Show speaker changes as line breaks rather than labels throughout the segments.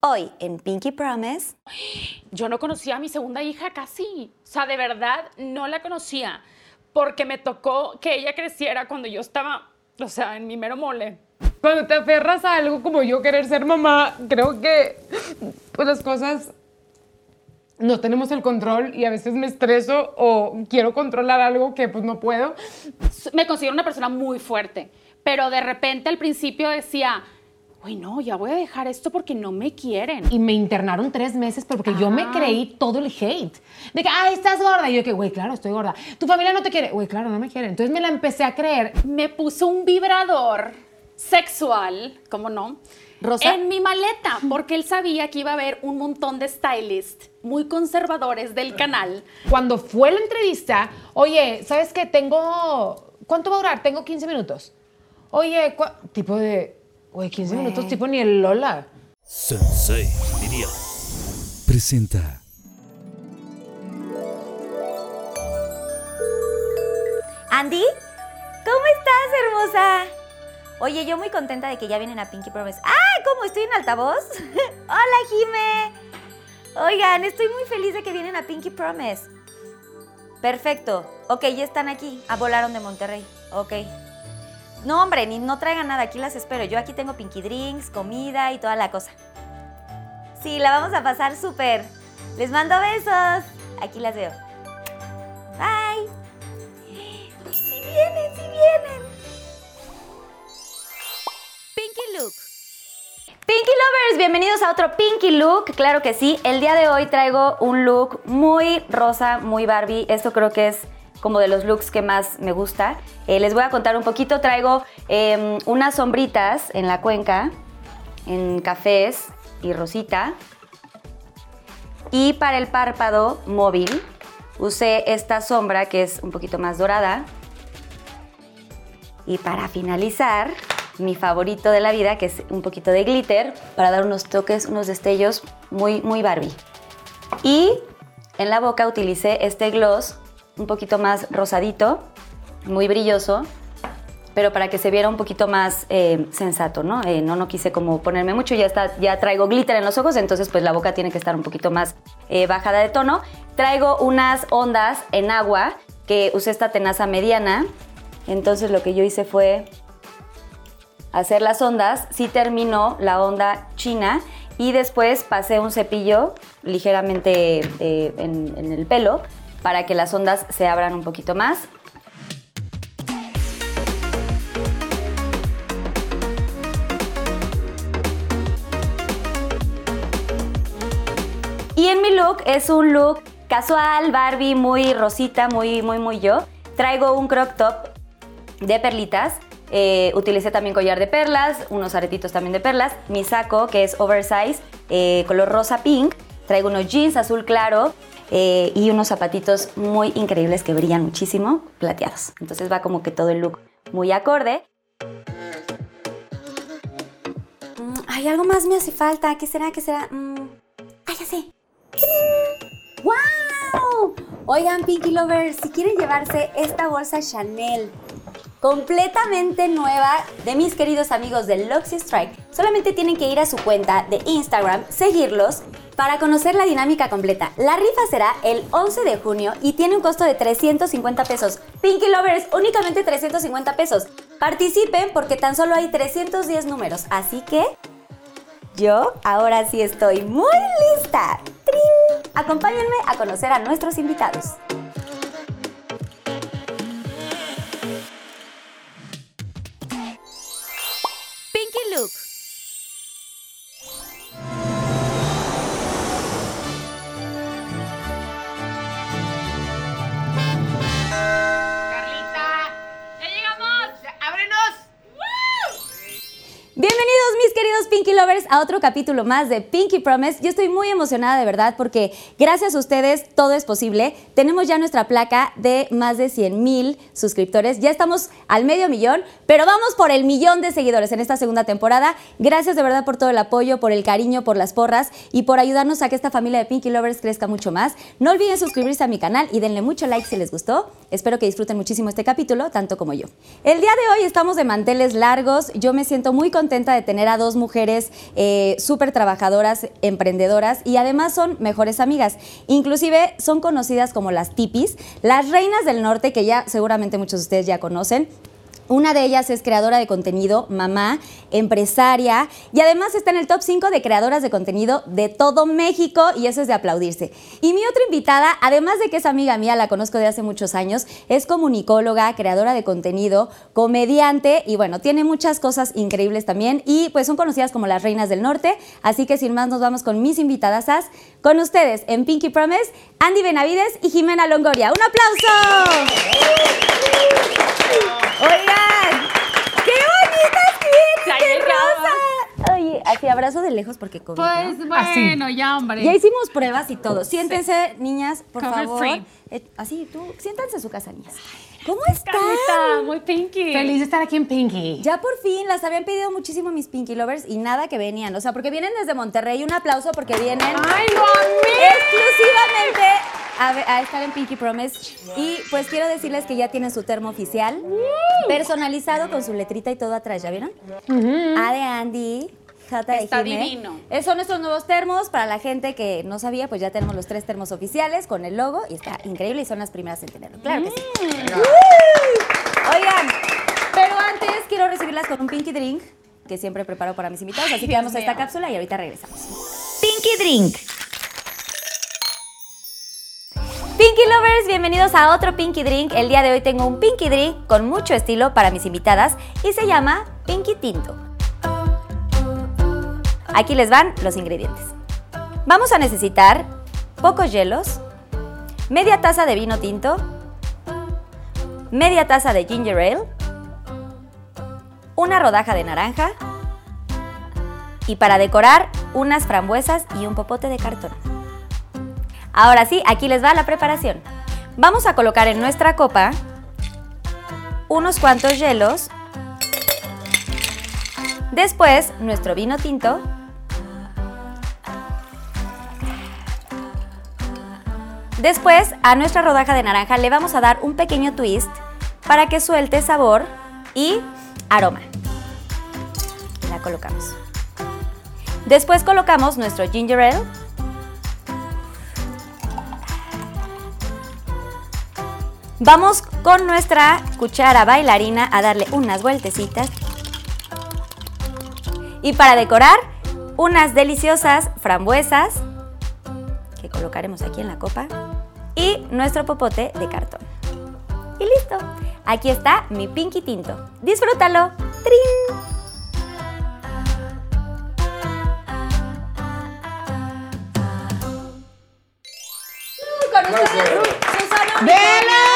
Hoy en Pinky Promise,
Yo no conocía a mi segunda hija casi. O sea, de verdad no la conocía. Porque me tocó que ella creciera cuando yo estaba, o sea, en mi mero mole.
Cuando te aferras a algo como yo querer ser mamá, creo que pues las cosas no tenemos el control y a veces me estreso o quiero controlar algo que pues no puedo.
S- Me considero una persona muy fuerte. Pero de repente al principio decía, uy, no, ya voy a dejar esto porque no me quieren.
Y me internaron tres meses porque yo me creí todo el hate. De que, ay, estás gorda. Y yo que, güey, claro, estoy gorda. Tu familia no te quiere. Güey, claro, no me quiere. Entonces me la empecé a creer.
me puso un vibrador sexual, ¿cómo no?
Rosa.
En mi maleta, porque él sabía que iba a haber un montón de stylists muy conservadores del canal.
Cuando fue la entrevista, oye, ¿sabes qué? Tengo. ¿Cuánto va a durar? Tengo 15 minutos. Oye, ¿cuá-? tipo de. Güey, 15 minutos, tipo ni el Lola.
Sensei diría. Presenta.
Andy, ¿cómo estás, hermosa? Oye, yo muy contenta de que ya vienen a Pinky Promise. ¡Ay, cómo estoy en altavoz! ¡Hola, Jime! Oigan, estoy muy feliz de que vienen a Pinky Promise. Perfecto. Ok, ya están aquí. Ah, volaron de Monterrey. Ok. No, hombre, ni no traigan nada. Aquí las espero. Yo aquí tengo Pinky Drinks, comida y toda la cosa. Sí, la vamos a pasar súper. Les mando besos. Aquí las veo. Bye. ¡Sí vienen, sí vienen! Pinky Look. Pinky Lovers, bienvenidos a otro Pinky Look. Claro que sí, el día de hoy traigo un look muy rosa, muy Barbie. Esto creo que es como de los looks que más me gusta. Eh, les voy a contar un poquito. Traigo em, unas sombritas en la cuenca, en cafés y rosita. Y para el párpado móvil usé esta sombra que es un poquito más dorada. Y para finalizar, mi favorito de la vida, que es un poquito de glitter, para dar unos toques, unos destellos muy, muy Barbie. Y en la boca utilicé este gloss un poquito más rosadito, muy brilloso, pero para que se viera un poquito más eh, sensato, ¿no? Eh, no, no quise como ponerme mucho, ya, está, ya traigo glitter en los ojos, entonces pues la boca tiene que estar un poquito más eh, bajada de tono. Traigo unas ondas en agua que usé esta tenaza mediana, entonces lo que yo hice fue hacer las ondas, sí terminó la onda china y después pasé un cepillo ligeramente eh, en, en el pelo para que las ondas se abran un poquito más. Y en mi look es un look casual, Barbie, muy rosita, muy, muy, muy yo. Traigo un crop top de perlitas. Eh, utilicé también collar de perlas, unos aretitos también de perlas, mi saco que es oversize, eh, color rosa pink, traigo unos jeans azul claro eh, y unos zapatitos muy increíbles que brillan muchísimo, plateados. Entonces va como que todo el look muy acorde. Mm, Ay, algo más me hace falta. ¿Qué será? ¿Qué será? Mm, ¡Ay, ya sé! ¡Wow! Oigan, Pinky Lovers, si quieren llevarse esta bolsa Chanel completamente nueva de mis queridos amigos de Luxy Strike, solamente tienen que ir a su cuenta de Instagram, seguirlos para conocer la dinámica completa. La rifa será el 11 de junio y tiene un costo de 350 pesos. Pinky Lovers, únicamente 350 pesos. Participen porque tan solo hay 310 números, así que yo ahora sí estoy muy lista. ¡Trin! Acompáñenme a conocer a nuestros invitados. Pinky Look.
Carlita, ya llegamos. Ábrenos.
Bienvenidos mis queridos Pinky Lovers a otro capítulo más de Pinky Promise. Yo estoy muy emocionada de verdad porque gracias a ustedes todo es posible. Tenemos ya nuestra placa de más de 100 mil suscriptores. Ya estamos al medio millón, pero vamos por el millón de seguidores en esta segunda temporada. Gracias de verdad por todo el apoyo, por el cariño, por las porras y por ayudarnos a que esta familia de Pinky Lovers crezca mucho más. No olviden suscribirse a mi canal y denle mucho like si les gustó. Espero que disfruten muchísimo este capítulo, tanto como yo. El día de hoy estamos de manteles largos. Yo me siento muy contenta de tener a dos mujeres eh, súper trabajadoras, emprendedoras y además son mejores amigas. Inclusive son conocidas como las tipis, las reinas del norte que ya seguramente muchos de ustedes ya conocen. Una de ellas es creadora de contenido, mamá, empresaria y además está en el top 5 de creadoras de contenido de todo México y eso es de aplaudirse. Y mi otra invitada, además de que es amiga mía, la conozco de hace muchos años, es comunicóloga, creadora de contenido, comediante y bueno, tiene muchas cosas increíbles también y pues son conocidas como las reinas del norte, así que sin más nos vamos con mis invitadas con ustedes en Pinky Promise, Andy Benavides y Jimena Longoria. ¡Un aplauso! Oigan, qué bonitas que
Ya
vienen, qué
llegamos.
rosa. Oye, así abrazo de lejos porque COVID. ¿no?
Pues bueno, ya hombre.
Ya hicimos pruebas y todo. Siéntense, niñas, por
Cover
favor.
free.
Eh, así, tú, siéntanse en su casa, niñas. ¿Cómo
Carlita,
están?
muy pinky.
Feliz de estar aquí en Pinky.
Ya por fin las habían pedido muchísimo mis Pinky Lovers y nada que venían. O sea, porque vienen desde Monterrey. Un aplauso porque vienen.
¡Ay, mami!
exclusivamente a, ve- a estar en Pinky Promise. Y pues quiero decirles que ya tienen su termo oficial, personalizado con su letrita y todo atrás, ¿ya vieron? A de Andy. J de
Está
Jime.
divino.
Eh, Son estos nuevos termos. Para la gente que no sabía, pues ya tenemos los tres termos oficiales con el logo y está increíble y son las primeras en tenerlo. Claro que sí.
Mm.
¡Woo! Oigan, pero antes quiero recibirlas con un Pinky Drink que siempre preparo para mis invitados. Así que vamos a esta cápsula y ahorita regresamos. Pinky Drink. Pinky Lovers, bienvenidos a otro Pinky Drink. El día de hoy tengo un Pinky Drink con mucho estilo para mis invitadas y se llama Pinky Tinto. Aquí les van los ingredientes. Vamos a necesitar pocos hielos, media taza de vino tinto, media taza de ginger ale, una rodaja de naranja y para decorar unas frambuesas y un popote de cartón. Ahora sí, aquí les va la preparación. Vamos a colocar en nuestra copa unos cuantos hielos, después nuestro vino tinto, Después, a nuestra rodaja de naranja le vamos a dar un pequeño twist para que suelte sabor y aroma. La colocamos. Después colocamos nuestro ginger ale. Vamos con nuestra cuchara bailarina a darle unas vueltecitas. Y para decorar, unas deliciosas frambuesas que colocaremos aquí en la copa y nuestro popote de cartón. Y listo. Aquí está mi pinky tinto. Disfrútalo. ¡Trin! Con ustedes, Susana Unicona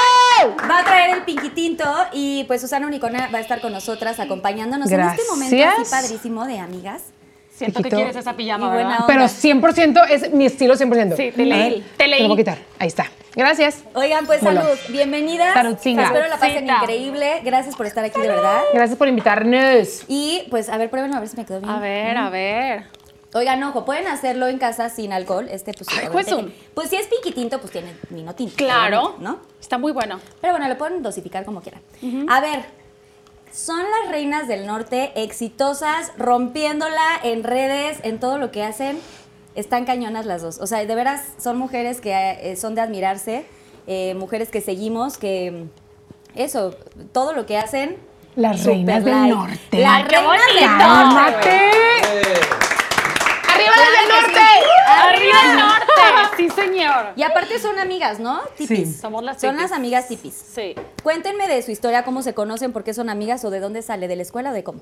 Va a traer el pinky tinto y pues Susana Unicona va a estar con nosotras acompañándonos en este momento así
Gracias.
padrísimo de amigas.
Siento que
Chiquito.
quieres esa
Y
pijama,
buena
¿verdad?
onda.
Pero 100% es mi estilo 100%.
Sí, te
A
leí,
ver,
te leí.
Te lo voy a quitar. Ahí está. Gracias.
Oigan, pues
Molón.
salud, bienvenidas.
Saludcita.
Espero la pasen
Saludcita.
increíble. Gracias por estar aquí, de verdad.
Gracias por invitarnos.
Y pues, a ver, pruébenlo, a ver si me quedó bien.
A ver, a ver.
Oigan, ojo, pueden hacerlo en casa sin alcohol. Este, pues,
Ay,
obviamente
pues, un-
que- pues si es pinky tinto, pues tiene vino tinto.
Claro.
obviamente, ¿No?
Está muy bueno.
Pero bueno, lo pueden dosificar como quieran. A ver, son las reinas del norte, exitosas, rompiéndola en redes, en todo lo que hacen. Están cañonas las dos. O sea, de veras son mujeres que eh, son de admirarse, eh, mujeres que seguimos, que mm, eso, todo lo que hacen.
Las
super
reinas del
like.
norte.
Las
¡Ay,
qué
reinas del
bonito!
norte.
¡Arriba las del norte!
¡Arriba el norte! Sí, señor.
Y aparte son amigas, ¿no? Tipis.
Somos las
Son
tipis.
las amigas tipis.
Sí.
Cuéntenme de su historia, cómo se conocen, por qué son amigas o de dónde sale, de la escuela o de cómo.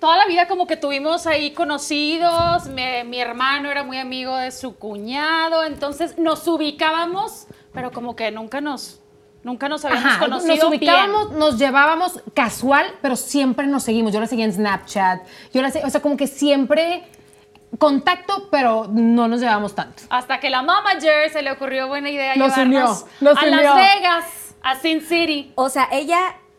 Toda la vida como que tuvimos ahí conocidos, mi, mi hermano era muy amigo de su cuñado, entonces nos ubicábamos, pero como que nunca nos, nunca nos habíamos
Ajá,
conocido
nos ubicábamos, nos llevábamos casual, pero siempre nos seguimos. Yo la seguía en Snapchat, yo la seguía, o sea, como que siempre contacto, pero no nos llevábamos tanto.
bien. Hasta que la manager se le ocurrió buena idea
Nos
llevarnos
unió, nos
a
unió.
Las Vegas, a Sin City,
O sea, ella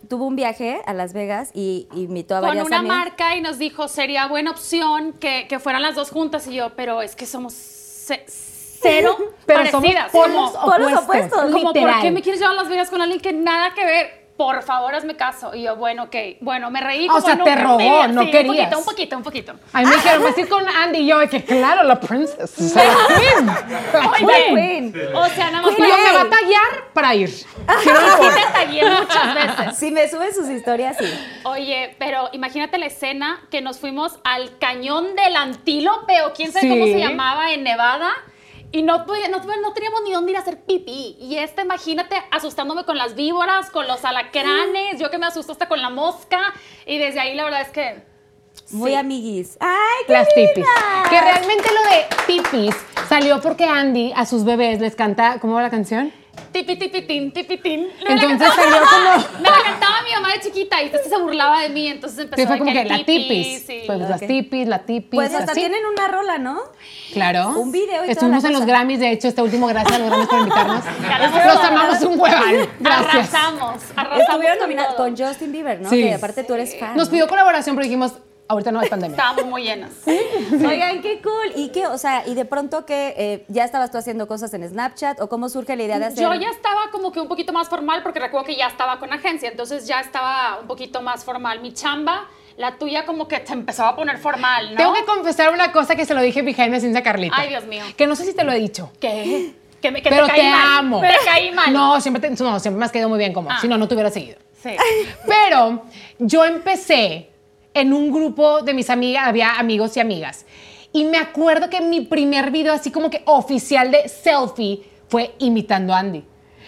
tuvo un viaje a Las Vegas y y invitó a
con
varias
una
amigas.
marca y nos dijo sería buena opción que, que fueran las dos juntas y yo, pero es que somos ce- cero
Pero somos
parecidas.
polos
como-
Polos
opuestos.
opuestos.
Como, ¿por
literal.
qué me quieres llevar a Las Vegas con alguien que nada que ver? por favor, hazme caso. Y yo, bueno, ok. Bueno, me reí.
O
como
sea, te
nunca en mi
robó,
vida.
no
Sí,
querías.
Un poquito, un poquito, un poquito.
A mí me dijeron,
"Pues
así con Andy y yo, de que claro, la princesa. O sea, la queen. La
Oye,
queen.
O sea, nada más
Y yo,
para
me va a taguear para ir.
Sí te tagué muchas veces.
Si me suben sus historias, sí.
Oye, pero imagínate la escena que nos fuimos al cañón del antílope o quién sabe
Sí.
cómo se llamaba en Nevada. Y no, podía- no, no teníamos ni dónde ir a hacer pipí. Y esta, imagínate, asustándome con las víboras, con los alacranes. Yo que me asusto hasta con la mosca. Y desde ahí, la verdad es que.
Muy amiguis. ¡Ay, qué
Las
linda!
tipis. Que realmente lo de tipis salió porque Andy a sus bebés les canta, ¿cómo va la canción?
Tipi, tipitín, tipitín. Me la
Entonces
cantaba-
salió
Pues
como-
Me la cantaba mi mamá de chiquita y entonces se burlaba de mí. Entonces empezó
Sí, fue
de
como que la tipis.
tipis, sí.
Pues las
Ok.
tipis, la tipis.
Pues hasta
así.
tienen una rola, ¿no?
Claro.
un video y toda
Estuvimos
la
en los
cosa.
Grammys, de hecho, este último, gracias a los Grammys por invitarnos.
Ganamos
los
todo.
amamos un hueval. Gracias.
Arrasamos, arrasamos.
Estuvieron
con
nominadas
todo.
con Justin Bieber, ¿no?
Sí.
Que aparte tú eres fan.
Nos
¿no?
pidió colaboración, pero dijimos, ahorita no es pandemia.
Estábamos muy llenas.
Oigan, qué cool. ¿Y qué? O sea, ¿y de pronto que eh, ya estabas tú haciendo cosas en Snapchat? ¿O cómo surge la idea de hacer...?
Yo ya estaba como que un poquito más formal porque recuerdo que ya estaba con agencia, entonces ya estaba un poquito más formal mi chamba. La tuya como que te empezaba a poner formal, ¿no?
Tengo que confesar una cosa que se lo dije behind the scenes a Carlita.
Ay, Dios mío.
Que no sé si te lo he dicho.
¿Qué? Que, me, que
pero
te
te,
caí mal.
amo.
Me caí mal.
No, siempre, te- no, siempre me has quedado muy bien como.
Ah.
Si no, no te hubiera seguido.
Sí.
Pero yo empecé en un grupo de mis amigas, había amigos y amigas. Y me acuerdo que mi primer video, así como que oficial de selfie, fue imitando a Andy.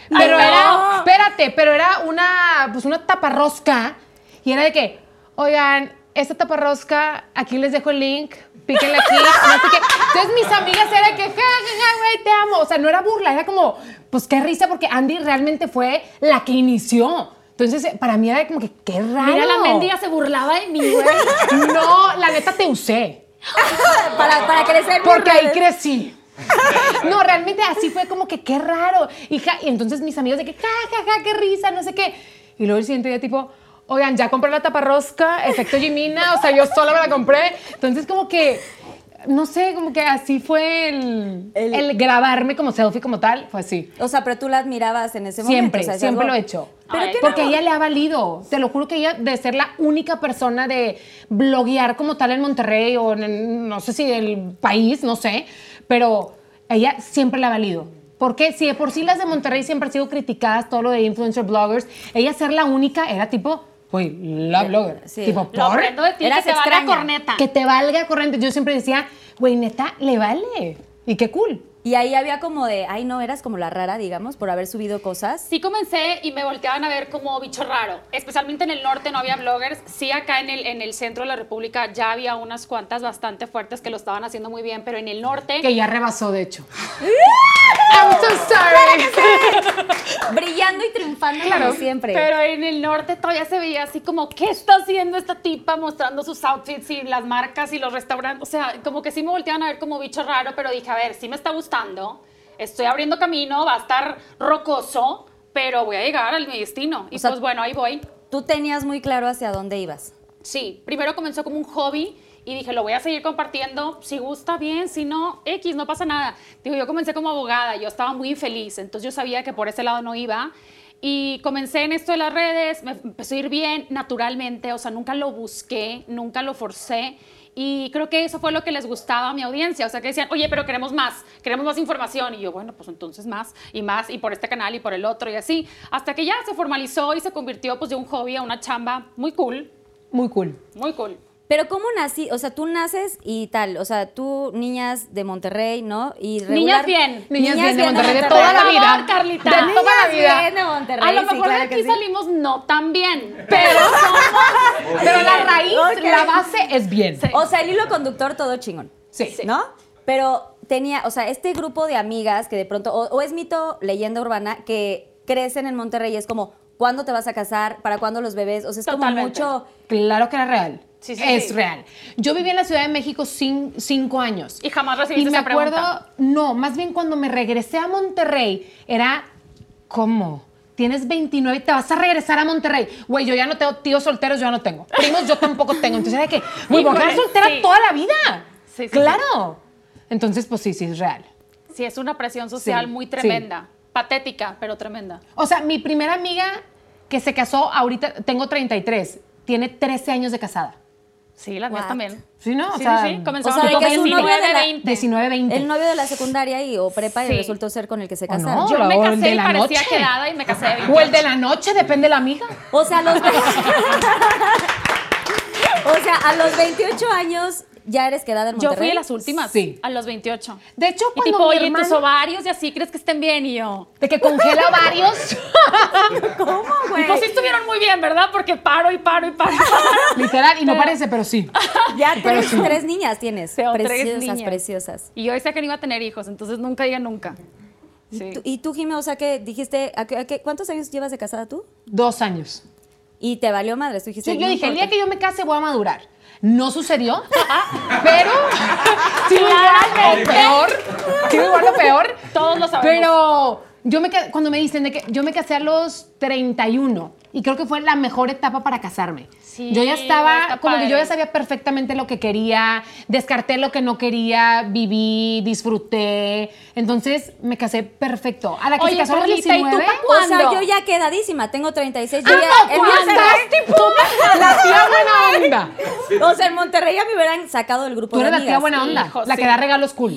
Pero
no!
era, espérate, pero era una, pues una taparrosca. Y era de que, oigan, esta taparrosca, aquí les dejo el link, píquenle aquí. no sé qué. Entonces mis amigas era que, ja, ja, ja, güey, te amo. O sea, no era burla, era como, pues qué risa, porque Andy realmente fue la que inició. Entonces, eh, para mí era como que, qué raro.
Mira, la mendiga se burlaba de mí, güey.
No, la neta te usé.
Para, para crecer mis
Porque ahí
redes.
crecí. No, realmente así fue como que qué raro. Y, ja- y entonces mis amigos de que, ja, ja, ja, qué risa, no sé qué. Y luego el siguiente día, tipo, oigan, ya compré la taparrosca, efecto Jimina, o sea, yo sola me la compré. Entonces, como que, no sé, como que así fue el,
El-
el grabarme como selfie, como tal, fue así.
O sea, pero tú la admirabas en ese momento.
Siempre,
o sea, es
siempre
algo-
lo he hecho.
Pero Ay, qué
Porque a
no.
ella le ha valido. Te lo juro que ella, de ser la única persona de bloguear como tal en Monterrey o en- en, no sé si del país, no sé, pero a ella siempre le ha valido. Porque si de por sí las de Monterrey siempre han sido criticadas, todo lo de influencer bloggers, ella ser la única era tipo, güey, la blogger.
Sí.
Tipo,
Lo
¿por?
aprendo de ti,
Eras
que te va la
extraña.
corneta.
Que te valga corriente. Yo siempre decía, güey, neta, le vale. Y qué cool.
Y ahí había como de, ay, no, eras como la rara, digamos, por haber subido cosas.
Sí comencé y me volteaban a ver como bicho raro. Especialmente en el norte no había bloggers. Sí, acá en el, en el centro de la República ya había unas cuantas bastante fuertes que lo estaban haciendo muy bien, pero en el norte...
Que ya rebasó, de hecho. I'm so sorry.
Brillando y triunfando
Claro,
como siempre.
Pero en el norte todavía se veía así como, ¿qué está haciendo esta tipa mostrando sus outfits y las marcas y los restaurantes? O sea, como que sí me volteaban a ver como bicho raro, pero dije, a ver, sí me está gustando, estoy abriendo camino, va a estar rocoso, pero voy a llegar al mi destino. Y
sea,
pues bueno, ahí voy.
Tú tenías muy claro hacia dónde ibas.
Sí, primero comenzó como un hobby y dije, lo voy a seguir compartiendo, si gusta bien, si no, X, no pasa nada. Digo, yo comencé como abogada, yo estaba muy infeliz, entonces yo sabía que por ese lado no iba. Y comencé en esto de las redes, me empezó a ir bien naturalmente, o sea, nunca lo busqué, nunca lo forcé. Y creo que eso fue lo que les gustaba a mi audiencia, o sea, que decían, oye, pero queremos más, queremos más información. Y yo, bueno, pues entonces más y más, y por este canal y por el otro y así. Hasta que ya se formalizó y se convirtió pues de un hobby a una chamba muy cool,
Muy cool.
muy cool.
Pero ¿cómo nací? O sea, tú naces y tal. O sea, tú, niñas de Monterrey, ¿no? Y regular-
Niñas bien.
Niñas bien de
bien
Monterrey, de
Por
toda la
favor,
vida.
Carlita.
De toda la
Niñas
vida.
bien de Monterrey,
A lo
sí,
mejor
claro
de
que
aquí
sí.
salimos no tan bien, pero somos-
Pero la raíz,
Ok.
la base es bien.
Sí.
O sea, el hilo conductor todo chingón.
Sí. Sí.
¿No? Pero tenía, o sea, este grupo de amigas que de pronto, o, o es mito, leyenda urbana, que crecen en Monterrey y es como, ¿cuándo te vas a casar? ¿Para cuándo los bebés? O sea, es
Totalmente.
como mucho.
Claro que era real.
Sí, sí,
es
sí.
real. Yo viví en la Ciudad de México cin- cinco años.
Y jamás recibiste
Y me
esa
acuerdo,
pregunta.
no, más bien cuando me regresé a Monterrey, era, ¿cómo? Tienes 29 y te vas a regresar a Monterrey. Güey, yo ya no tengo tíos solteros, yo ya no tengo. Primos yo tampoco tengo. Entonces era que, güey, voy a
Híjole,
quedar soltera
pues, sí.
toda la vida.
Sí, sí,
claro. Entonces, pues sí, sí, es real.
Sí, es una presión social
Sí,
muy
sí.
tremenda. Patética, pero tremenda.
O sea, mi primera amiga que se casó ahorita, tengo 33, tiene 13 años de casada.
Sí, las mías
What?
también.
Sí, ¿no? O
Sí,
sea,
sí, sí.
O
Comenzamos
sea, de
con
que es un novio de
19,
la-
20.
19, 20.
El novio de la secundaria y o prepa y
Sí.
resultó ser con el que se
¿O Ah, no?
casaron.
Yo me
o el
casé
de
y
la
parecía
noche.
quedada y me casé de
O el de la noche, depende de la amiga.
O sea, a los ve- O sea, a los 28 años ya eres quedada en
Yo
Monterrey.
fui de las últimas,
Sí.
a los 28.
De hecho,
Y
cuando
tipo,
mi
oye,
hermana-
tus ovarios y así, ¿crees que estén bien? Y yo,
De que congela varios.
y pues sí estuvieron muy bien, ¿verdad? Porque paro y paro y paro. y paro.
Literal, y no parece, pero sí.
Ya tres, tres niñas tienes.
Tengo tres
preciosas,
niñas.
preciosas.
y yo decía que no iba a tener hijos, entonces nunca diga nunca. Sí.
Tú- Y tú, Jimé, o sea, que dijiste, ¿a qué- a qué- ¿cuántos años llevas de casada tú?
Dos años.
Y te valió madre, tú dijiste.
Sí, yo
"No
dije, el día
importa".
que yo me case voy a madurar. No sucedió, pero sigo igual o
Claramente.
peor. Sigo igual o peor.
Todos lo sabemos.
Pero yo me ca- cuando me dicen de que yo me casé a los 31 y creo que fue la mejor etapa para casarme.
Sí,
yo ya estaba,
está
como que yo ya
padre.
sabía perfectamente lo que quería, descarté lo que no quería, viví, disfruté. Entonces me casé perfecto. A la que
Oye,
se casó a los
Carlita, ¿y tú
19,
pa'
O sea,
¿Cuándo?
yo ya quedadísima, tengo 36. Yo
Ah,
ya,
no,
en
¿cuándo?
Monterrey-
la tía buena onda.
o sea, en Monterrey ya me hubieran sacado del grupo
Tú
de
eres la
amigas.
tía buena onda,
Hijo,
la
sí.
que da regalos cool.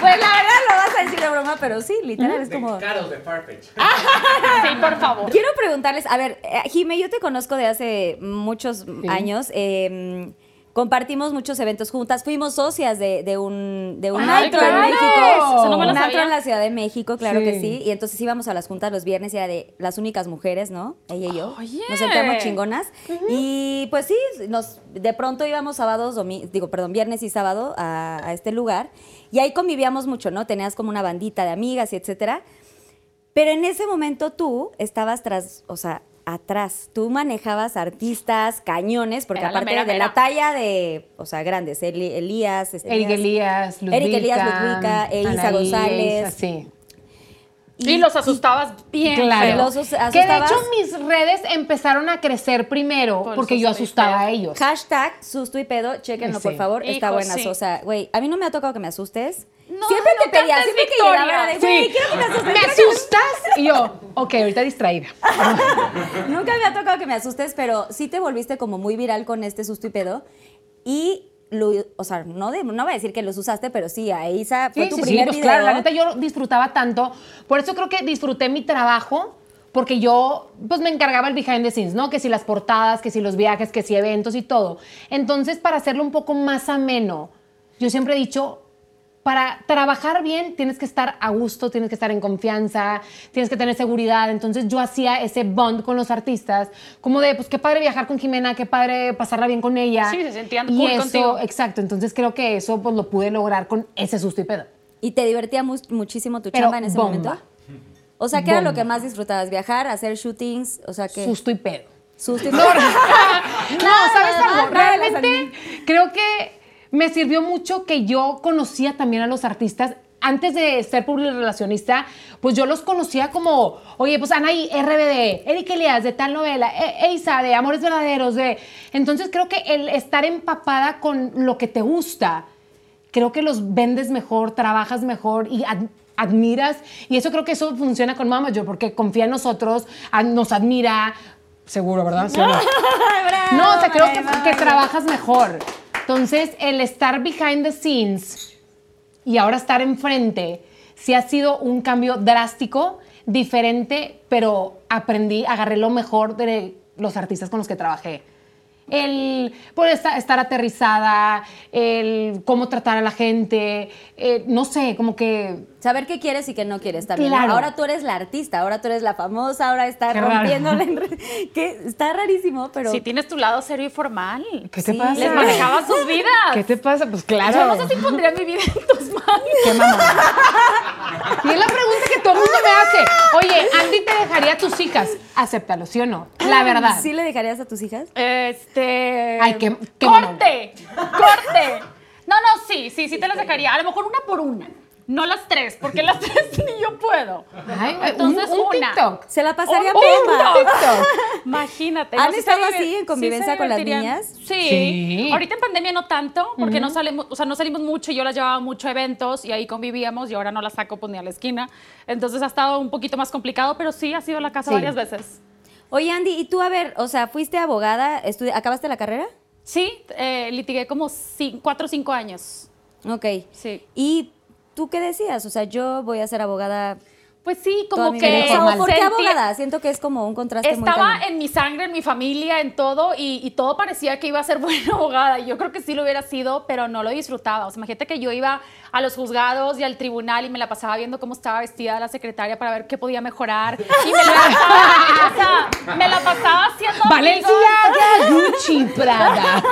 Pues la verdad lo vas a decir de broma, pero sí, literal, es como...
Caros de Farfetch.
Sí, por favor.
Quiero preguntarles, a ver, eh, Jime, yo te conozco de hace muchos años. eh, compartimos muchos eventos juntas. Fuimos socias de, de un, de un
Ay,
antro en
claro.
México.
Eso no me
un
lo
antro
sabía.
en la Ciudad de México, claro
Sí.
que sí. Y entonces íbamos a las juntas los viernes y era de las únicas mujeres, ¿no? Ella y yo.
Oye.
Nos sentíamos chingonas. Y pues sí, nos, de pronto íbamos sábados, domi- digo, perdón, viernes y sábado a, a este lugar. Y ahí convivíamos mucho, ¿no? Tenías como una bandita de amigas y etcétera. Pero en ese momento tú estabas tras, o sea, atrás. Tú manejabas artistas, cañones, porque
Era la
aparte
mera,
de la
mera.
talla de, o sea, grandes, Eli- Elías, este,
Eric Elías, Ludwika.
Eric Elías, Ludwika, e Isa
Anaís,
González.
Sí.
Y, los asustabas bien.
Claro.
feo.
Los os- asustabas.
Que de hecho mis redes empezaron a crecer primero
Por
porque yo
susto y
asustaba
pedo.
a ellos.
Hashtag susto y pedo, chéquenlo
Sí.
por favor, está
Hijo,
buena.
sí.
O sea, güey, a mí no me ha tocado que me asustes.
No,
siempre
no
te pedía,
cantes
siempre que
victoria.
llegaba era de, güey,
Sí.
quiero que me asustes.
Me asustas y yo, ok, ahorita distraída.
Nunca me ha tocado que me asustes, pero sí te volviste como muy viral con este susto y pedo. Y, lo, o sea, no, de- no voy a decir que los usaste, pero sí, a Isa fue
Sí,
tu
sí, sí,
primer
pues
video.
claro, la neta yo disfrutaba tanto. Por eso creo que disfruté mi trabajo, porque yo pues me encargaba el behind the scenes, ¿no? Que si las portadas, que si los viajes, que si eventos y todo. Entonces, para hacerlo un poco más ameno, yo siempre he dicho, para trabajar bien tienes que estar a gusto, tienes que estar en confianza, tienes que tener seguridad. Entonces yo hacía ese bond con los artistas, como de, pues qué padre viajar con Jimena, qué padre pasarla bien con ella.
Sí, se sentían
y
cool
eso,
contigo.
Exacto, entonces creo que eso pues lo pude lograr con ese susto y pedo.
Y te divertía mu- muchísimo tu
Pero
chamba en ese
bomba.
momento. O sea, ¿qué era lo
Bomba.
que más disfrutabas? ¿Viajar? ¿Hacer shootings? O sea, que...
Susto y pedo.
Susto y
No,
pedo.
¿sabes
no,
algo?
no, no,
Realmente creo que me sirvió mucho que yo conocía también a los artistas. Antes de ser publirelacionista, pues yo los conocía como, oye, pues Anaí, RBD, Eric Elias, de tal novela, E- Eiza, de Amores Verdaderos, de... Entonces creo que el estar empapada con lo que te gusta, creo que los vendes mejor, trabajas mejor y ad- admiras. Y eso creo que eso funciona con Mama Yo, porque confía en nosotros, a- nos admira. Seguro, ¿verdad? ¿Sí o no? No, o sea, creo que, que trabajas mejor. Entonces, el estar behind the scenes y ahora estar enfrente, sí ha sido un cambio drástico, diferente, pero aprendí, agarré lo mejor de los artistas con los que trabajé. El pues, esta- estar aterrizada, el cómo tratar a la gente, eh, no sé, como que
Saber qué quieres y qué no quieres también.
Claro.
Ahora tú eres la artista, ahora tú eres la famosa, ahora estás
Qué raro.
rompiéndola. en re- que está rarísimo, pero...
Si tienes tu lado serio y formal.
¿Qué te
Sí.
pasa?
Les manejabas sus vidas.
¿Qué te pasa? Pues
Yo
claro.
no sé si pondría mi vida en tus manos.
¿Qué mamá? Y es la pregunta que todo el mundo me hace. Oye, Andy te dejaría a tus hijas. Acéptalo, ¿sí o no?
Ah,
La verdad.
¿Sí le dejarías a tus hijas?
Este.
Ay, qué- qué
¡Corte! ¡Corte! No, no, sí, sí, sí te las dejaría. A lo mejor una por una. No las tres, porque las tres ni yo puedo.
Ay, güey,
Entonces,
un, un
una.
TikTok.
Se la pasaría
Un
bomba.
TikTok.
Imagínate.
¡Oh! ¿Han
no, sí
estado
se divir-
así en
sí se
convivencia con las
divertirían.
niñas?
Sí.
Sí.
Ahorita en pandemia no tanto, porque no salimos, o sea, no salimos mucho. Yo las llevaba mucho a eventos y ahí convivíamos y ahora no las saco pues, ni a la esquina. Entonces ha estado un poquito más complicado, pero sí ha sido a la casa
Sí.
varias veces.
Oye, Andy, ¿y tú, a ver, o sea, fuiste abogada, estudi- acabaste la carrera?
Sí, eh, litigué como cin- cuatro o cinco años.
Ok.
Sí.
¿Y tú qué decías? O sea, yo voy a ser abogada.
Pues sí,
toda
como
mi
que.
vida. O sea, ¿o ¿Por qué
sentí-
abogada? Siento que es como un contraste muy
Estaba
cañón.
en mi sangre, en mi familia, en todo, y, y todo parecía que iba a ser buena abogada. y Yo creo que sí lo hubiera sido, pero no lo disfrutaba. O sea, imagínate que yo iba a los juzgados y al tribunal y me la pasaba viendo cómo estaba vestida la secretaria para ver qué podía mejorar. Y me la pasaba, o sea, me la pasaba haciendo
Valencia,
amigos.
Gucci, Prada.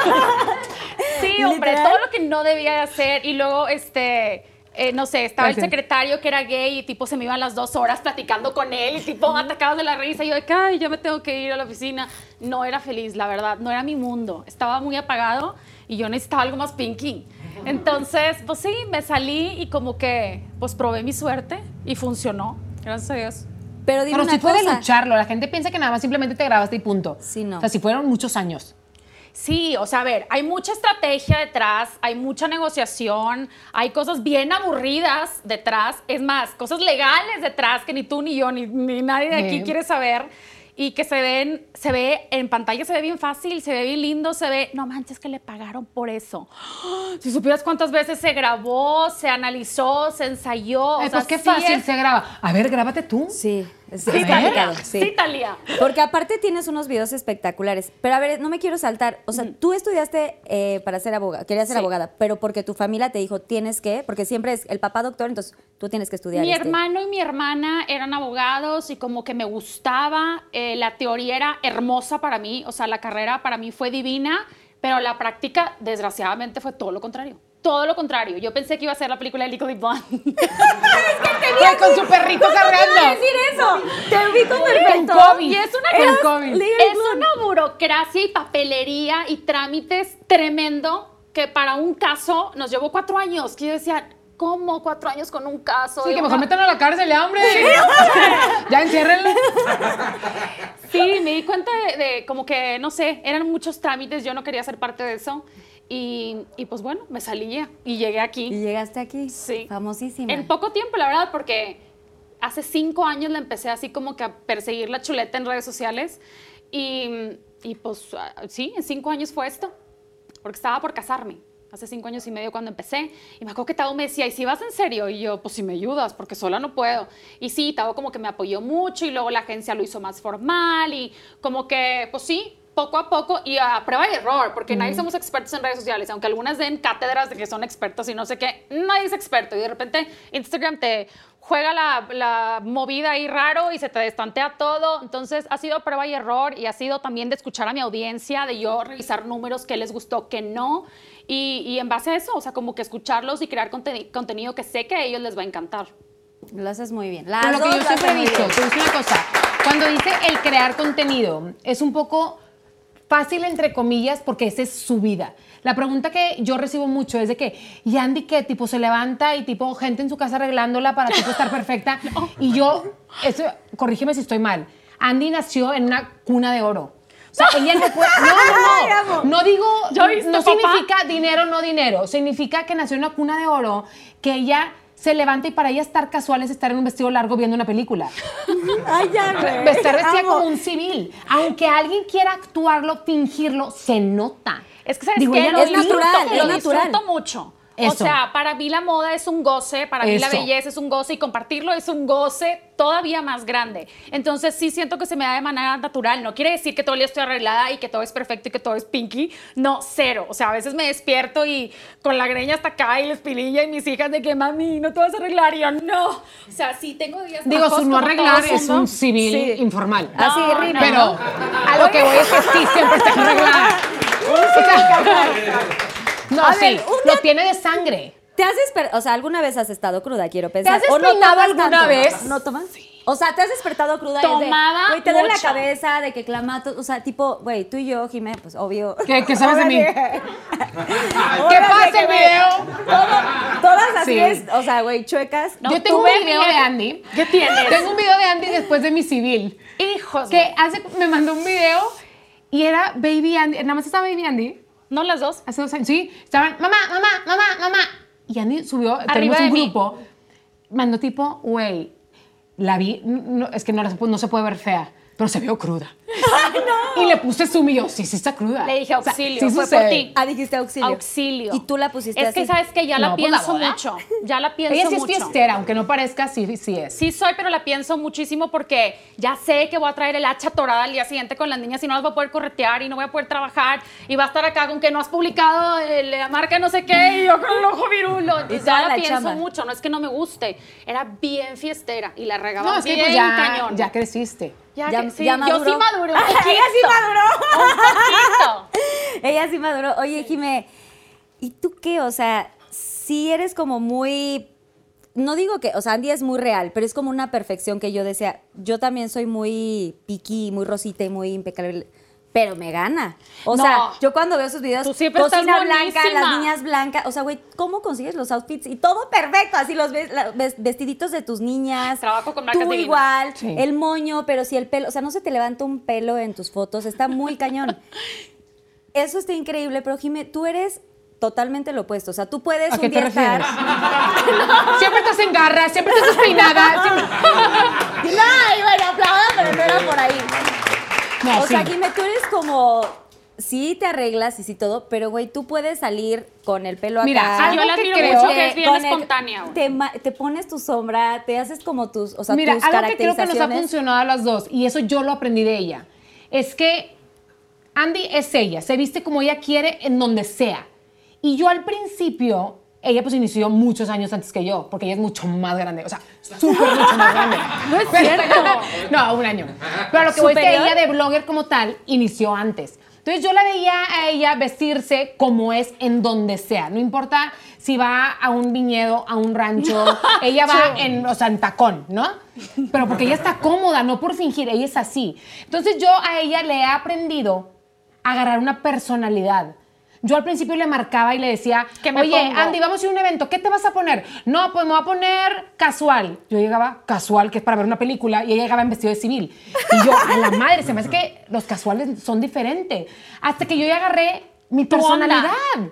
Sí, hombre,
Literal.
todo lo que no debía de hacer y luego, este, eh, no sé, estaba
Gracias.
el secretario que era gay y tipo se me iban las dos horas platicando con él y tipo atacados de la risa y yo de que, ay, ya me tengo que ir a la oficina. No era feliz, la verdad, no era mi mundo, estaba muy apagado y yo necesitaba algo más pinky. Entonces, pues sí, me salí y como que, pues probé mi suerte y funcionó, gracias a Dios.
Pero dime
Pero
una
sí
cosa.
puede lucharlo. La gente piensa que nada más simplemente te grabaste y punto.
Sí, no.
O sea, si fueron muchos años.
Sí, o sea, a ver, hay mucha estrategia detrás, hay mucha negociación, hay cosas bien aburridas detrás, es más, cosas legales detrás que ni tú ni yo ni, ni nadie de aquí
Sí.
quiere saber y que se ven, se ve en pantalla, se ve bien fácil, se ve bien lindo, se ve, no manches que le pagaron por eso. ¡Ah! Si supieras cuántas veces se grabó, se analizó, se ensayó,
Ay,
o sea,
pues qué
sí
fácil
es-
se ¿Eh? graba. A ver, grábate tú.
Sí, es,
Sí,
es
Talía,
complicado. Sí.
sí, Talía.
Porque aparte tienes unos videos espectaculares. Pero a ver, no me quiero saltar. O sea, tú estudiaste eh, para ser abogada, querías ser
Sí.
abogada, pero porque tu familia te dijo tienes que, porque siempre es el papá doctor, entonces tú tienes que estudiar.
Mi
este.
hermano y mi hermana eran abogados y como que me gustaba, eh, la teoría era hermosa para mí, o sea, la carrera para mí fue divina, pero la práctica desgraciadamente fue todo lo contrario. Todo lo contrario. Yo pensé que iba a ser la película de Legally Blonde.
Ay, con su perrito cargando.
decir eso? Te vi con
perfecto. COVID.
Y es una,
Con
es-
COVID.
es una burocracia y papelería y trámites tremendo que para un caso nos llevó cuatro años. Que yo decía, ¿cómo cuatro años con un caso? "Ah,
Sí,
de
que
una-
mejor metan a la cárcel, ya, hombre. ya enciérrenlo.
Sí, me di cuenta de, de como que, no sé, eran muchos trámites, yo no quería ser parte de eso. Y, y pues bueno, me salía y llegué
Y
aquí.
llegaste aquí.
Sí.
Famosísima.
En poco tiempo, la verdad, porque hace cinco años la empecé así como que a perseguir la chuleta en redes sociales. Y, y pues ah, sí, en cinco años fue esto, porque estaba por casarme. Hace cinco años y medio cuando empecé, y me acuerdo que Tavo me decía, ¿y si vas en serio? Y yo, pues si me ayudas, porque sola no puedo. Y sí, Tavo como que me apoyó mucho, y luego la agencia lo hizo más formal, y como que, pues sí, poco a poco, y a prueba y error, porque nadie somos expertos en redes sociales, aunque algunas den cátedras de que son expertos y no sé qué, nadie es experto, y de repente Instagram te juega la, la movida ahí raro y se te destantea todo. Entonces ha sido prueba y error y ha sido también de escuchar a mi audiencia, de yo revisar números que les gustó, que no. Y, y en base a eso, o sea, como que escucharlos y crear conte- contenido que sé que a ellos les va a encantar.
Lo haces muy bien.
Pero
Las
lo que
dos
yo
lo
siempre he
hacen muy
dicho,
bien.
te voy a decir una cosa. Cuando dice el crear contenido, es un poco fácil, entre comillas, porque esa es su vida. La pregunta que yo recibo mucho es de que, ¿y Andy qué? Tipo, se levanta y tipo, gente en su casa arreglándola para tipo estar perfecta. Y yo, eso, corrígeme si estoy mal. Andy nació en una cuna de oro. O sea, ella no puede. No, no, no. No digo.
¿Ya viste,
no
papá?
significa dinero, no dinero. Significa que nació en una cuna de oro, que ella se levanta y para ella estar casual es estar en un vestido largo viendo una película.
Ay, ya, güey.
Estar vestida
Amo.
como un civil. Aunque alguien quiera actuarlo, fingirlo, se nota.
Es que sabes
Digo,
qué?
ella
Lo
no
es
disfruto,
natural,
lo
es natural.
disfruto mucho. O
Eso.
sea, para mí la moda es un goce, para mí la
Eso.
belleza es un goce y compartirlo es un goce todavía más grande. Entonces sí siento que se me da de manera natural. No quiere decir que todo el día estoy arreglada y que todo es perfecto y que todo es pinky. No, cero. O sea, a veces me despierto y con la greña hasta acá y la espinilla y mis hijas de que mami, no te vas a arreglar. Y yo, no. O sea, sí tengo días
Digo,
bajos
su no
como
arreglar
todo
es
mundo.
un civil
Sí.
informal.
Así, rico.
Pero a lo que voy es que sí, siempre está arreglada. O sea, no,
A
sí,
ver, un
lo
día-
tiene de sangre.
¿Te has desper- O sea, ¿alguna vez has estado cruda? Quiero pensar.
has
¿O no
despeinado
tomas
alguna
tanto?
vez?
¿No tomas? O sea, ¿te has despertado cruda? y es de,
Tomaba
Güey, te duele la
mucho.
cabeza, de que clamato. O sea, tipo, güey, tú y yo, Jimé, pues obvio.
¿Qué, qué sabes de mí?
Órale.
¿Qué pasa el video?
Todas así así es, o sea, güey, chuecas.
No,
Yo tengo
tú
un
ve,
video
mira,
de Andy.
¿Qué tienes?
Tengo un video de Andy después de mi civil.
Hijos.
Que hace, me mandó un video y era Baby Andy. Nada más estaba Baby Andy.
No las dos.
Hace dos años. Sí, estaban, mamá, mamá, mamá, mamá. Y Andy subió, tenemos
de
un
mí.
grupo. Mandó tipo, güey, la vi, no, es que no, la- no se puede ver fea, pero se vio cruda. Y le puse zoom y yo, sí, sí está cruda.
Le dije
O sea,
auxilio.
sí
fue
sucede.
por ti.
Ah, dijiste auxilio.
Auxilio.
Y tú la pusiste
Es
así.
que sabes que ya la
No, pues, la
pienso
boda.
mucho. Ya la pienso
Ella sí es
mucho.
fiestera, aunque no parezca, sí, sí es.
Sí soy, pero la pienso muchísimo porque ya sé que voy a traer el hacha torada al día siguiente con las niñas y no las voy a poder corretear y no voy a poder trabajar y va a estar acá con que no has publicado eh, la marca no sé qué y yo con el ojo virulo. Entonces,
toda
ya la,
la
pienso
chamba.
mucho, no es que no me guste, era bien fiestera y la regaba
No, es que
bien
pues, ya,
cañón.
ya creciste.
Ya-
que- sí,
ya
yo sí
maduró.
maduro.
Ella sí maduró.
Un poquito.
Ella sí maduró. Oye, Jime, ¿y tú qué? O sea, si eres como muy. No digo que, o sea, Andy es muy real, pero es como una perfección que yo decía. Yo también soy muy piqui, muy rosita y muy impecable, pero me gana. O
No.
sea, yo cuando veo sus videos,
Tú siempre estás
cocina blanca,
buenísima.
las niñas blancas, o sea, güey, ¿cómo consigues los outfits? Y todo perfecto, así los ves- la- ves- vestiditos de tus niñas.
Trabajo con marcas
Tú
divinas.
igual,
Sí.
el moño, pero si el pelo, o sea, no se te levanta un pelo en tus fotos, está muy cañón. Eso está increíble, pero Jime, tú eres totalmente lo opuesto. O sea, tú puedes
¿A
un
qué te
día estar.
refieres?
Ah,
Siempre estás en garras, siempre estás despeinada. siempre-
No, iba a ir aplaudir, pero no era por ahí.
No,
o
sí.
sea, Jime, tú eres como. Sí, te arreglas y sí todo, pero güey, tú puedes salir con el pelo acá.
Mira,
Yo
algo
la
que
admiro
creo
mucho
Te-
que es bien
con el-
espontánea. güey.
Te, ma- te pones tu sombra, te haces como tus, o sea,
Mira,
tus
algo que creo que nos ha
caracterizaciones.
funcionado a las dos, y eso yo lo aprendí de ella, es que Andy es ella, se viste como ella quiere en donde sea. Y yo al principio, ella pues inició muchos años antes que yo, porque ella es mucho más grande, o sea, súper mucho más grande. No es cierto. no, un año. Pero lo que voy es que
¿Superior?
ella de blogger como tal inició antes. Entonces yo la veía a ella vestirse como es en donde sea. No importa si va a un viñedo, a un rancho. Ella va en, o sea, en tacón, ¿no? Pero porque ella está cómoda, no por fingir, ella es así. Entonces yo a ella le he aprendido a agarrar una personalidad. Yo al principio le marcaba y le decía,
¿Qué me
oye,
pongo?"
Andy, vamos a ir a un evento, ¿qué te vas a poner? No, pues me voy a poner casual. Yo llegaba casual, que es para ver una película, y ella llegaba en vestido de civil. Y yo, a la madre, se me hace que los casuales son diferentes. Hasta que yo ya agarré mi
onda.
personalidad.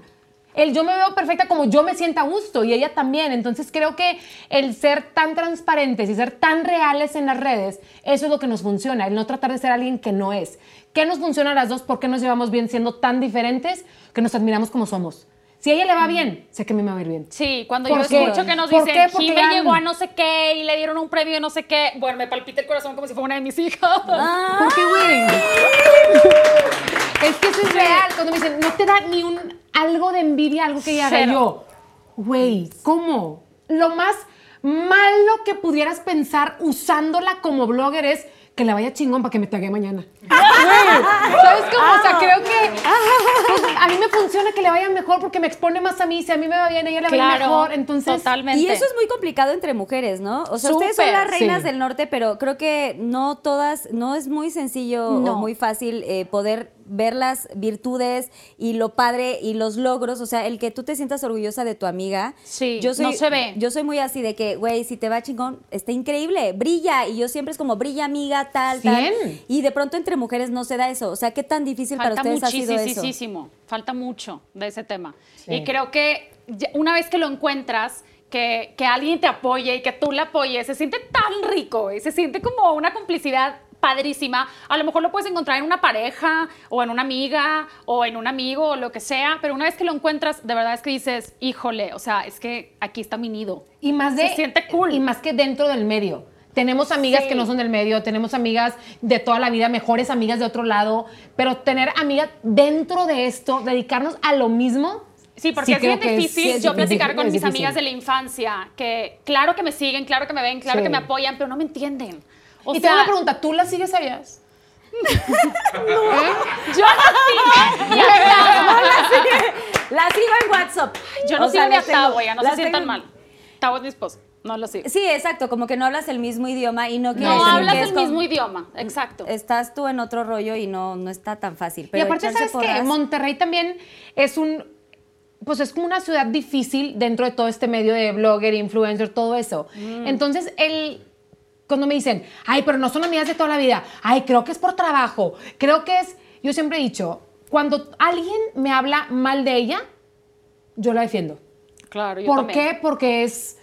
El yo me veo perfecta como yo me sienta a gusto y ella también. Entonces creo que el ser tan transparentes y ser tan reales en las redes, eso es lo que nos funciona, el no tratar de ser alguien que no es. ¿Qué nos funciona a las dos? ¿Por qué nos llevamos bien siendo tan diferentes que nos admiramos como somos? Si a ella le va bien, sé que a mí me va a ir bien.
Sí, cuando yo
¿Por qué?
escucho que nos
¿Por
dicen,
qué? Porque
Jime
eran-
llegó a no sé qué y le dieron un premio de no sé qué, bueno, me palpita el corazón como si fuera una de mis hijas.
Ah,
¿Por qué, güey? Es que eso es real. Cuando me dicen, no te da ni un algo de envidia, algo que ella haga
Cero.
yo. Güey, ¿cómo? Lo más malo que pudieras pensar usándola como blogger es que la vaya chingón para que me tague mañana. Güey, ah. ¿sabes cómo? O sea, creo que pues, a mí me funciona que le vaya mejor porque me expone más a mí. Si a mí me va bien, a ella le va a ir mejor. Entonces,
totalmente.
Y eso es muy complicado entre mujeres, ¿no? O sea, ustedes son
Súper,
las reinas
sí.
del norte, pero creo que no todas, no es muy sencillo o
No.
muy fácil eh, poder ver las virtudes y lo padre y los logros. O sea, el que tú te sientas orgullosa de tu amiga.
Sí, no se ve.
Yo soy muy así de que, güey, si te va chingón, está increíble, brilla. Y yo siempre es como, brilla amiga, tal, tal.
Cien.
Y de pronto entre mujeres no se da eso. O sea, ¿qué tan difícil
falta
para ustedes ha sido eso?
muchísimo, falta mucho de ese tema. Y creo que ya- una vez que lo encuentras, que, que alguien te apoye y que tú le apoyes, se siente tan rico, güey, se siente como una complicidad padrísima. A lo mejor lo puedes encontrar en una pareja o en una amiga o en un amigo o lo que sea, pero una vez que lo encuentras, de verdad es que dices, híjole, o sea, es que aquí está mi nido.
Y más de.
Se siente cool.
Y más que dentro del medio. Tenemos amigas
Sí.
que no son del medio, tenemos amigas de toda la vida, mejores amigas de otro lado, pero tener amigas dentro de esto, dedicarnos a lo mismo.
Sí, porque es
creo
bien
que es-
difícil
sí es
yo
difícil,
platicar con
es
mis
difícil.
amigas de la infancia, que claro que me siguen, claro que me ven, claro
Sí.
que me apoyan, pero no me entienden. O
y te
sea,
hago una pregunta, ¿tú la sigues a ellas?
yo no sigo ni a Tavo.
Las sigo en WhatsApp.
Yo no
O sea,
sigo ni a
las tengo-
Tavo, ya no se
las
sientan
tengo-
mal. Tavo es mi esposo, no lo sigo.
Sí, exacto, como que no hablas el mismo idioma y no quieres
No
decir
hablas
que es
el
como- Mm,
mismo idioma, exacto.
Estás tú en otro rollo y no, no está tan fácil.
Y
Pero
aparte,
echarse
¿sabes qué?
porras-
Monterrey también es un... pues es como una ciudad difícil dentro de todo este medio de blogger, influencer, todo eso.
Mm.
Entonces, el, cuando me dicen, ay, pero no son amigas de toda la vida, ay, creo que es por trabajo, creo que es, yo siempre he dicho, cuando alguien me habla mal de ella, yo la defiendo.
Claro, yo
¿Por
también.
qué? Porque es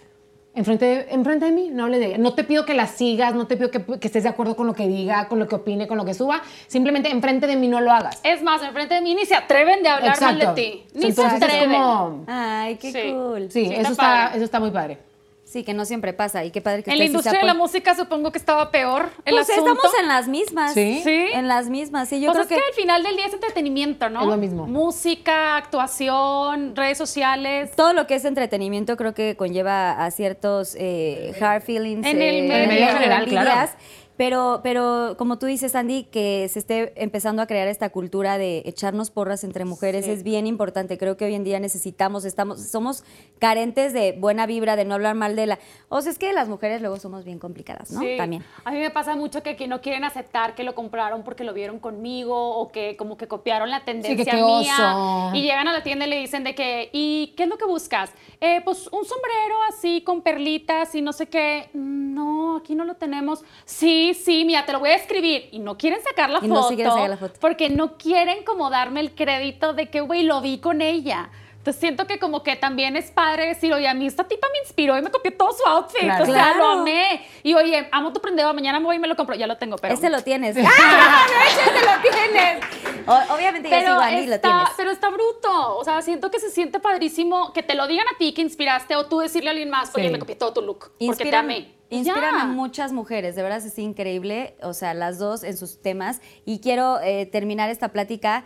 enfrente de, enfrente de mí, no hable de ella. No te pido que la sigas, no te pido que, que estés de acuerdo con lo que diga, con lo que opine, con lo que suba. Simplemente enfrente de mí no lo hagas.
Es más, enfrente de mí ni se atreven de hablar mal de ti. Ni se
Entonces, es
atreven.
como-
Ay, qué
Sí.
cool.
Sí,
sí,
está
eso, está,
padre.
eso está muy padre.
Sí, que no siempre pasa y qué padre que
En la
ustedes sí se
industria de la
apoyan.
música supongo que estaba peor el
Pues
asunto.
estamos en las mismas.
Sí.
Sí.
En las mismas, sí. Yo
Yo
creo que,
es que al final del día es entretenimiento, ¿no?
Es lo mismo.
Música, actuación, redes sociales.
todo lo que es entretenimiento creo que conlleva a ciertos eh, hard feelings.
En el
eh,
medio
general, claro.
envidias, Pero, pero como tú dices, Andy, que se esté empezando a crear esta cultura de echarnos porras entre mujeres es bien importante. Creo que hoy en día necesitamos, estamos, somos carentes de buena vibra, de no hablar mal de la... O sea, es que las mujeres luego somos bien complicadas, ¿no?
Sí.
También.
A mí me pasa mucho que, que no quieren aceptar que lo compraron porque lo vieron conmigo o que como que copiaron la tendencia
qué
mía.
oso.
Y llegan a la tienda y le dicen de que, ¿y qué es lo que buscas? "Eh, pues un sombrero así con perlitas y no sé qué. "Mm, No, aquí no lo tenemos. Sí, sí, mira, te lo voy a escribir. Y no quieren sacar la
Y
foto.
no se quieren sacar la foto.
Porque no quieren como darme el crédito de que, güey, lo vi con ella. Entonces siento que como que también es padre decir, oye, a mí esta tipa me inspiró y me copió todo su outfit.
Claro.
O sea, lo
Claro.
amé. Y oye, amo tu prendedor, mañana me voy y me lo compro. Ya lo tengo, pero...
Este lo tienes. ¡Ah! Este lo tienes. O- obviamente yo
pero,
sigo a Andy y lo
está,
tienes.
pero está bruto. O sea, siento que se siente padrísimo que te lo digan a ti, que inspiraste, o tú decirle a alguien más, oye,
Sí.
me copié todo tu look. porque te
Inspiran,
amé. Y
inspiran
ya.
a muchas mujeres, de verdad es increíble, o sea, las dos en sus temas. Y quiero eh, terminar esta plática,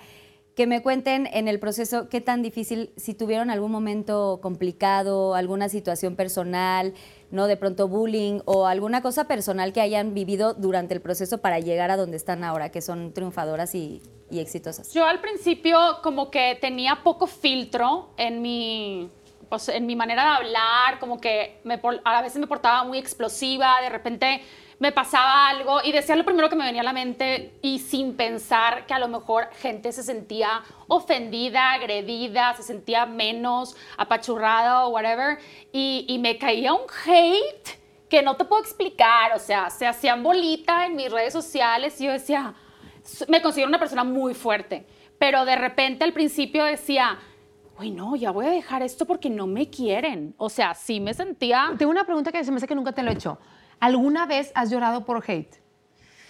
que me cuenten en el proceso qué tan difícil, si tuvieron algún momento complicado, alguna situación personal, no de pronto bullying o alguna cosa personal que hayan vivido durante el proceso para llegar a donde están ahora, que son triunfadoras y, y exitosas.
Yo al principio como que tenía poco filtro en mi, pues, en mi manera de hablar, como que me por- a veces me portaba muy explosiva, de repente me pasaba algo y decía lo primero que me venía a la mente y sin pensar que a lo mejor gente se sentía ofendida, agredida, se sentía menos, apachurrada o whatever, y, y me caía un hate que no te puedo explicar, o sea, se hacían bolita en mis redes sociales y yo decía, s- me considero una persona muy fuerte, pero de repente al principio decía, uy, no, ya voy a dejar esto porque no me quieren. O sea, sí me sentía...
Tengo una pregunta que se me hace que nunca te lo he hecho. ¿Alguna vez has llorado por hate?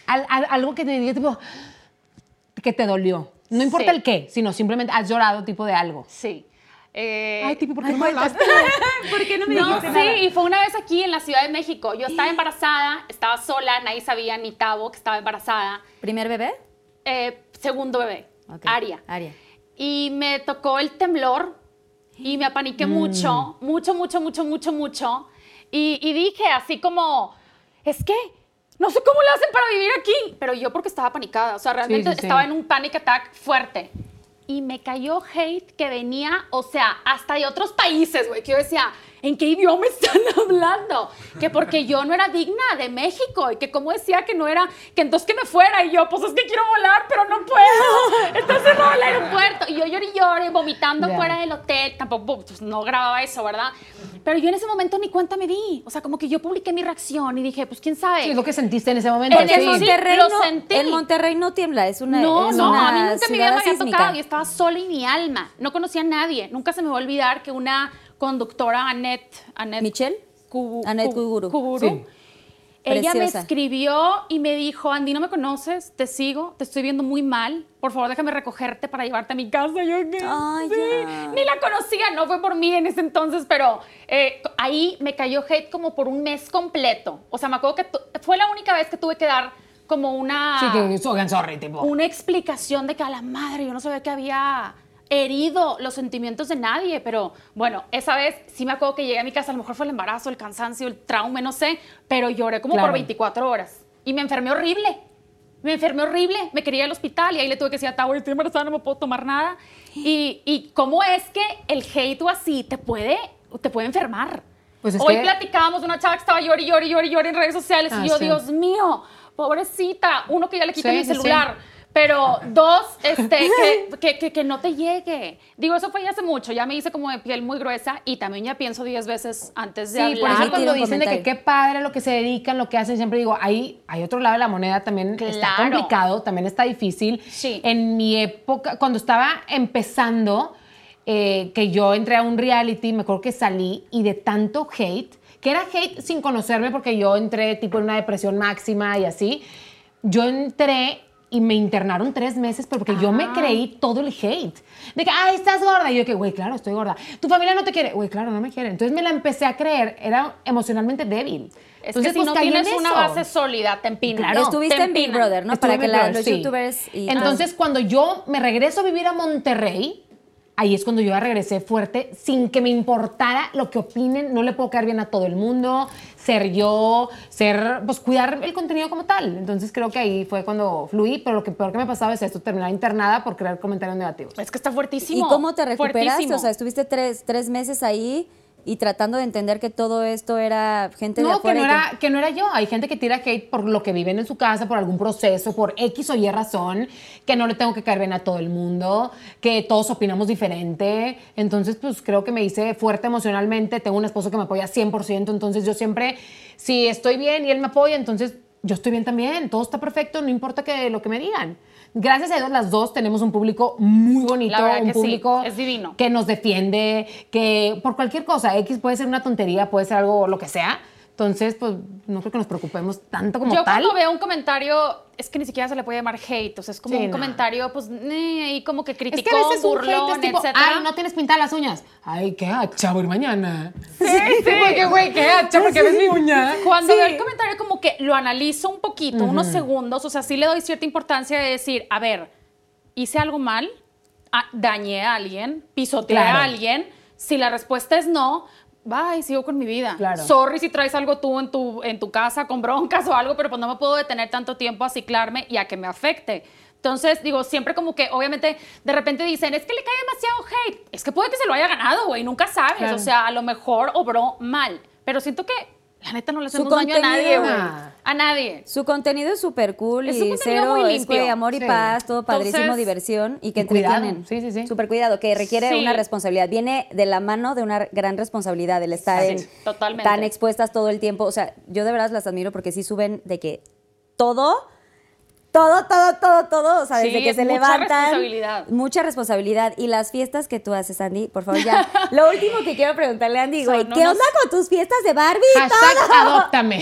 Al- al- algo que te diga, tipo, que te dolió. No importa
Sí.
el qué, sino simplemente has llorado tipo de algo.
Sí. Eh,
Ay, pues, tipo, ¿por qué no me hablaste?
¿Por qué no me dijiste Sí, y fue una vez aquí en la Ciudad de México. Yo estaba embarazada, estaba sola, nadie sabía ni Tavo que estaba embarazada.
¿Primer bebé?
Eh, segundo bebé,
Ok.
Aria.
Aria.
y me tocó el temblor y me apaniqué
Mm.
mucho, mucho, mucho, mucho, mucho, mucho. Y, y dije así como, es que no sé cómo lo hacen para vivir aquí, pero yo porque estaba panicada, o sea, realmente
sí, sí.
estaba en un panic attack fuerte. Y me cayó hate que venía, o sea, hasta de otros países, güey, que yo decía, ¿en qué idioma están hablando? Que porque yo no era digna de México y que como decía que no era, que entonces que me fuera y yo, pues es que quiero volar, pero no puedo. Entonces no al aeropuerto. Y yo lloré y lloré, vomitando
Ya.
fuera del hotel. Tampoco, pues, no grababa eso, ¿verdad? Pero yo en ese momento ni cuenta me di. O sea, como que yo publiqué mi reacción y dije, pues quién sabe.
Sí, es lo que sentiste en ese momento.
En el
sí.
Monterrey. lo sentí.
En Monterrey no tiembla, es una
No,
es
no,
una
a mí nunca en mi vida
ciudad
me había
sísmica.
tocado y estaba sola y mi alma. No conocía a nadie. Nunca se me va a olvidar que una conductora, Annette... Annette
¿Michel?
Kubu-
Annette
Kubu-
Kuguru.
Kuburu,
Sí.
Ella me
Preciosa.
escribió y me dijo, Andy, no me conoces, te sigo, te estoy viendo muy mal, por favor déjame recogerte para llevarte a mi casa. Yo, ¿qué?
Ay,
Sí.
ya.
Ni la conocía, no fue por mí en ese entonces, pero eh, ahí me cayó hate como por un mes completo. O sea, me acuerdo que tu- fue la única vez que tuve que dar como una
Sí, que oigan, sorry, tipo.
una explicación de que a la madre yo no sabía que había herido los sentimientos de nadie, pero bueno, esa vez sí me acuerdo que llegué a mi casa, a lo mejor fue el embarazo, el cansancio, el trauma, no sé, pero lloré como
Claro.
por 24 horas y me enfermé horrible. Me enfermé horrible, me quería ir al hospital y ahí le tuve que decir a Tavo, estoy embarazada, no me puedo tomar nada. Y, y cómo es que el hate o así te puede, te puede enfermar.
Pues es
Hoy
que-
platicábamos de una chava que estaba llorando, llorando, llorando, llorando en redes sociales
Ah,
y yo,
sí.
Dios mío, pobrecita, uno que ya le quita
Sí,
mi
sí, sí.
celular. Pero dos, este, que, que- que- que no te llegue. Digo, eso fue ya hace mucho, ya me hice como de piel muy gruesa y también ya pienso diez veces antes de
Sí, por
hablar.
eso
Claro.
cuando
Tira un
dicen de que qué
comentario.
padre lo que se dedican, lo que hacen, siempre digo, ahí hay otro lado de la moneda, también está
Claro.
complicado, también está difícil.
Sí.
En mi época, cuando estaba empezando, eh, que yo entré a un reality, me acuerdo que salí y de tanto hate, que era hate sin conocerme porque yo entré tipo en una depresión máxima y así, yo entré y me internaron tres meses pero porque yo me creí todo el hate. De que, ay, estás gorda. Y yo de que, güey, claro, estoy gorda. Tu familia no te quiere. Güey, claro, no me quiere. Entonces me la empecé a creer. Era emocionalmente débil.
Es
Entonces,
que si
pues,
no
caí en
tienes una
eso.
base sólida, te empinas.
Claro.
Estuviste
te
en Big
empinan.
Brother, ¿no?
Estuve
Para
en
que
Big
la-
Brother,
los
sí.
youtubers y...
Entonces, cuando yo me regreso a vivir a Monterrey, ahí es cuando yo ya regresé fuerte, sin que me importara lo que opinen. No le puedo caer bien a todo el mundo, ser yo, ser, pues cuidar el contenido como tal. Entonces, creo que ahí fue cuando fluí, pero lo que peor que me pasaba es esto, terminar internada por crear comentarios negativos.
Es que está fuertísimo.
¿Y cómo te recuperaste?
fuertísimo.
O sea, estuviste tres, tres meses ahí y tratando de entender que todo esto era gente de
No, que
afuera.
no,
y que-
era, que no era yo. Hay gente que tira hate por lo que viven en su casa, por algún proceso, por X o Y razón, que no le tengo que caer bien a todo el mundo, que todos opinamos diferente. Entonces, pues creo que me hice fuerte emocionalmente. Tengo un esposo que me apoya 100%, entonces yo siempre, si estoy bien y él me apoya, entonces yo estoy bien también. Todo está perfecto, no importa que lo que me digan. Gracias a Dios, las dos tenemos un público muy bonito,
La verdad
un
que sí,
público
es divino.
que nos defiende, que por cualquier cosa, X puede ser una tontería, puede ser algo, lo que sea. Entonces, pues no creo que nos preocupemos tanto como
Yo
tal.
cuando veo un comentario, es que ni siquiera se le puede llamar hate, o sea, es como
Sí,
un
no.
comentario, pues, eh, ahí como que
es
criticó,
que a veces un hate es
burlón,
tipo,
etcétera.
ay, no tienes pintadas las uñas. Ay, qué Ah, chavo, ir mañana.
Sí, porque, güey, qué
Ah,
hacha, porque ves mi uña.
Cuando veo el comentario como que lo analizo un poquito, unos segundos, o sea, sí le doy cierta importancia de decir, a ver, hice algo mal, A- dañé a alguien, pisoteé
Claro.
a alguien, si la respuesta es no, bye, sigo con mi vida.
Claro.
Sorry si traes algo tú en tu, en tu casa con broncas o algo, pero pues no me puedo detener tanto tiempo a ciclarme y a que me afecte. Entonces, digo, siempre como que, obviamente, de repente dicen, es que le cae demasiado hate. Es que puede que se lo haya ganado, güey, nunca sabes.
Claro.
O sea, a lo mejor obró mal. Pero siento que, la neta, no le
Su
hacemos daño a nadie,
contenido.
güey. A nadie.
Su contenido es súper cool
Es un
y
contenido
cero,
muy
es que
limpio.
amor y
Sí.
paz, todo padrísimo,
Entonces-
diversión y que
Y cuidado,
entretienen.
sí, sí, sí.
Súper cuidado, que requiere
Sí.
una responsabilidad. Viene de la mano de una gran responsabilidad el estar
Así
en-
es, totalmente.
tan expuestas todo el tiempo. O sea, yo de verdad las admiro porque sí suben de que todo... Todo, todo, todo, todo. O sea,
Sí,
desde que
es
se
mucha
levantan.
responsabilidad.
Mucha responsabilidad. Y las fiestas que tú haces, Andy, por favor, ya. Lo último que quiero preguntarle, Andy, güey,
Son
¿qué
unos-
onda con tus fiestas de Barbie? y
Hashtag
todo?
adóptame.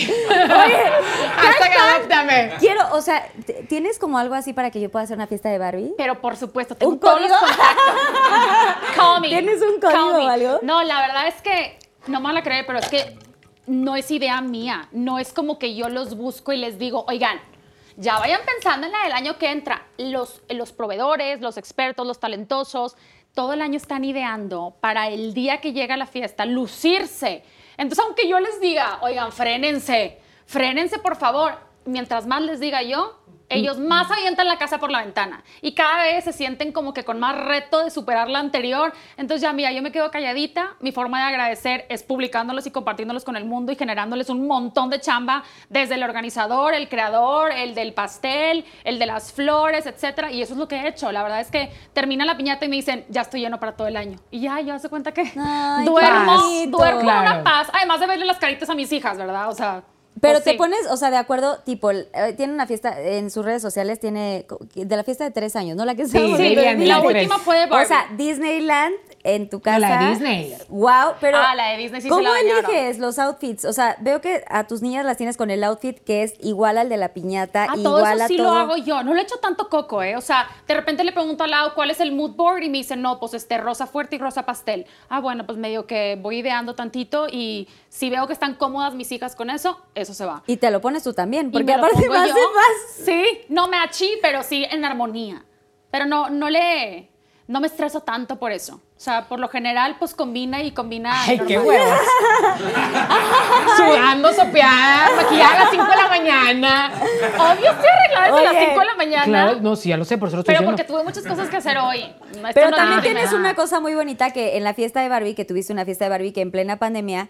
Hashtag adóptame.
Quiero, o sea, t- ¿tienes como algo así para que yo pueda hacer una fiesta de Barbie?
Pero por supuesto, tengo
¿Un
todos los
código?
contactos. Call me,
¿Tienes un
call
código
me.
o algo?
No, la verdad es que no me van a creer, pero es que no es idea mía. No es como que yo los busco y les digo, oigan, ya vayan pensando en la del año que entra. Los, los proveedores, los expertos, los talentosos, todo el año están ideando para el día que llega la fiesta, lucirse. Entonces, aunque yo les diga, oigan, frénense, frénense por favor, mientras más les diga yo, ellos más avientan la casa por la ventana y cada vez se sienten como que con más reto de superar la anterior. Entonces ya mira, yo me quedo calladita, mi forma de agradecer es publicándolos y compartiéndolos con el mundo y generándoles un montón de chamba desde el organizador, el creador, el del pastel, el de las flores, etcétera, y eso es lo que he hecho. La verdad es que termina la piñata y me dicen, "Ya estoy lleno para todo el año." Y ya, yo hace cuenta que
Ay, qué
duermo,
bonito.
duermo en
Claro.
una paz, además de verle las caritas a mis hijas, ¿verdad? O sea,
Pero
pues
te
sí.
pones, o sea, de acuerdo, tipo, el- eh, tiene una fiesta, en sus redes sociales tiene, co- de la fiesta de tres años, ¿no? La que estamos
sí,
viendo de
bien,
la
Disney.
Tres.
última fue de Barbie.
O sea, Disneyland en tu
No,
casa.
la de Disney.
Wow, pero.
Ah, la de Disney sí se
¿Cómo
la dañaron.
eliges los outfits? O sea, veo que a tus niñas las tienes con el outfit que es igual al de la piñata,
A Ah, todo
Ah, igual
eso sí
a todo.
lo hago yo. No le echo tanto coco, ¿eh? O sea, de repente le pregunto a Lau cuál es el mood board y me dice, no, pues este rosa fuerte y rosa pastel. Ah, bueno, pues medio que voy ideando tantito y si veo que están cómodas mis hijas con eso, eso se va.
Y te lo pones tú también,
Y
porque
me lo
aparte
pongo
más
yo.
más.
Sí, no me achí, pero sí en armonía. Pero no, no le. No me estreso tanto por eso. O sea, por lo general, pues combina y combina.
Ay, qué
normal.
huevos. Sudando, sopeada, maquillada a las 5 de la mañana.
Obvio, estoy arreglada desde las
Oye,
5 de la mañana.
Claro, pues, no, sí, ya lo sé, por eso lo estoy
Pero
diciendo.
porque tuve muchas cosas que hacer hoy. Esto
Pero
no es
también
la primera.
tienes una cosa muy bonita que en la fiesta de Barbie, que tuviste una fiesta de Barbie que en plena pandemia,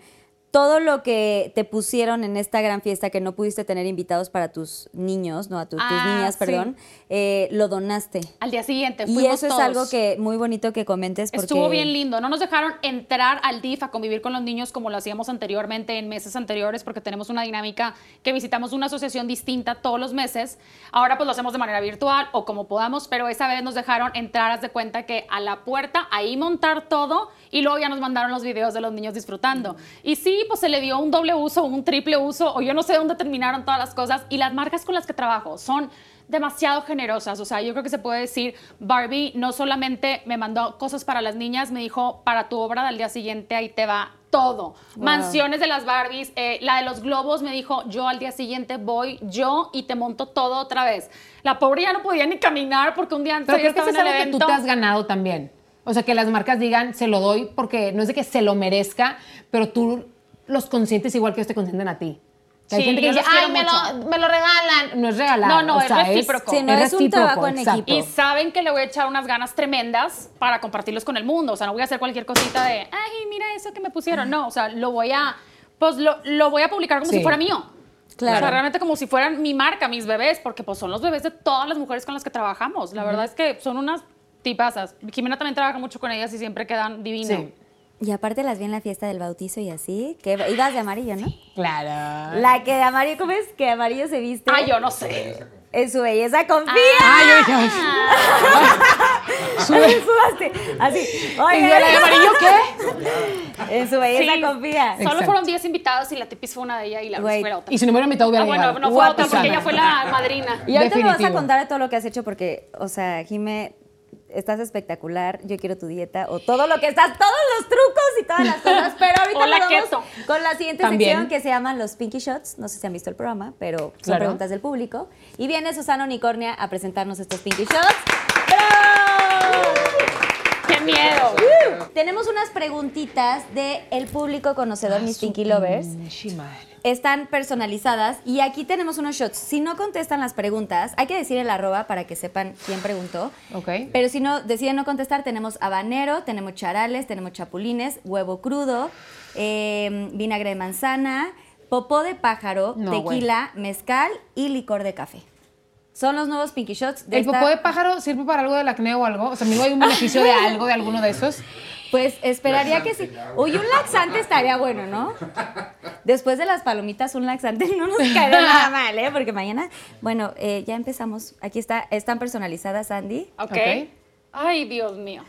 todo lo que te pusieron en esta gran fiesta que no pudiste tener invitados para tus niños, no, a tu- tus
Ah,
niñas,
sí.
perdón, eh, lo donaste.
Al día siguiente fuimos
Y eso
todos.
es algo que muy bonito que comentes porque
Estuvo bien lindo. No nos dejaron entrar al DIF a convivir con los niños como lo hacíamos anteriormente en meses anteriores porque tenemos una dinámica que visitamos una asociación distinta todos los meses. Ahora pues lo hacemos de manera virtual o como podamos, pero esa vez nos dejaron entrar, haz de cuenta que a la puerta, ahí montar todo y luego ya nos mandaron los videos de los niños
Mm.
disfrutando. Y sí, pues se le dio un doble uso, un triple uso o yo no sé dónde terminaron todas las cosas y las marcas con las que trabajo son demasiado generosas. O sea, yo creo que se puede decir, Barbie no solamente me mandó cosas para las niñas, me dijo, para tu obra del día siguiente ahí te va todo. Mansiones de las Barbies, eh, la de los globos me dijo, yo al día siguiente voy yo y te monto todo otra vez. La pobre ya no podía ni caminar porque un día antes
Pero
ella
creo que eso es
estaba en
algo
el
que tú
evento.
te has ganado también. O sea, que las marcas digan, se lo doy porque no es de que se lo merezca, pero tú los consientes igual que ellos te consienten a ti. Que hay
Sí,
gente que
yo
dice,
los quiero
ay, me
mucho".
lo, me lo regalan. No es regalado.
No, no,
o
es
sea,
recíproco.
Sí, no, es un trabajo en
exacto.
equipo.
Y saben que le voy a echar unas ganas tremendas para compartirlos con el mundo. O sea, no voy a hacer cualquier cosita de, ay, mira eso que me pusieron. No, o sea, lo voy a, pues lo, lo voy a publicar como
Sí.
si fuera mío.
Claro.
O sea, realmente como si fueran mi marca, mis bebés, porque pues son los bebés de todas las mujeres con las que trabajamos. La verdad es que son unas tipazas. Jimena también trabaja mucho con ellas y siempre quedan divinas.
Sí,
Y aparte las vi en la fiesta del bautizo y así, que ibas de amarillo, ¿no?
claro.
La que de amarillo, ¿cómo es? Que de amarillo se viste.
Ay, yo Ah. no sé.
En su belleza confía.
Ay, ay, ay.
Ay, subaste. Así.
¿Y yo la de amarillo qué?
En su belleza
Sí.
confía.
Solo
Exacto.
fueron 10 invitados y la tipis fue una de ellas y la
Güey.
Bruce fue la otra.
Y si no me hubiera invitado, hubiera
Ah, bueno,
llegado.
no fue otra porque
Guapísima.
ella fue la madrina.
Y ahorita me vas a
Definitivo.
contar de todo lo que has hecho porque, o sea, Jime, estás espectacular. Yo quiero tu dieta o todo lo que estás, todos los trucos y todas las cosas. Pero ahorita
Hola,
nos vamos
keto.
con la siguiente
También.
sección que se llama los Pinky Shots. No sé si han visto el programa, pero son
Claro.
preguntas del público. Y viene Susana Unicornia a presentarnos estos Pinky Shots. ¡Bravo!
¡Qué miedo!
Tenemos unas preguntitas de el público conocedor, mis Pinky Lovers.
Sí, Ah, madre.
Están personalizadas y aquí tenemos unos shots. Si no contestan las preguntas, hay que decir el arroba para que sepan quién preguntó.
Ok.
Pero si no deciden no contestar, tenemos habanero, tenemos charales, tenemos chapulines, huevo crudo, eh, vinagre de manzana, popó de pájaro,
No,
tequila, mezcal y licor de café. Son los nuevos Pinky Shots de
¿El
esta-
popó de pájaro sirve para algo del acné o algo? O sea, ¿amigo hay un beneficio de algo, de alguno de esos?
Pues esperaría que sí. Uy, un laxante estaría bueno, ¿no? Después de las palomitas, un laxante no nos cae nada mal, ¿eh? Porque mañana, bueno, eh, ya empezamos. Aquí está, están personalizadas, Andy.
ok. Ay, Dios mío.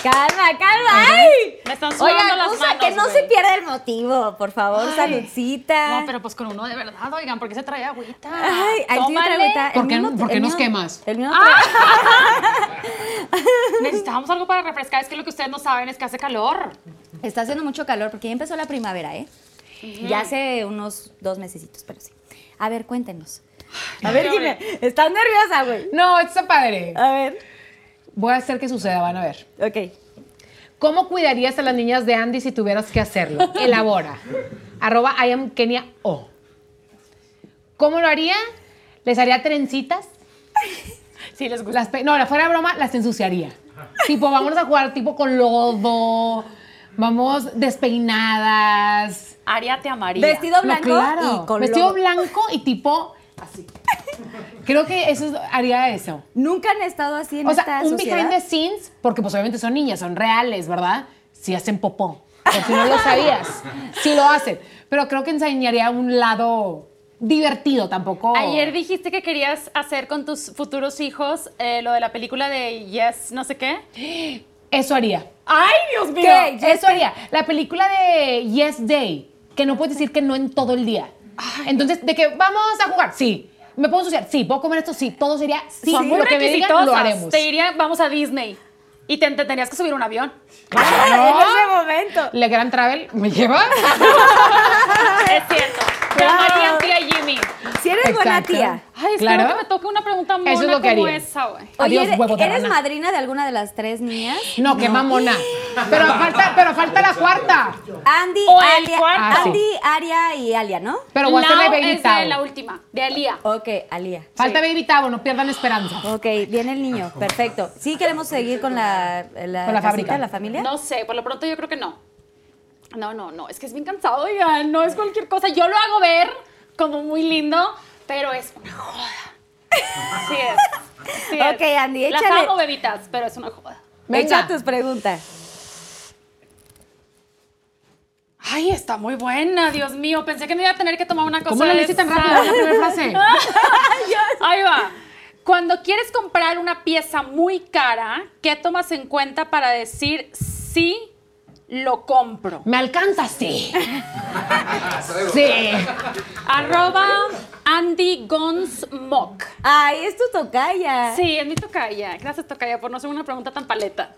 Calma, calma. ¡Ay!
Me están sudando
Oigan,
las
usa
manos,
que no
güey.
se pierda el motivo, por favor,
Ay.
saludcita.
No, pero pues con uno de verdad, oigan, porque se trae agüita.
Ay, ay, sí,
Tómale. Ah.
otra agüita. El
¿Por qué-
mismo-
por qué
el
nos
mismo-
quemas?
El mismo
Necesitábamos algo para refrescar, es que lo que ustedes no saben es que hace calor.
Está haciendo mucho calor porque ya empezó la primavera, ¿eh? Ya hace unos dos mesecitos, pero sí. A ver, cuéntenos. A ver, Jimena, estás nerviosa, güey.
No, está padre.
A ver,
Voy a hacer que suceda, van a ver.
ok.
¿Cómo cuidarías a las niñas de Andy si tuvieras que hacerlo? Elabora. Arroba I am Kenia O. ¿Cómo lo haría? ¿Les haría trencitas?
Sí, les gusta.
Las pe- no, fuera de broma, las ensuciaría. Tipo, vámonos a jugar tipo con lodo, vamos despeinadas.
Aria te amaría.
Vestido
No,
blanco
claro.
y con
Vestido
logo.
blanco y tipo así. Creo que eso es- haría eso.
Nunca han estado así en
O sea,
esta
un
sociedad.
behind the scenes, porque pues obviamente son niñas, son reales, ¿verdad? Si hacen popó. Por si no lo sabías. Si lo hacen. Pero creo que enseñaría un lado divertido tampoco.
Ayer dijiste que querías hacer con tus futuros hijos eh, lo de la película de Yes, no sé qué.
Eso haría.
¡Ay, Dios mío! Este-
¿Qué? Eso haría. La película de Yes Day, que no puedes decir que no en todo el día. Entonces, de que vamos a jugar, sí. ¿Me puedo ensuciar? Sí. ¿Puedo comer esto? Sí. Todo sería sí.
Son muy
lo que me digan,
requisitosas.
lo haremos.
Te diría, vamos a Disney. Y te, te tenías que subir a un avión.
En ese momento.
Le Grand Travel me lleva.
es cierto. Te
Claro.
amaría, tía Jimmy.
Si eres buena
Exacto.
tía.
Ay, espero
Claro.
que me toque una pregunta mona
Eso es lo que
como
haría.
esa, güey.
Oye,
Adiós,
¿eres,
huevo de
eres
rana.
madrina de alguna de las tres niñas?
No, qué mamona. Pero falta, pero falta la cuarta.
Andy,
O el
Alia,
cuarto.
Ah, sí.
Andy, Aria y Alia, ¿no?
Pero voy a hacerle
Lao
baby
es de la
tabo.
última, de Alía.
Ok, Alia.
Falta baby tabo, no pierdan esperanza.
Ok, viene el niño, perfecto. Sí queremos seguir con la, la,
Con la
casita,
fábrica.
la familia.
No sé, por lo pronto yo creo que no. No, no, no, es que es bien cansado, oigan, no es cualquier cosa. Yo lo hago ver como muy lindo, pero es una joda. Sí es. sí es.
Ok, Andy,
Las
échale.
amo, bebitas, pero es una joda.
Echa tus preguntas.
Ay, está muy buena, Dios mío. Pensé que me iba a tener que tomar una cosa
¿Cómo la
de
leíste tan
esas.
rápido la primera frase?
Ahí va. Cuando quieres comprar una pieza muy cara, ¿qué tomas en cuenta para decir sí lo compro?
¿Me alcanza? Sí. sí.
Arroba Andy Gonsmok.
Ay, es tu tocaya.
Sí, es mi tocaya. Gracias, tocaya, por no hacer una pregunta tan paleta.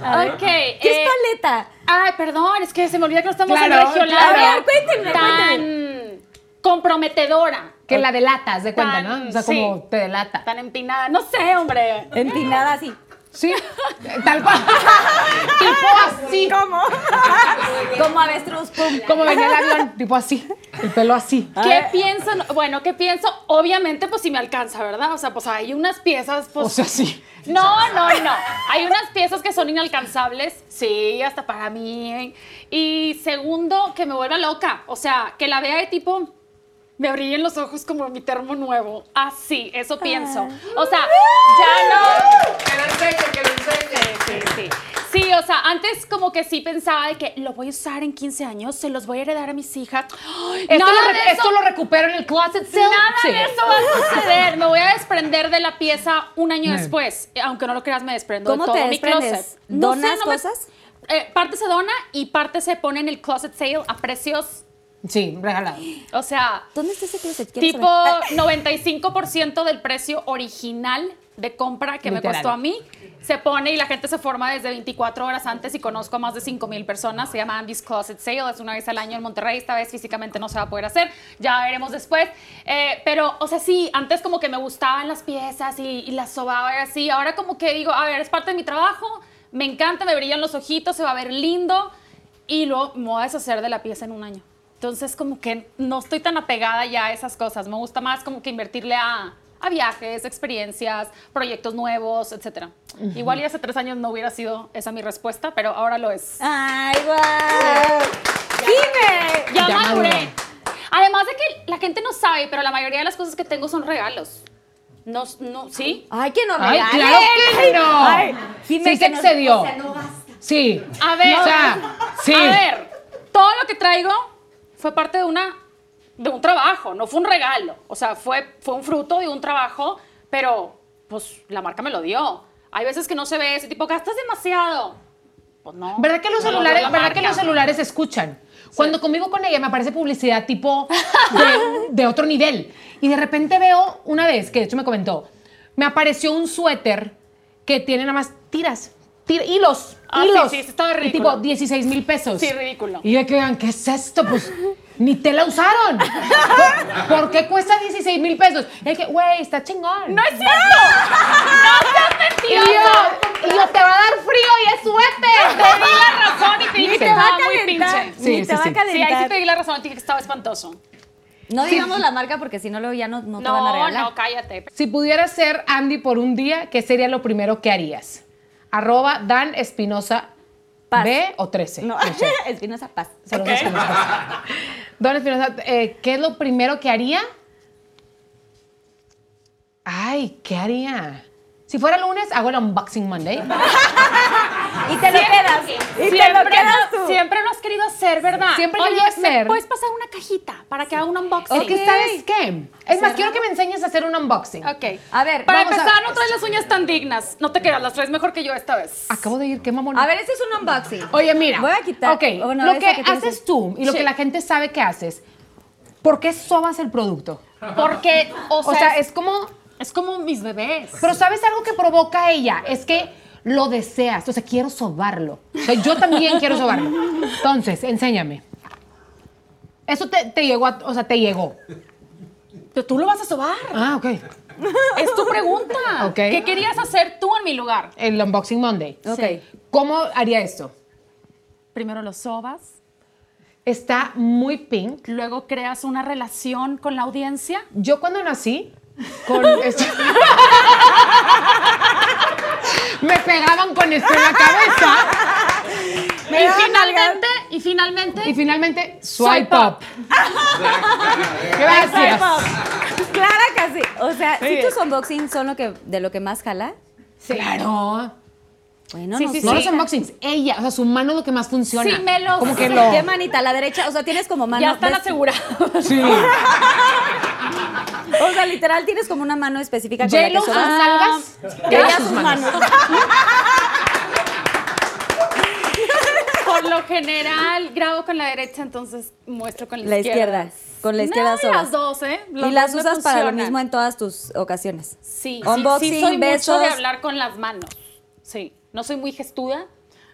ok.
¿Qué
eh,
es paleta?
Ay, perdón, es que se me olvida que no estamos en
Claro,
Regiolabia.
claro. A ver, cuéntenme,
Tan comprometedora.
Que la delatas, de cuenta,
Tan-
¿no? O sea,
sí.
como te delata.
Tan empinada. No sé, hombre.
Empinada así.
Sí. Tal cual. tipo así.
¿Cómo? Como avestruz, pum.
Como venía el avión. Tipo así. El pelo así.
¿Qué piensan? Bueno, ¿qué pienso? Obviamente, pues si me alcanza, ¿verdad? O sea, pues hay unas piezas, pues.
O sea, sí.
no, no, no. Hay unas piezas que son inalcanzables. Sí, hasta para mí. ¿eh? Y segundo, que me vuelva loca. O sea, que la vea de tipo. Me brillen los ojos como mi termo nuevo. Así, eso pienso.
Ah.
O sea, ya no.
Que lo enseñe, que lo enseñe.
Sí, sí. Sí, o sea, antes como que sí pensaba de que lo voy a usar en 15 años, se los voy a heredar a mis hijas. ¡Ay!
Esto,
Nada
lo, re-
de eso-
esto lo recupero en el closet sale.
Nada
Sí.
de eso va a suceder. Me voy a desprender de la pieza un año después. Eh, Aunque no lo creas, me desprendo
¿Cómo
de todo
te
mi
desprendes?
closet. No sé,
¿Donas
no me-
cosas?
eh, parte se dona y parte se pone en el closet sale a precios,
Sí, regalado.
o sea,
¿Dónde está ese closet? Quiero
tipo
saber.
95% del precio original de compra que me
Literal.
costó a mí se pone y la gente se forma desde 24 horas antes y conozco a más de 5 mil personas. Se llama Andy's Closet Sale, es una vez al año en Monterrey. Esta vez físicamente no se va a poder hacer, ya veremos después. Eh, pero, o sea, sí, antes como que me gustaban las piezas y, y las sobaba y así. Ahora como que digo, a ver, es parte de mi trabajo, me encanta, me brillan los ojitos, se va a ver lindo y luego me voy a deshacer de la pieza en un año. Entonces, como que no estoy tan apegada ya a esas cosas. Me gusta más como que invertirle a, a viajes, experiencias, proyectos nuevos, etc. Igual y hace tres años no hubiera sido esa mi respuesta, pero ahora lo es.
Ay, guau. Dime.
Ya,
Ya
maduré.
maduró.
Además de que la gente no sabe, pero la mayoría de las cosas que tengo son regalos. No, no, ¿sí?
Ay, que nos
Ay,
regalen.
claro que no.
Ay, Jime,
sí se
que nos-
excedió.
o sea, no basta.
Sí.
A ver,
O sea, sí.
a ver, todo lo que traigo fue parte de una de un trabajo, no fue un regalo, o sea, fue fue un fruto de un trabajo, pero pues la marca me lo dio. Hay veces que no se ve ese tipo, gastas demasiado. Pues no.
¿Verdad que
Me
los
lo dio
celulares,
la
verdad que
marca.
los celulares escuchan? Cuando convivo con ella me aparece publicidad tipo de, de otro nivel. Y de repente veo una vez, que de hecho me comentó, me apareció un suéter que tiene nada más tiras, tira- hilos,
Ah, sí,
hilos.
sí, estaba
y
ridículo.
tipo 16 mil pesos.
Sí, ridículo.
Y yo que oigan, ¿qué es esto? Pues ni te la usaron. ¿Por, por qué cuesta 16 mil pesos? Y hay que, güey, está chingón.
No es cierto. no seas
y yo,
mentiroso.
y yo, te va a dar frío y es
Te di
suéter.
la razón y te dije
Ni
que
te va a
estaba muy
calentar.
pinche.
Sí,
Ni
sí,
te va
sí.
a
Sí, ahí sí te
calentar.
di la razón, te dije que estaba espantoso.
No digamos la marca porque si no, luego ya no, no te van a
No,
regalar.
no, cállate.
Si pudieras ser Andy por un día, ¿qué sería lo primero que harías? Arroba Dan Espinosa
Paz.
B o 13.
No, Espinosa Paz.
Saludos a Espinosa. Don Espinosa, eh, ¿qué es lo primero que haría? Ay, ¿qué haría? Si fuera lunes, hago el unboxing Monday.
Y te lo quedas. Y te lo
Siempre,
quedas
lo,
tú.
siempre lo has querido hacer, ¿verdad?
Siempre
Oye,
quería
¿me
hacer.
puedes pasar una cajita para que haga un unboxing.
Es que, ¿sabes qué? Es más, quiero que me enseñes a hacer un unboxing.
Ok.
A ver,
Para
vamos a-
empezar, no traes las uñas tan dignas. No te creas, las traes mejor que yo esta vez.
Acabo de ir, qué mamón.
A ver, ese es un unboxing.
Oye, mira.
Voy a quitar.
Ok,
oh, bueno,
lo
esa
que,
tienes
haces
ahí.
tú y lo
Sí.
que la gente sabe que haces, ¿por qué sobas el producto?
Porque, o sea,
O sea,
es,
es como...
es como mis bebés.
Pero ¿sabes algo que provoca a ella? Es que lo deseas. O sea, quiero sobarlo. O sea, yo también quiero sobarlo. Entonces, enséñame. Eso te, te llegó, a- o sea, te llegó.
Pero tú lo vas a sobar.
Ah, ok.
Es tu pregunta.
Ok.
¿Qué querías hacer tú en mi lugar?
El Unboxing Monday.
Ok.
¿Cómo haría esto?
Primero lo sobas,
Está muy pink.
luego creas una relación con la audiencia.
Yo cuando nací, con esto- Me pegaban con esto en la cabeza.
Y finalmente, y finalmente,
Y finalmente, swipe up. Gracias.
Clara casi. O sea, si
bien.
tus unboxings son lo que, de lo que más jala,
Claro.
bueno,
Sí,
no
sí,
sé.
No
sí.
los unboxings, ella, o sea, su mano es lo que más funciona.
Sí, me lo-
Como que
sí,
lo.
¿Qué manita? ¿La derecha? O sea, tienes como mano...
ya están
¿ves?
asegurados.
Sí.
O sea, literal, tienes como una mano específica con la que
J-Lo, sus
sobas. Ah.
nalgas.
Ya sus manos. Por lo general, grabo con la derecha, entonces muestro con la,
La
izquierda.
izquierda. Con la izquierda
no,
sobas.
las dos, ¿eh?
y las
dos
usas
me
para lo
funcionan.
mismo en todas tus ocasiones.
Sí, sí,
Unboxing,
sí soy mucho
besos.
de hablar con las manos. Sí, no soy muy gestuda.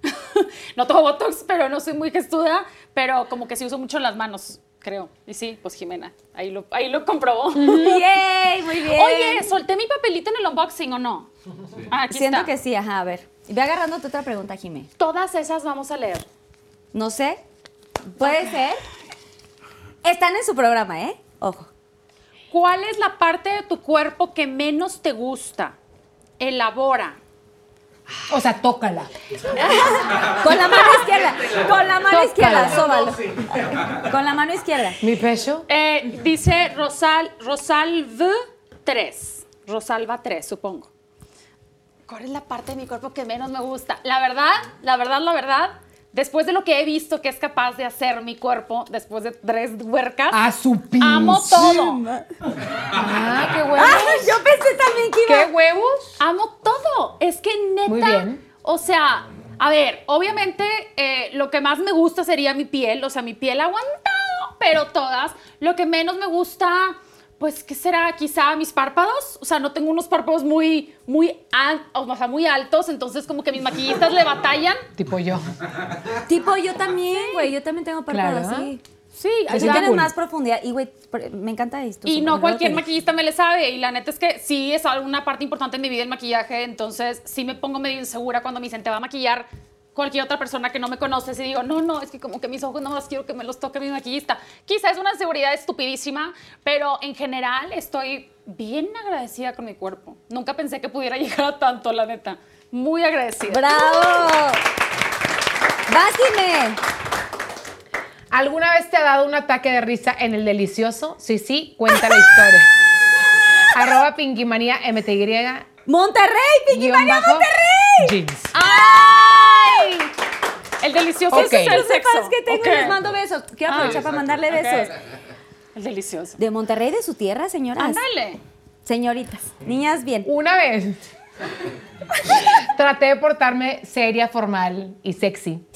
no tomo botox, pero no soy muy gestuda, pero como que sí uso mucho las manos, creo. Y sí, pues Jimena, ahí lo, ahí lo comprobó.
¡Yay! Muy bien.
Oye, solté mi papelito en el unboxing o no? Ah, aquí
Siento
está.
que sí, ajá, a ver. Ve agarrando tu otra pregunta, Jimé.
Todas esas vamos a leer.
No sé. Puede ser. Están en su programa, ¿eh? Ojo.
¿Cuál es la parte de tu cuerpo que menos te gusta? Elabora.
O sea, tócala.
Con la mano izquierda. Con la mano izquierda, sóbalo. Con la mano izquierda.
Mi pecho.
Eh, dice Rosal, Rosalv 3. Rosalva 3, supongo. ¿Cuál es la parte de mi cuerpo que menos me gusta? La verdad, la verdad, la verdad, después de lo que he visto que es capaz de hacer mi cuerpo después de tres huercas,
A su pin.
amo todo.
Ah, qué bueno.
Ah, yo pensé también que iba.
¿Qué huevos?
Amo todo. Es que neta.
Muy bien.
O sea, a ver, obviamente eh, lo que más me gusta sería mi piel. O sea, mi piel ha aguantado, pero todas. Lo que menos me gusta, pues, ¿qué será? Quizá mis párpados. O sea, no tengo unos párpados muy, muy, al- o sea, muy altos. Entonces, como que mis maquillistas le batallan.
Tipo yo.
Tipo, yo también, güey. Yo también tengo párpado
Claro.
así.
Sí,
Tú
ya-
tienes más profundidad. Y, güey, pr- me encanta esto.
Y no cualquier
maquillaje.
maquillista me le sabe. Y la neta es que sí es una parte importante en mi vida el maquillaje. Entonces sí me pongo medio insegura cuando me dicen te va a maquillar cualquier otra persona que no me conoce. Y digo, no, no, es que como que mis ojos no más quiero que me los toque mi maquillista. Quizá es una inseguridad estupidísima, pero en general estoy bien agradecida con mi cuerpo. Nunca pensé que pudiera llegar a tanto, la neta. Muy agradecida.
¡Bravo! ¡Vas, Jimé!
¿Alguna vez te ha dado un ataque de risa en el delicioso? Sí, sí, cuenta la historia. Arroba pinkimanía mty.
¡Monterrey, Pinky
guión
María
bajo,
Monterrey!
Jeans.
¡Ay! El delicioso
Ok.
es el
Los
sexo.
fans que tengo
Ok.
les mando besos. Quiero aprovechar para mandarle besos.
El delicioso.
De Monterrey, de su tierra, señoras.
Ándale.
Señoritas, niñas bien.
Una vez traté de portarme seria, formal y sexy.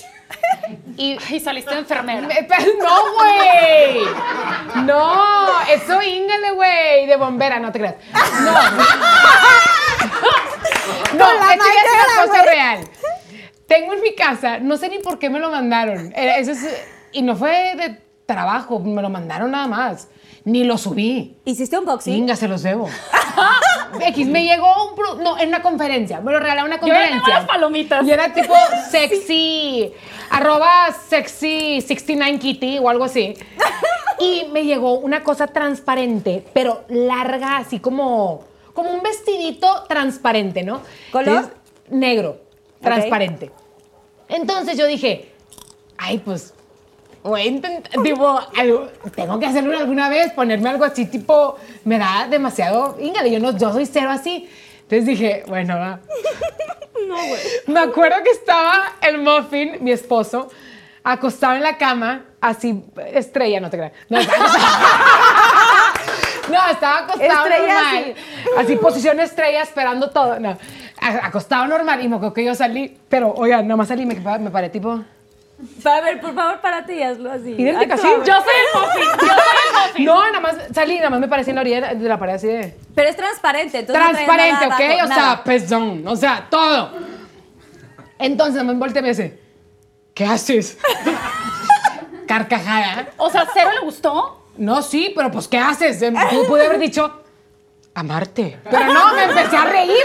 Y, y saliste de enfermera.
Me- Eh, pe- No, güey. No, eso íngale, güey. De bombera, no te creas. No. No,
la
esto ya es
Maidana,
una cosa
güey.
real. Tengo en mi casa, no sé ni por qué me lo mandaron. Eh, Eso es- y no fue de trabajo, me lo mandaron nada más. Ni lo subí.
¿Hiciste un boxing?
Venga, se los debo. X, me llegó un... pro- no, en una conferencia. Me lo regalaron en una
Yo era
conferencia.
las palomitas.
Y era tipo sexy, arroba sexy 69 kitty o algo así. Y me llegó una cosa transparente, pero larga, así como, como un vestidito transparente, ¿no?
¿Color?
negro, transparente. Entonces yo dije, ay, pues, voy a intentar, tipo, algo- tengo que hacerlo alguna vez, ponerme algo así, tipo, me da demasiado, íngale, yo, no, yo soy cero así. Entonces dije, bueno, va. Me acuerdo que estaba el Muffin, mi esposo, acostado en la cama, así, estrella, no te creas. No, estaba acostado, No, estaba acostado
Estrella,
normal. Así, posición estrella, esperando todo. No, a- acostado normal. Y me acuerdo que yo salí, pero, oiga, nomás salí, me, pa- me paré tipo...
A ver, por favor, párate y hazlo así.
Idéntica,
Actúa,
sí.
güey.
Yo soy el muffin, yo soy el muffin.
Ah, No, nada más salí, nada más me parecí en la orilla de la- de la pared así de...
Pero es transparente, entonces. no traes
transparente,
nada
¿ok?
abajo,
o sea,
nada.
pezón, o sea, todo. Entonces me volteé y me dice, ¿qué haces? Carcajada.
O sea, cero le gustó.
No, sí, pero pues, ¿qué haces? Em, Yo pude haber dicho, amarte. Pero no, me empecé a reír.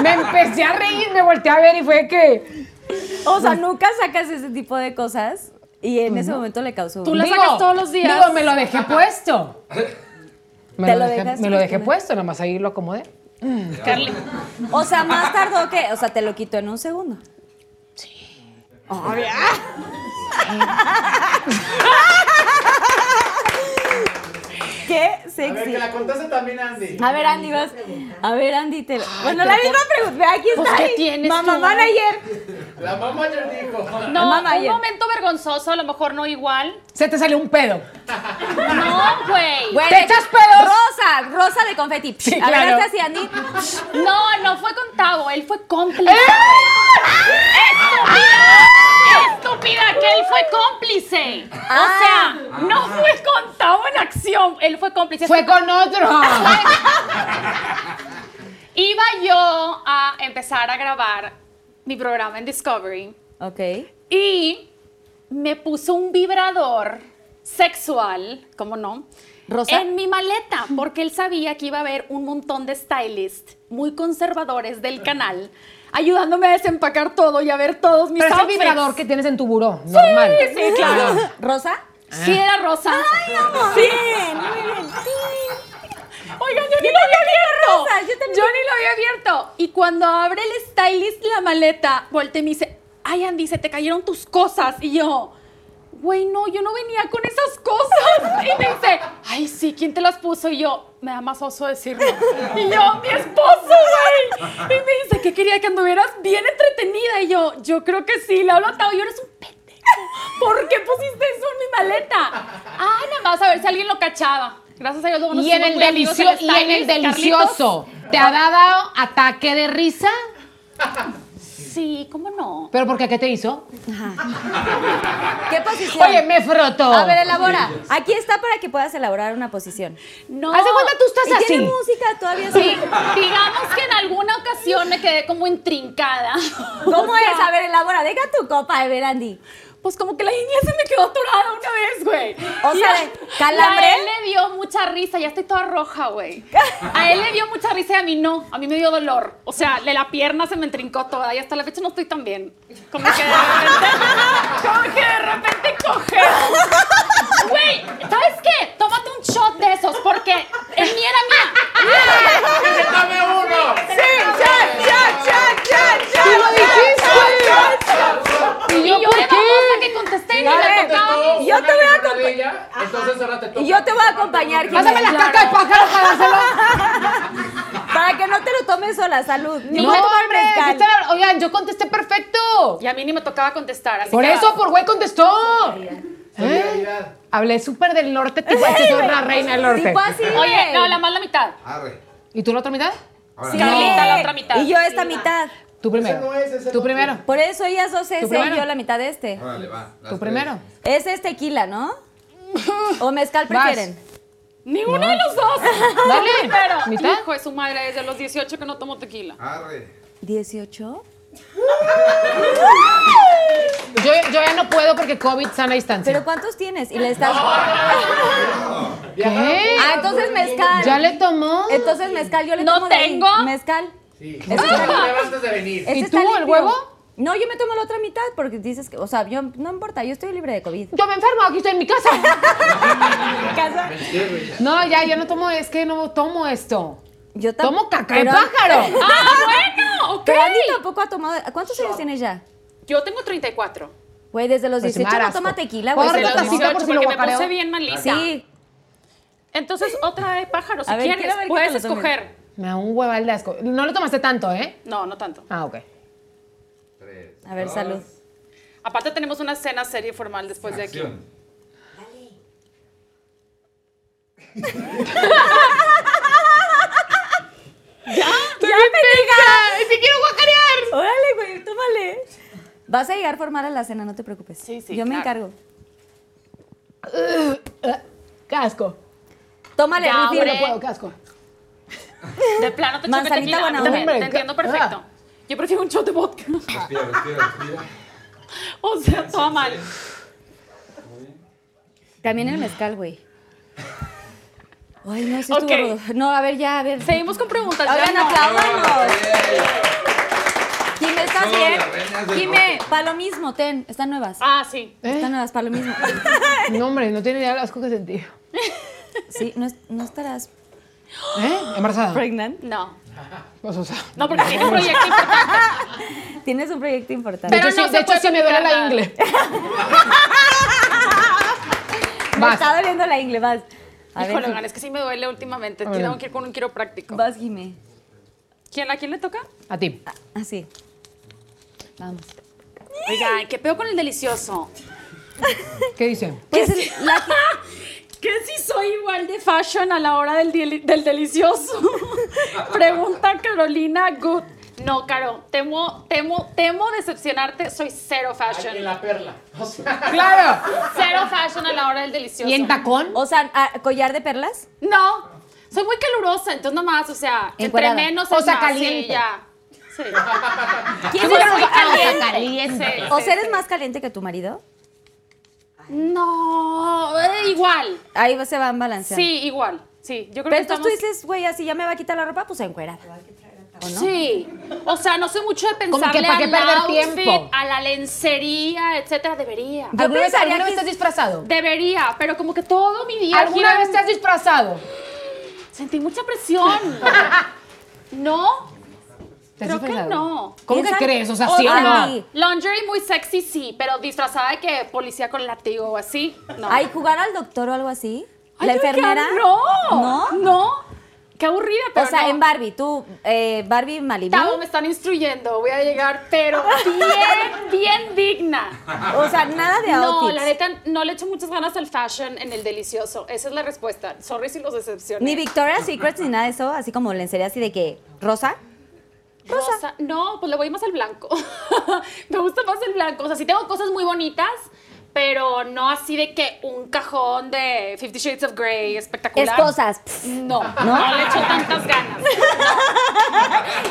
Me empecé a reír, me volteé a ver y fue que...
O
pues,
sea, nunca sacas ese tipo de cosas. Y en ese momento le causó.
Tú la sacas todos los días.
Digo, me lo dejé puesto. Me
Te
lo,
lo
dejé,
dejaste
me lo dejé
puesto.
puesto, nada más ahí lo acomodé.
Carly.
O sea, más tardó que. O sea, te lo quitó en un segundo. Qué
A ver,
sexy.
que la contaste también, Andy.
A ver, Andy, vas. A ver, Andy, te. Bueno, la misma pregunta. Ve, Aquí
Pues,
está.
¿qué
ahí.
tienes
Mamá
tú?
manager.
La mamá ya dijo.
No,
Mamá Mayer.
un momento vergonzoso, a lo mejor no igual.
Se te salió un pedo.
No, güey.
Güey,
¡Te echas pedos!
Rosa, rosa de confeti.
Sí,
a ver,
claro.
hazte así, Andy.
No, no fue con Tavo, él fue cómplice.
¡Eh!
¡Estúpida! ¡Estúpida! Que él fue cómplice.
Ah.
O sea, no fue con Tavo en acción, él fue cómplice.
Fue con otro.
Iba yo a empezar a grabar mi programa en Discovery
Ok.
y me puso un vibrador sexual, ¿cómo no?
¿Rosa?
En mi maleta, porque él sabía que iba a haber un montón de stylists muy conservadores del canal ayudándome a desempacar todo y a ver todos mis
Pero es el
outfits.
vibrador que tienes en tu buró, normal.
Sí, sí, claro.
¿Rosa?
Sí, era rosa.
Sí, muy bien.
Oigan, yo ni lo había abierto.
rosa, yo también.
ni lo había abierto. Y cuando abre el stylist la maleta, voltea y me dice, ay, Andy, se te cayeron tus cosas. Y yo, güey, no, yo no venía con esas cosas. Y me dice, ay, sí, ¿quién te las puso? Y yo, me da más oso decirlo. Y yo, mi esposo, güey. Y me dice, que quería que anduvieras bien entretenida. Y yo, yo creo que sí, le hablo a Tao, yo eres un pendejo. ¿Por qué pusiste eso en mi maleta? Ah, nada más, a ver si alguien lo cachaba. Gracias a Dios, luego nos
Y en
hicimos
el
muy amigos
delicioso, y en el
stylist,
delicioso. ¿Te ha dado ataque de risa?
Carlitos. Sí, ¿cómo no?
¿Pero por qué? ¿Qué te hizo?
¿Qué posición?
Oye, me frotó.
A ver, elabora. Aquí está para que puedas elaborar una posición.
No.
Haz de cuenta tú estás
y
así.
tiene música todavía.
Sí, digamos que en alguna ocasión me quedé como intrincada.
¿Cómo
O sea,
es? A ver, elabora. Deja tu copa, a ver, Andy.
Pues como que la inglesa me quedó atorada una vez, güey.
O
Y
sea,
a-
¿calambre?
y A él le dio mucha risa, ya estoy toda roja, güey. A él le dio mucha risa y a mí no, a mí me dio dolor. O sea, le la pierna se me entrincó toda y hasta la fecha no estoy tan bien. Como que de repente, como que de repente cojeo. Güey, ¿sabes qué? Tómate un shot de esos porque en mí era mía.
¡Dame uno!
Y yo, de babosa que contesté y
Ya
la
te
tocaba.
tocó
yo
una
te voy a
que fue
acompa-
de ella, Entonces ahora te toca.
Y yo te voy a acompañar, Jimena,
Pásame la caca de pájaro para dárselo.
Para que no te lo tomes sola, salud. Ni
No,
voy a tomar
hombre,
mezcal.
¿qué tal? Oigan, yo contesté perfecto.
Y a mí ni me tocaba contestar. Así
Por
que-
eso, por güey, contestó. ¿Eh?
Solidaridad.
Hablé súper del norte, tipo que soy la reina del norte.
Tipo así,
Oye,
güey.
no, la mala mitad.
Arre.
¿Y tú la otra mitad?
Ahora,
Sí.
Carlita, la otra mitad.
Y yo esta mitad.
Tú primero.
no es, ese no
tú
es.
primero.
Por eso ellas dos ese y
primero?
yo la mitad de este.
Órale, va. Las
Tú
tres.
primero.
Ese es este tequila, ¿no? ¿O mezcal
Vas.
prefieren?
Ninguno de los dos.
Dale.
Pero,
¿Mitad?
hijo de su madre, desde los 18 que no tomo tequila.
Ah. Arre.
¿18?
Yo, yo ya no puedo porque COVID sana distancia.
¿Pero cuántos tienes? Y le estás...
¿Qué?
Ah, entonces mezcal.
¿Ya le tomó?
Entonces mezcal, yo le
No
tomo de ahí.
tengo.
Mezcal.
Sí.
Eso está
No te levantes de venir.
Este
¿Y
está
tú, el
limpio.
huevo?
No, yo me tomo la otra mitad porque dices que, o sea, yo no importa, yo estoy libre de COVID.
Yo me enfermo, aquí estoy en mi casa.
casa?
No, ya, yo no tomo, es que no tomo esto.
Yo tam-
Tomo caca de
pero-
pájaro.
¡Ah, bueno! ¡Ok!
Pero Andy tampoco ha tomado. ¿Cuántos años tienes ya?
Yo tengo 34.
Güey, desde los
Pues sí me
18 no
arasco.
toma tequila, güey.
Corta
Desde los
tacita
18
por si lo
porque me
guacareo.
puse bien malita.
Sí.
Entonces, otra de pájaros. Si
A ver, quiero
quieres,
ver que
puedes
te lo tomen.
escoger.
Me da un hueval de asco. No lo tomaste tanto, ¿eh?
No, no tanto.
Ah, ok.
Tres.
A ver,
dos,
salud.
Aparte, tenemos una cena serie formal después Pues de aquí.
acción.
¡Ya me ¡Si quiero guacarear! Órale, güey, tómale. Vas a llegar formal a la cena, no te preocupes.
Sí, sí,
Yo me
claro.
encargo.
Casco.
Tómale,
Ya,
Rifi.
Yo no
Hombre.
puedo, casco.
De plano, te choca
Manzanita
tequila. A mí
buena
también,
onda.
Te entiendo perfecto. Yo prefiero un shot de vodka.
Ah. Respira, respira, respira.
O sea, todo mal.
También el mezcal, güey. Ay, no, sí estuvo
Ok.
rudo. No, a ver, ya, a ver.
Seguimos con preguntas. ya
Oigan,
no.
aplaudanos. Jimé, ¿estás
Solo
bien?
las reinas del
Jimé, pa' lo mismo, ten. Están nuevas.
Ah, sí.
Eh,
Están nuevas, pa' lo mismo.
No, hombre, no tiene idea el asco que sentí.
Sí, no, es- no estarás.
¿Eh? ¿Embarazada?
Pregnant.
No.
Pues, o sea,
No, porque tiene un proyecto importante.
Tienes un proyecto importante.
Pero
de hecho,
no
sí-
se
de hecho
puede
sí me duele la
comparar.
ingle.
Me
Vas.
está doliendo la ingle, vas. A ver,
Híjole, oigan, es que sí me duele últimamente.
ver.
Tengo que ir con un quiropráctico.
vas, Jimé. Ah,
¿Quién, ¿A quién le toca?
A ti.
Así. Vamos.
Oigan, ¿qué pedo con el delicioso?
¿Qué dice?
Pues el- la-
¿Qué si soy igual de fashion a la hora del, dieli- del delicioso? Pregunta Carolina Good. No, Caro, temo, temo, temo decepcionarte. Soy cero fashion.
En la perla. O sea,
¡Claro!
Cero fashion a la hora del delicioso.
¿Y en tacón?
o sea, ah, collar de perlas.
No, soy muy calurosa, entonces nomás, o sea,
Encuerada.
entre menos
O
es
sea,
más,
caliente.
Sí, ya. Sí.
¿Quién
Soy
es-
muy
caliente.
caliente.
Sí.
O sea, eres más caliente que tu marido.
No,
Ah,
eh, igual.
Ahí se van balanceando.
Sí, igual. Sí, yo creo
Pero
que
entonces
estamos...
tú dices, güey, así ya me va a quitar la ropa, pues encuerada.
Sí. O sea, no soy mucho de
Como que
pensarle
para qué
al
perder
outfit,
tiempo.
a la lencería, etcétera. Debería.
Yo
¿Alguna vez,
pensaría que
alguna vez te has
es-
disfrazado?
Debería, pero como que todo mi día
¿Alguna
gira en-
vez te has disfrazado?
Sentí mucha presión. ¿No?
¿Te has
Creo que
disfrazado?
no.
¿Cómo que
Esa-
crees? O sea,
o
sí o
sea,
no.
sí.
Lingerie muy sexy, sí, pero disfrazada de que policía con látigo o así, no.
Ay, jugar al doctor o algo así.
Ay,
la
oigan,
enfermera.
No,
No.
no. Qué aburrida, pero
O sea,
no.
en Barbie, tú, eh, Barbie Malibu.
Tavo, me están instruyendo, voy a llegar, pero bien, bien digna.
O sea, nada de
No,
outfits.
la neta, no le echo muchas ganas al fashion en el delicioso. Esa es la respuesta. Sorry si los decepcioné.
Ni Victoria's Secret ni nada de eso, así como lencería así de que rosa.
Rosa. No, pues le voy más al blanco. me gusta más el blanco. O sea, sí tengo cosas muy bonitas, pero no así de que un cajón de Fifty Shades of Grey espectacular.
Esposas. Pff,
No, no, le echo tantas ganas.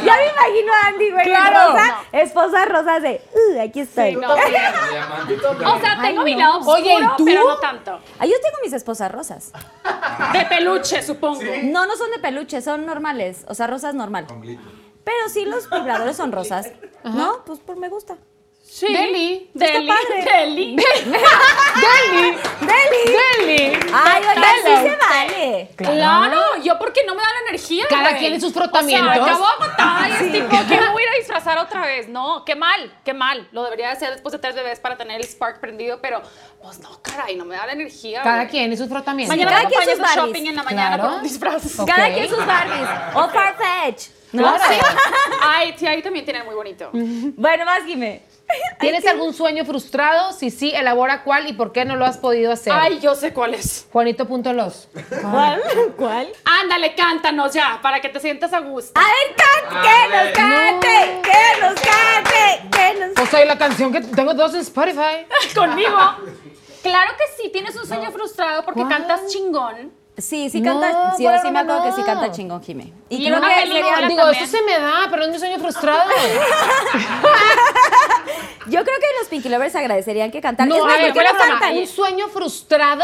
Ya me imagino a Andy, güey.
Claro.
Rosa, esposa rosa de, uh, aquí estoy.
Sí, no. O
Diamante.
sea, tengo mi
no. pues,
lado oscuro,
Oye, ¿y tú?
pero no tanto.
Ah, yo tengo mis esposas rosas.
De peluche, supongo.
No, no son de peluche, son normales. O sea, rosas normal. Pero sí, los vibradores son rosas. ¿No? Pues por me gusta.
Sí.
Deli.
Deli.
Está padre.
Deli.
¡Deli!
¡Deli!
¡Deli!
Ay, oigan, sí
Deli.
se vale.
Claro, yo porque no me da la energía.
Cada
güey.
quien en sus frotamientos.
O sea, acabo agotada y es tipo, ¿qué me voy a ir a disfrazar otra vez? No, qué mal, qué mal. Lo debería hacer después de tres bebés para tener el spark prendido, pero pues no, caray, no me da la energía.
Cada
güey.
quien en sus frotamientos.
Mañana
Cada
me
quien
acompañas
sus
a
Barbies.
shopping en la mañana
Claro.
con un disfraz.
Ok.
Cada quien sus Barbies. O Farfetch. ¿No?
Claro.
Ay, sí, ahí también tienen muy bonito.
Bueno, más Jimé.
¿Tienes algún sueño frustrado? Si sí, elabora cuál y por qué no lo has podido hacer.
Ay, yo sé cuál es.
Juanito.los.
¿Cuál? ¿Cuál?
Ándale, cántanos ya, para que te sientas a gusto.
A ver, can- que nos cante, que nos cante, que nos
Pues soy la canción que tengo dos en Spotify.
Conmigo. Claro que sí, tienes un sueño frustrado porque
¿Cuál?
cantas chingón.
Sí, sí
No,
canta, sí,
bueno,
sí me acuerdo
no.
que sí canta chingón Jimé.
Y
creo
una
que
película
sería-
Digo,
también.
eso se me da, pero es mi sueño frustrado.
yo creo que los Pinky Lovers agradecerían que cantaran. Es
No,
más,
a ver,
¿por qué
fuera
no
broma,
cantan?
¿Un sueño frustrado?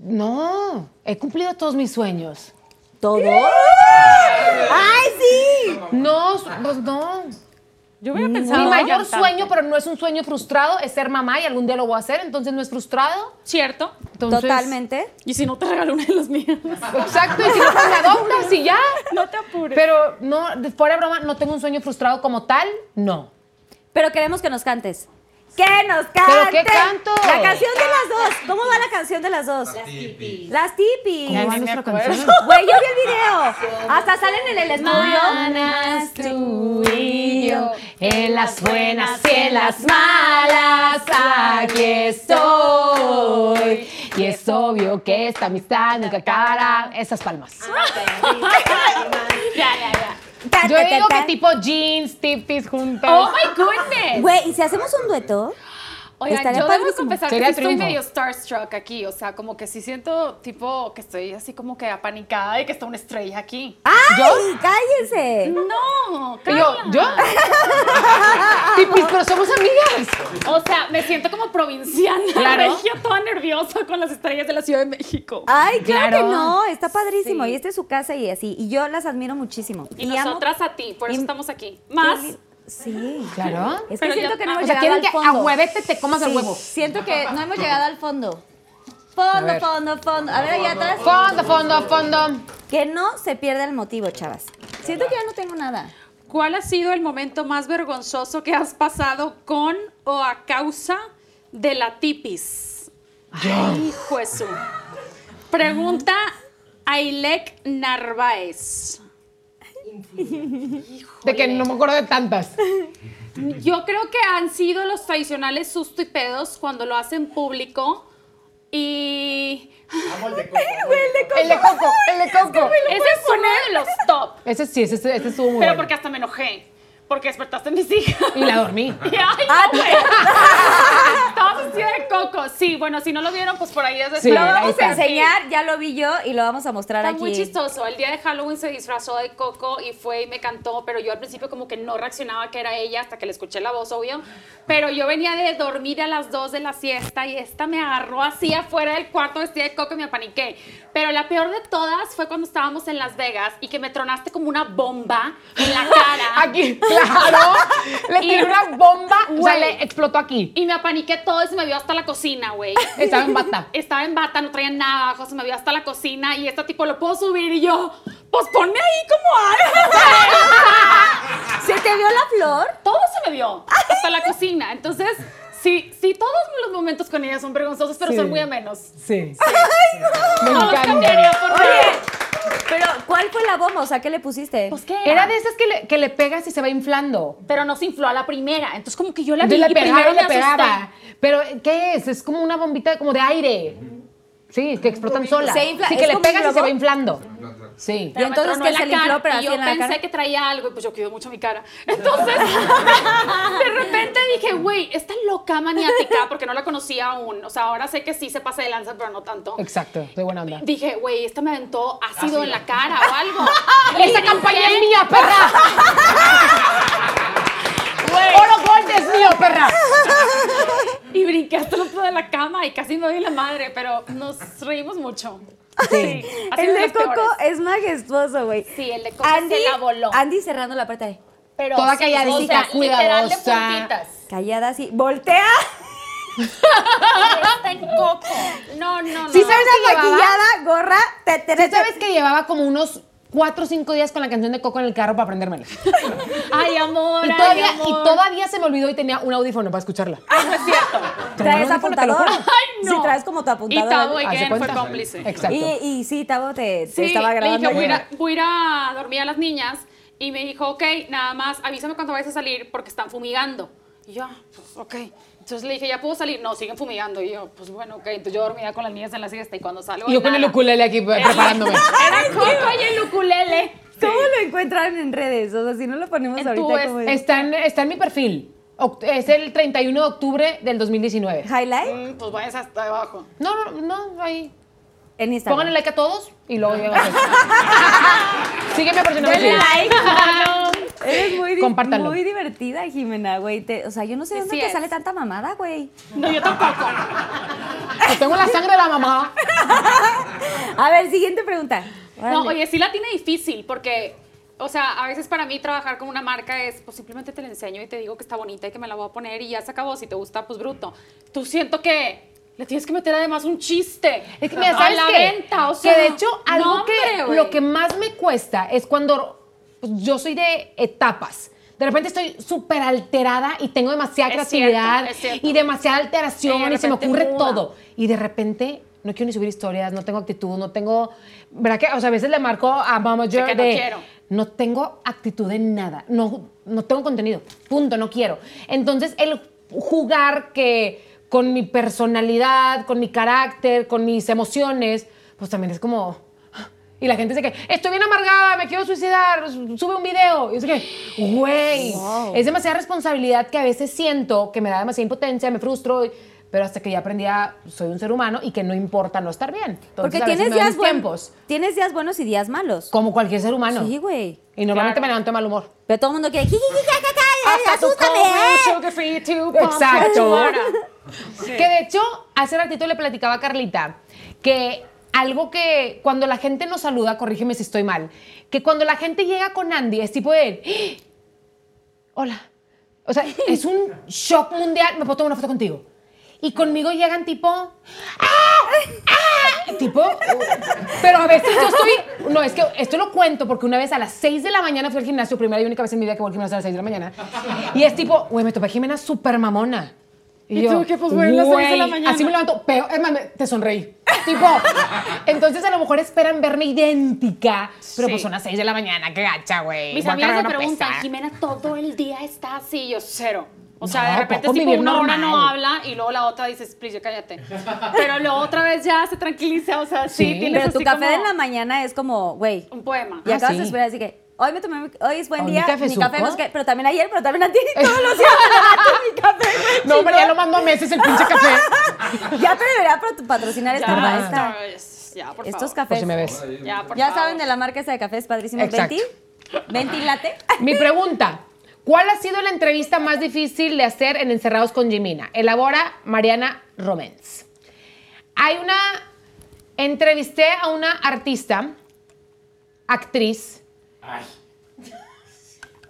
No, he cumplido todos mis sueños.
¿Todo? ¡Ay, sí!
No, pues no.
Yo hubiera
Mi mayor sueño, pero no es un sueño frustrado, es ser mamá y algún día lo voy a hacer, entonces no es frustrado.
Cierto.
Entonces-
Totalmente.
Y si no te regalo una de las mías.
Exacto, y si no pues, la adoptas y ya.
No te apures.
Pero no, de- fuera de broma, no tengo un sueño frustrado como tal, no.
Pero queremos que nos cantes. ¡Que nos cantes!
¿Pero qué canto?
La canción de las dos. ¿Cómo va la canción de las dos? Las tipis.
¿Cómo va
Güey,
nuestra canción?
yo vi el video. Hasta salen en el estudio.
Hermanas tú y yo, en las buenas y en las malas, aquí estoy. Y es obvio que esta amistad nunca acabará. Esas palmas.
Ah, Ya, ya, ya.
Tan,
Yo
tan,
digo que
tan.
tipo jeans, tipis juntas.
Oh my goodness.
Güey, ¿y si hacemos un dueto?
Oigan,
estaría
yo debo
padrísimo.
confesar que
Sería
sí estoy
triunfo.
medio starstruck aquí. O sea, como que sí siento tipo que estoy así como que apanicada de que está una estrella aquí.
¡Ay, cállense!
No,
Y yo,
calla.
yo. tipis, pero somos amigas.
O sea, me siento como provinciana,
Claro.
regia, toda nerviosa con las estrellas de la Ciudad de México.
Ay, claro, que
Claro.
no, está padrísimo.
Sí.
Y esta es su casa y así. Y yo las admiro muchísimo.
y
amo-
nosotras a ti, por eso
y-
estamos aquí. Más,
Sí.
Claro.
Es que
Pero
siento
ya-
que no
ah,
hemos
O sea,
llegado
quieren
al
que
fondo.
a huevete te comas el
Sí,
huevo.
Siento que no hemos llegado al fondo. Fondo,
ver.
fondo, fondo. A ver, allá atrás.
Fondo, fondo, fondo.
Que no se pierda el motivo, chavas. Siento que ya no tengo nada.
¿Cuál ha sido el momento más vergonzoso que has pasado con o a causa de la tipis? Ay, hijo de su. Pregunta Ailek Narváez.
De que no me acuerdo de tantas.
Yo creo que han sido los tradicionales susto y pedos cuando lo hacen público y
Amo el de coco.
El de coco, el de coco.
ese es uno de los top,
Ese sí, ese, ese ese estuvo muy
pero
bueno.
porque hasta me enojé, porque despertaste a mis hijas.
Y la dormí.
Y, ¡Ay,
Ah,
no, güey! Estaba vestida de coco. Sí, bueno, si no lo vieron, pues por ahí es de
Sí,
Lo
ahí
vamos a
está.
enseñar, ya lo vi yo y lo vamos a mostrar
Está
aquí.
muy chistoso. El día de Halloween se disfrazó de Coco y fue y me cantó, pero yo al principio como que no reaccionaba que era ella hasta que le escuché la voz, obvio. Pero yo venía de dormir a las 2 de la siesta y esta me agarró así afuera del cuarto vestida de Coco y me apaniqué. Pero la peor de todas fue cuando estábamos en Las Vegas y que me tronaste como una bomba en la cara.
Aquí, claro. Le tiré una bomba. O sea,
Güey.
le explotó aquí.
Y me apaniqué todo y se me vio hasta la cocina, güey.
Estaba en bata.
Estaba en bata, no traía nada abajo, se me vio hasta la cocina y este tipo lo puedo subir y yo, pues ponme ahí como algo.
¿Se te vio la flor?
todo se me vio, hasta la cocina. Entonces, sí, sí, todos los momentos con ella son vergonzosos, pero
Sí.
son muy amenos.
Sí.
Me
encanta.
Pero, ¿cuál fue la bomba? O sea, ¿qué le pusiste?
Pues qué
Era de esas que le, que le pegas y se va inflando.
pero no se infló a la primera, entonces como que yo la vi
Entonces
y
le pegaba,
primero
le
me
pegaba.
asusté.
Pero, ¿qué es? Es como una bombita como de aire. Sí, que explotan solas.
Se infla-
Sí,
es
que le
como
pegas
un
y se va
globo.
inflando. Sí.
Y entonces
me
que
tronó
se
en
le
la
infló,
cara,
pero
y
así
yo
en la
pensé
cara.
que traía algo y pues yo cuido mucho mi cara. Entonces, de repente dije, güey, esta loca maniática, porque no la conocía aún. O sea, ahora sé que sí se pasa de lanza, pero no tanto.
Exacto. De buena onda.
Dije, güey, esta me aventó ácido en la cara o algo.
¡Esta campaña es mía, perra! ¡Oro Gold es mío, perra!
Y brinqué hasta el otro de la cama y casi me doy la madre, pero nos reímos mucho. Sí. ha sido
El
de
de
las
Coco
peores.
es majestuoso, güey.
Sí, el de Coco se la voló.
Andy cerrando la puerta de
Pero
Toda
sí,
calladita,
o sea, literal de
cuidadosa.
puntitas.
callada así, voltea.
Y está en Este Coco. No, no, no.
Sí, ¿sabes qué llevaba?
Maquillada, gorra, te, te, te-
¿Sí sabes que llevaba como unos cuatro o cinco días con la canción de Coco en el carro para aprendérmela?
Ay, amor,
Y
ay,
todavía, y
amor.
todavía se me olvidó y tenía un audífono para escucharla.
Ay, no es cierto.
traes
Claro, te lo
apuntador.
juro.
Ay, no.
Sí, traes como tu
Y Tabo
apuntador.
Haz de
Again fue
cuenta.
cómplice.
Exacto.
Y, y sí, Tavo te, te
Sí,
estaba grabando.
le dije, voy a ir a- voy a ir a dormir a las niñas. Y me dijo, ok, nada más, avísame cuando vayas a salir porque están fumigando. Y yo, ah, pues, ok. Entonces le dije, ¿ya puedo salir? No, siguen fumigando. Y yo, pues bueno, ok. Entonces yo dormía con las niñas en la siesta y cuando salgo...
Y yo con el
nada.
ukulele aquí pues,
Era-
preparándome.
Era Coco y el ukulele.
¿Cómo lo encuentran en redes? O sea, si no lo ponemos
En tu
ahorita,
es-
¿cómo es?
Pues, Está en, está en mi perfil. Oct- Es el 31 de octubre del 2019.
Highlight
Mm, Pues vayas hasta abajo.
No, no, no, ahí.
en Instagram.
Pónganle like a todos y luego llegan a eso. Sígueme por si no me
Denle
sigues.
like. Eres muy, di-
Compártanlo.
muy divertida, Jimena, güey. Te- O sea, yo no sé de dónde
Sí
te
es.
sale tanta mamada, güey.
No, yo tampoco.
Pues Tengo la sangre de la mamá.
A ver, siguiente pregunta.
No,
Órale.
oye, sí la tiene difícil porque, o sea, a veces para mí trabajar con una marca es, pues simplemente te la enseño y te digo que está bonita y que me la voy a poner y ya se acabó. Si te gusta, pues bruto. Tú siento que le tienes que meter además un chiste
Es que mira, ¿sabes
a la
qué?
venta, o sea,
que de hecho, algo
no,
que
hombre, güey.
lo que más me cuesta es cuando pues, yo soy de etapas. De repente estoy súper alterada y tengo demasiada
Es
creatividad
cierto, es cierto.
y demasiada alteración
Sí, de
y se me
repente
ocurre
muda.
todo. Y de repente no quiero ni subir historias, no tengo actitud, no tengo... ¿Verdad que? O sea, a veces le marco a Mama Jer
que no
de...
quiero.
no tengo actitud en nada, no, no tengo contenido, punto, no quiero. Entonces, el jugar que con mi personalidad, con mi carácter, con mis emociones, pues también es como... ah, Y la gente dice que estoy bien amargada, me quiero suicidar, su- sube un video. Y es que, güey, es demasiada responsabilidad que a veces siento que me da demasiada impotencia, me frustro, y- pero hasta que ya aprendí a soy un ser humano y que no importa no estar bien. Entonces,
Porque
a veces
tienes
me doy
días,
mis
buen-
tiempos,
tienes días buenos y días malos.
como cualquier ser humano.
Sí, güey.
Y normalmente me levanto de mal humor.
Pero todo el mundo quiere. "Jijiji, jajaja,
Hasta tu
asústame,
cover,
¿eh?"
sugar free too, pump,
Exacto.
ahora.
Que de hecho, hace ratito le platicaba a Carlita que algo que cuando la gente nos saluda, corrígeme si estoy mal, que cuando la gente llega con Andy es tipo de, "¡Ah! hola. O sea, es un shock mundial, me puedo tomar una foto contigo. Y conmigo llegan tipo. "Ah, ah", Tipo, pero a veces yo estoy. No, es que esto lo cuento porque una vez a las 6 de la mañana fui al gimnasio, primera y única vez en mi vida que voy al gimnasio a las 6 de la mañana. Y es tipo, güey, me topé a Jimena súper mamona.
¿Y tú qué? Pues, güey, a las seis de la
"Güey,
mañana".
Así me levanto, pero es más, me- te sonreí. Tipo, entonces a lo mejor esperan verme idéntica, pero
Sí.
pues son las 6 de la mañana, qué gacha, güey.
Mis
Voy a
amigas
cargar
me
una
preguntan,
pesa.
Jimena todo el día está así, yo cero. O sea,
No,
de repente
poco
es tipo
vivir
una hora
normal.
no habla y luego la otra dice, please, ya cállate. Pero luego otra vez ya se tranquiliza, o sea, sí,
Sí.
tienes
Pero tu
así
café
como
de la mañana es como, güey,
un poema.
y
Ah,
acabas
sí.
de esperar, así que hoy me tomé, mi- hoy es buen
Hoy mi
día, mi
cafezuco.
café, no sé qué, pero también ayer, pero también antier, y todos los días me levanto y mi café, güey,
No, hombre,
chingón.
ya lo mando a meses el pinche café.
Ya te debería pro- patrocinar esta,
Ya,
esta-
otra vez, ya, por
estos
favor.
Por
cafés.
si me ves.
Ya, por
ya
favor.
saben de la marca esa de cafés padrísimos,
Exacto.
Venti, Venti Latte.
Mi pregunta. ¿Cuál ha sido la entrevista más difícil de hacer en Encerrados con Jimena? Elabora Mariana Romens. Hay una... Entrevisté a una artista, actriz.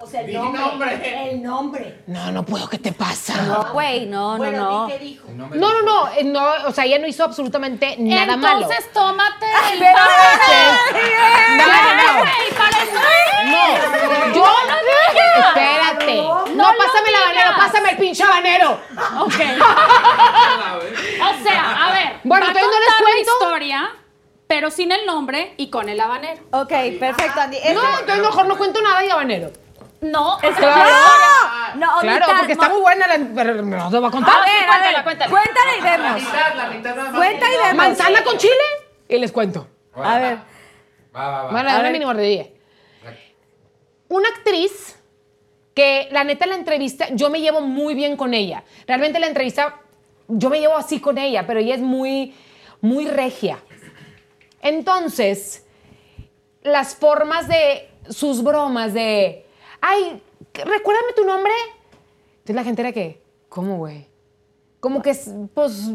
O sea, el
Di
nombre.
nombre.
El nombre.
No, no puedo, ¿qué te pasa? No,
Güey, no, no,
bueno,
no.
di qué dijo.
no, no, eh, no, o sea, ella no hizo absolutamente nada malo.
Entonces, tómate el
Pero a
café.
veces- No, no, no.
Ay, para eso.
No, yo
no digas.
Espérate. No,
No lo
pásame el habanero,
digas.
pásame el pinche habanero.
O sea, a ver,
Bueno,
va a
entonces no les
contar la
cuento.
historia, pero sin el nombre y con el habanero.
Ok, perfecto, Andy. Es-
No, entonces mejor no cuento nada y habanero.
No,
es-
claro.
No, no,
Claro,
mitad,
porque está Ah,
mo-
muy buena la. Pero no te voy a
A
contar.
ver, a ver,
cuéntala, cuéntala.
cuéntala y
La
vemos.
mitad, la mitad nada más.
Cuenta y vemos.
¿Manzana con chile? Y les cuento.
A ver.
Va, va, va.
Van a dar una mini mordidilla. Una actriz que la neta la entrevista, yo me llevo muy bien con ella. Realmente la entrevista, yo me llevo así con ella, pero ella es muy, muy regia. Entonces, las formas de sus bromas de, ay, recuérdame tu nombre. Entonces la gente era que, ¿cómo, güey? Como que, es, pues,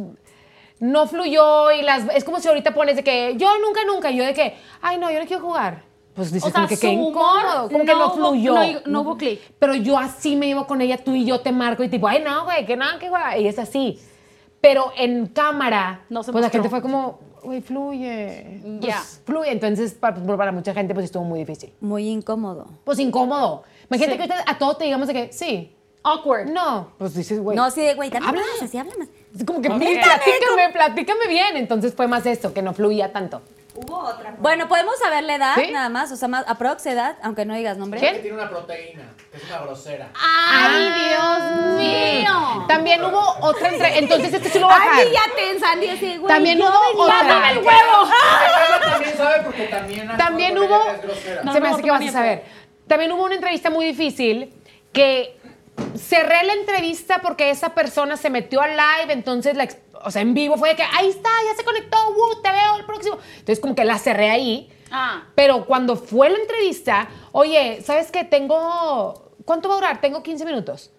no fluyó y las... Es como si ahorita pones de que yo nunca, nunca, y yo de que, ay, no, yo no quiero jugar. Pues dices
O sea,
como que
su
qué
humor
incómodo, como que
no
no
hubo-
fluyó.
no- no hubo clic.
Pero yo así me llevo con ella, tú y yo te marco y tipo, ay, no, güey, que nada, que güey. Y es así. Pero en cámara,
No se
pues la
mostró.
gente fue como, güey, fluye. Pues,
Ya.
Fluye. Entonces, para, para mucha gente, pues estuvo muy difícil.
Muy incómodo.
Pues incómodo. Imagínate
Sí.
que ahorita a todos te digamos de que, sí,
awkward.
no. Pues dices, güey.
No, sí, de güey, también
Habla.
habla más, así habla más.
Es como que platícame, platícame bien. Entonces fue más esto, que no fluía tanto.
Hubo otra.
Bueno, podemos saber la edad,
¿Sí?
nada más, o sea, más aprox edad, aunque no digas nombre.
¿Quién?
Que tiene una proteína, que es una grosera.
Ah.
Ay, Dios Mm. mío.
Ah. También hubo otra entre... Entonces este sí lo voy a
Ay,
dejar.
ya tensa, Andy, así, güey.
También
yo
hubo
venía-
otra.
¡Pásame el huevo!
Carla también sabe porque también.
También
cuando
hubo.
ella es grosera.
No,
se me
no,
hace
tú
que vas a
también,
saber. También hubo una entrevista muy difícil que cerré la entrevista porque esa persona se metió al live, entonces la, ex- o sea, en vivo fue de que ahí está, ya se conectó, woo, te veo el próximo. Entonces como que la cerré ahí.
Ah.
Pero cuando fue la entrevista, oye, ¿sabes qué? Tengo ¿cuánto va a durar? Tengo 15 minutos.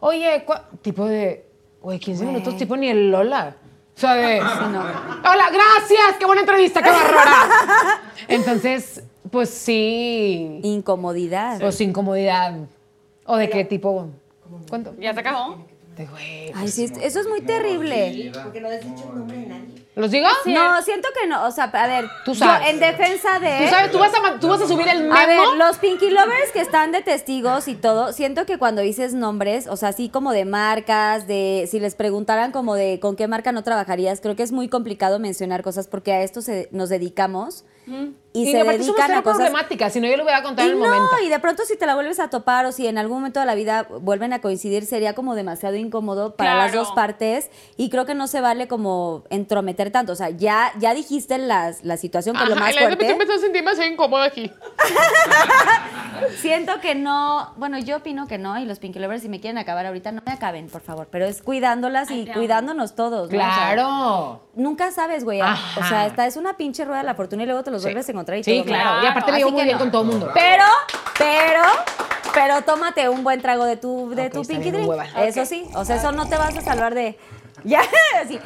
Oye, ¿cuá- tipo de güey, 15 minutos tipo ni el Lola. O sea, de, Hola, gracias, qué buena entrevista, qué bárbara. Entonces, pues sí,
Incomodidad.
pues incomodidad o de qué tipo ¿Cuánto?
Ya se acabó.
De güey.
Ay, sí, es- eso es muy terrible.
Porque no has dicho el nombre de nadie.
¿Los digo?
No, siento que no, o sea, a ver,
Tú
yo
sabes.
en defensa de...
Tú sabes, tú vas a, ma- tú vas a subir el memo.
A ver, los Pinky Lovers que están de testigos y todo, siento que cuando dices nombres, o sea, así como de marcas, de si les preguntaran como de con qué marca no trabajarías, creo que es muy complicado mencionar cosas porque a esto se- nos dedicamos y, se
Mm. aparte somos
dedican
cero
a cosas
problemáticas, si no yo lo hubiera contado
y
en el
no,
momento.
y de pronto si te la vuelves a topar o si en algún momento de la vida vuelven a coincidir, sería como demasiado incómodo para las
Claro.
dos partes y creo que no se vale como entrometer tanto. O sea, ya, ya dijiste las, la situación, que es lo más fuerte.
a sentir más incómoda aquí.
Siento que no, bueno, yo opino que no y los Pinky Lovers si me quieren acabar ahorita, no me acaben, por favor, pero es cuidándolas y cuidándonos todos. ¿no? O sea,
Claro.
Nunca sabes, güey. ah,
Ajá.
O sea, esta es una pinche rueda de la fortuna y luego te los
Sí.
vuelves a encontrar y
Sí,
todo,
claro. Y aparte me
Así
llevo muy
que
bien
no.
con todo el mundo.
Pero, pero, pero tómate un buen trago de tu, de
Ok,
tu
está
pinky
bien,
drink.
hueva.
Eso sí, o sea, eso no te vas a salvar de. Ya, así.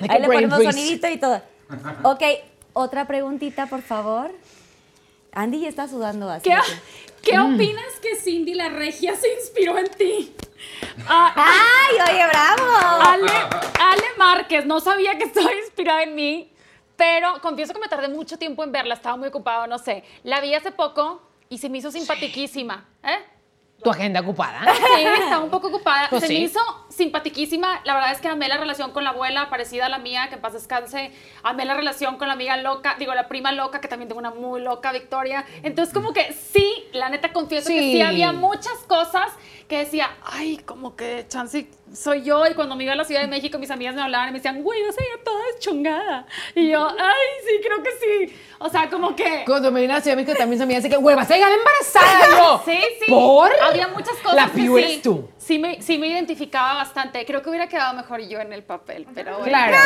Hay que
Ahí le
brain
ponemos
freeze.
sonidito y todo. Ok, otra preguntita, por favor. Andy ya está sudando así.
¿Qué,
que-
qué opinas que Cindy la regia se inspiró en ti? Ah,
¡Ay, oye, bravo!
Ale, Ale Márquez, no sabía que estaba inspirada en mí, pero confieso que me tardé mucho tiempo en verla, estaba muy ocupado, no sé. La vi hace poco y se me hizo simpatiquísima, ¿eh?
Tu agenda ocupada.
Sí, estaba un poco ocupada.
Pues
se me
sí.
hizo simpatiquísima. La verdad es que amé la relación con la abuela, parecida a la mía, que en paz descanse. Amé la relación con la amiga loca, digo, la prima loca, que también tengo una muy loca, Victoria. Entonces, como que sí, la neta confieso que
Sí.
sí había muchas cosas que decía, ay, como que chance soy yo. Y cuando me iba a la Ciudad de México, mis amigas me hablaban y me decían, güey, vas a ir toda chongada. Y yo, ay, sí, creo que sí. O sea, como que.
Cuando me vine a la Ciudad de México también se me hace que, güey, vas a llegar embarazada. yo.
Sí, sí.
¿Por?
Había muchas cosas.
La
que
Piu
sí.
eres tú.
Sí me, sí me identificaba bastante. Creo que hubiera quedado mejor yo en el papel, pero bueno.
Claro.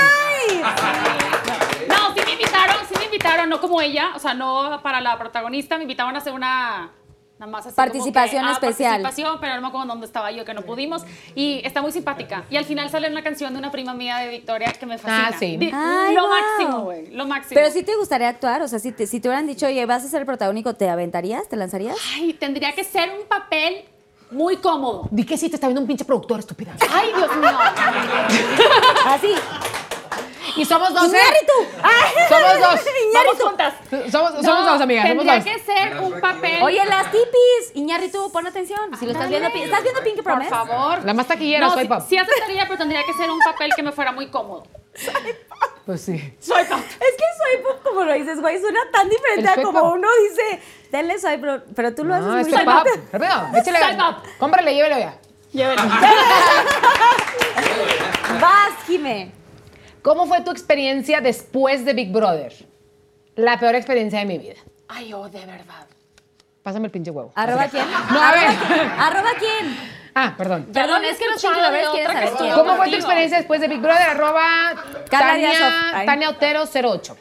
No, sí me invitaron, sí me invitaron, no como ella, o sea, no para la protagonista, me invitaban a hacer una... Nada más así como
Participación
que, ah,
especial.
participación, pero no me acuerdo dónde estaba yo, que no pudimos. Y está muy simpática. Y al final sale una canción de una prima mía de Victoria que me fascina.
Ah, sí.
Di-
Ay,
lo
wow.
máximo, güey, lo máximo.
Pero si te gustaría actuar, o sea, si te, si te hubieran dicho, oye, vas a ser el protagónico, ¿te aventarías? ¿Te lanzarías?
Ay, tendría que ser un papel muy cómodo.
Di que sí, te está viendo un pinche productor, estúpida.
Ay, Dios mío.
Así.
Y somos dos. ¿eh?
¡Iñárritu!
Somos dos.
Vamos juntas.
Somos, somos
No,
dos, amigas. Somos
Tendría
dos.
que ser un papel.
Oye, las tipis. Iñárritu, pon atención. Si lo estás viendo, pi- ¿estás viendo Pinky
por
Promise?
favor.
La más taquillera,
no,
soy
sí-
pop.
Sí aceptaría, pero tendría que ser un papel que me fuera muy cómodo.
Pues sí.
Soy pop.
Es que soy pop, como lo dices, güey, suena tan diferente
El
a
soy
como
pop.
uno dice, denle soy, pero, pero tú lo haces
No,
muy
es soy
bien.
pop. Rápido, échale.
Soy
ganas.
pop.
Cómprale, llévelo ya.
Vas, Jime.
¿Cómo fue tu experiencia después de Big Brother? La peor experiencia de mi vida.
Ay, oh, de verdad.
Pásame el pinche huevo.
¿Arroba quién?
No, a ver.
¿Arroba quién?
Ah, perdón.
Perdón, es que no sé lo ves, quieres saber quién.
Pues ¿Cómo fue tu experiencia después de Big Brother? Arroba
Carla Díaz Off-
Tania,
ay.
Tania Otero 08.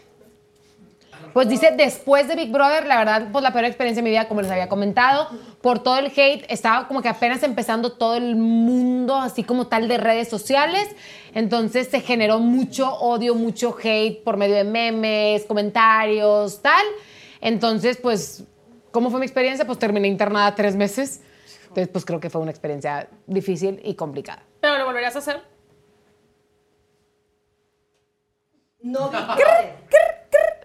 Pues dice, después de Big Brother, la verdad, pues la peor experiencia de mi vida, como les había comentado, por todo el hate, estaba como que apenas empezando todo el mundo, así como tal de redes sociales, entonces se generó mucho odio, mucho hate por medio de memes, comentarios, tal. Entonces, pues, ¿cómo fue mi experiencia? Pues terminé internada tres meses, entonces pues creo que fue una experiencia difícil y complicada.
¿Pero lo volverías a hacer?
No, Victoria.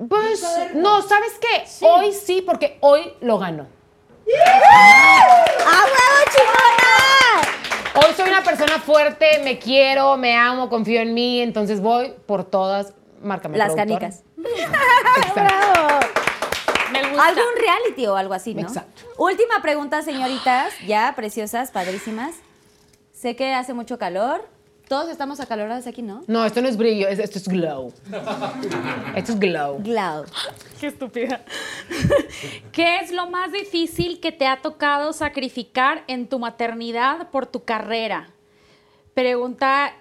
Pues no, ¿sabes qué? Hoy sí, porque hoy lo gano.
¡A huevo, chingona!
Hoy soy una persona fuerte, me quiero, me amo, confío en mí, entonces voy por todas. Márcame.
Las
productor.
canicas.
Exacto.
Me gusta.
Algún reality o algo así, ¿no?
Exacto.
Última pregunta, señoritas, ya preciosas, padrísimas. Sé que hace mucho calor. Todos estamos acalorados aquí, ¿no?
No, esto no es brillo, es- esto es glow. Esto es glow.
Glau.
Qué estúpida. ¿Qué es lo más difícil que te ha tocado sacrificar en tu maternidad por tu carrera? Pregunta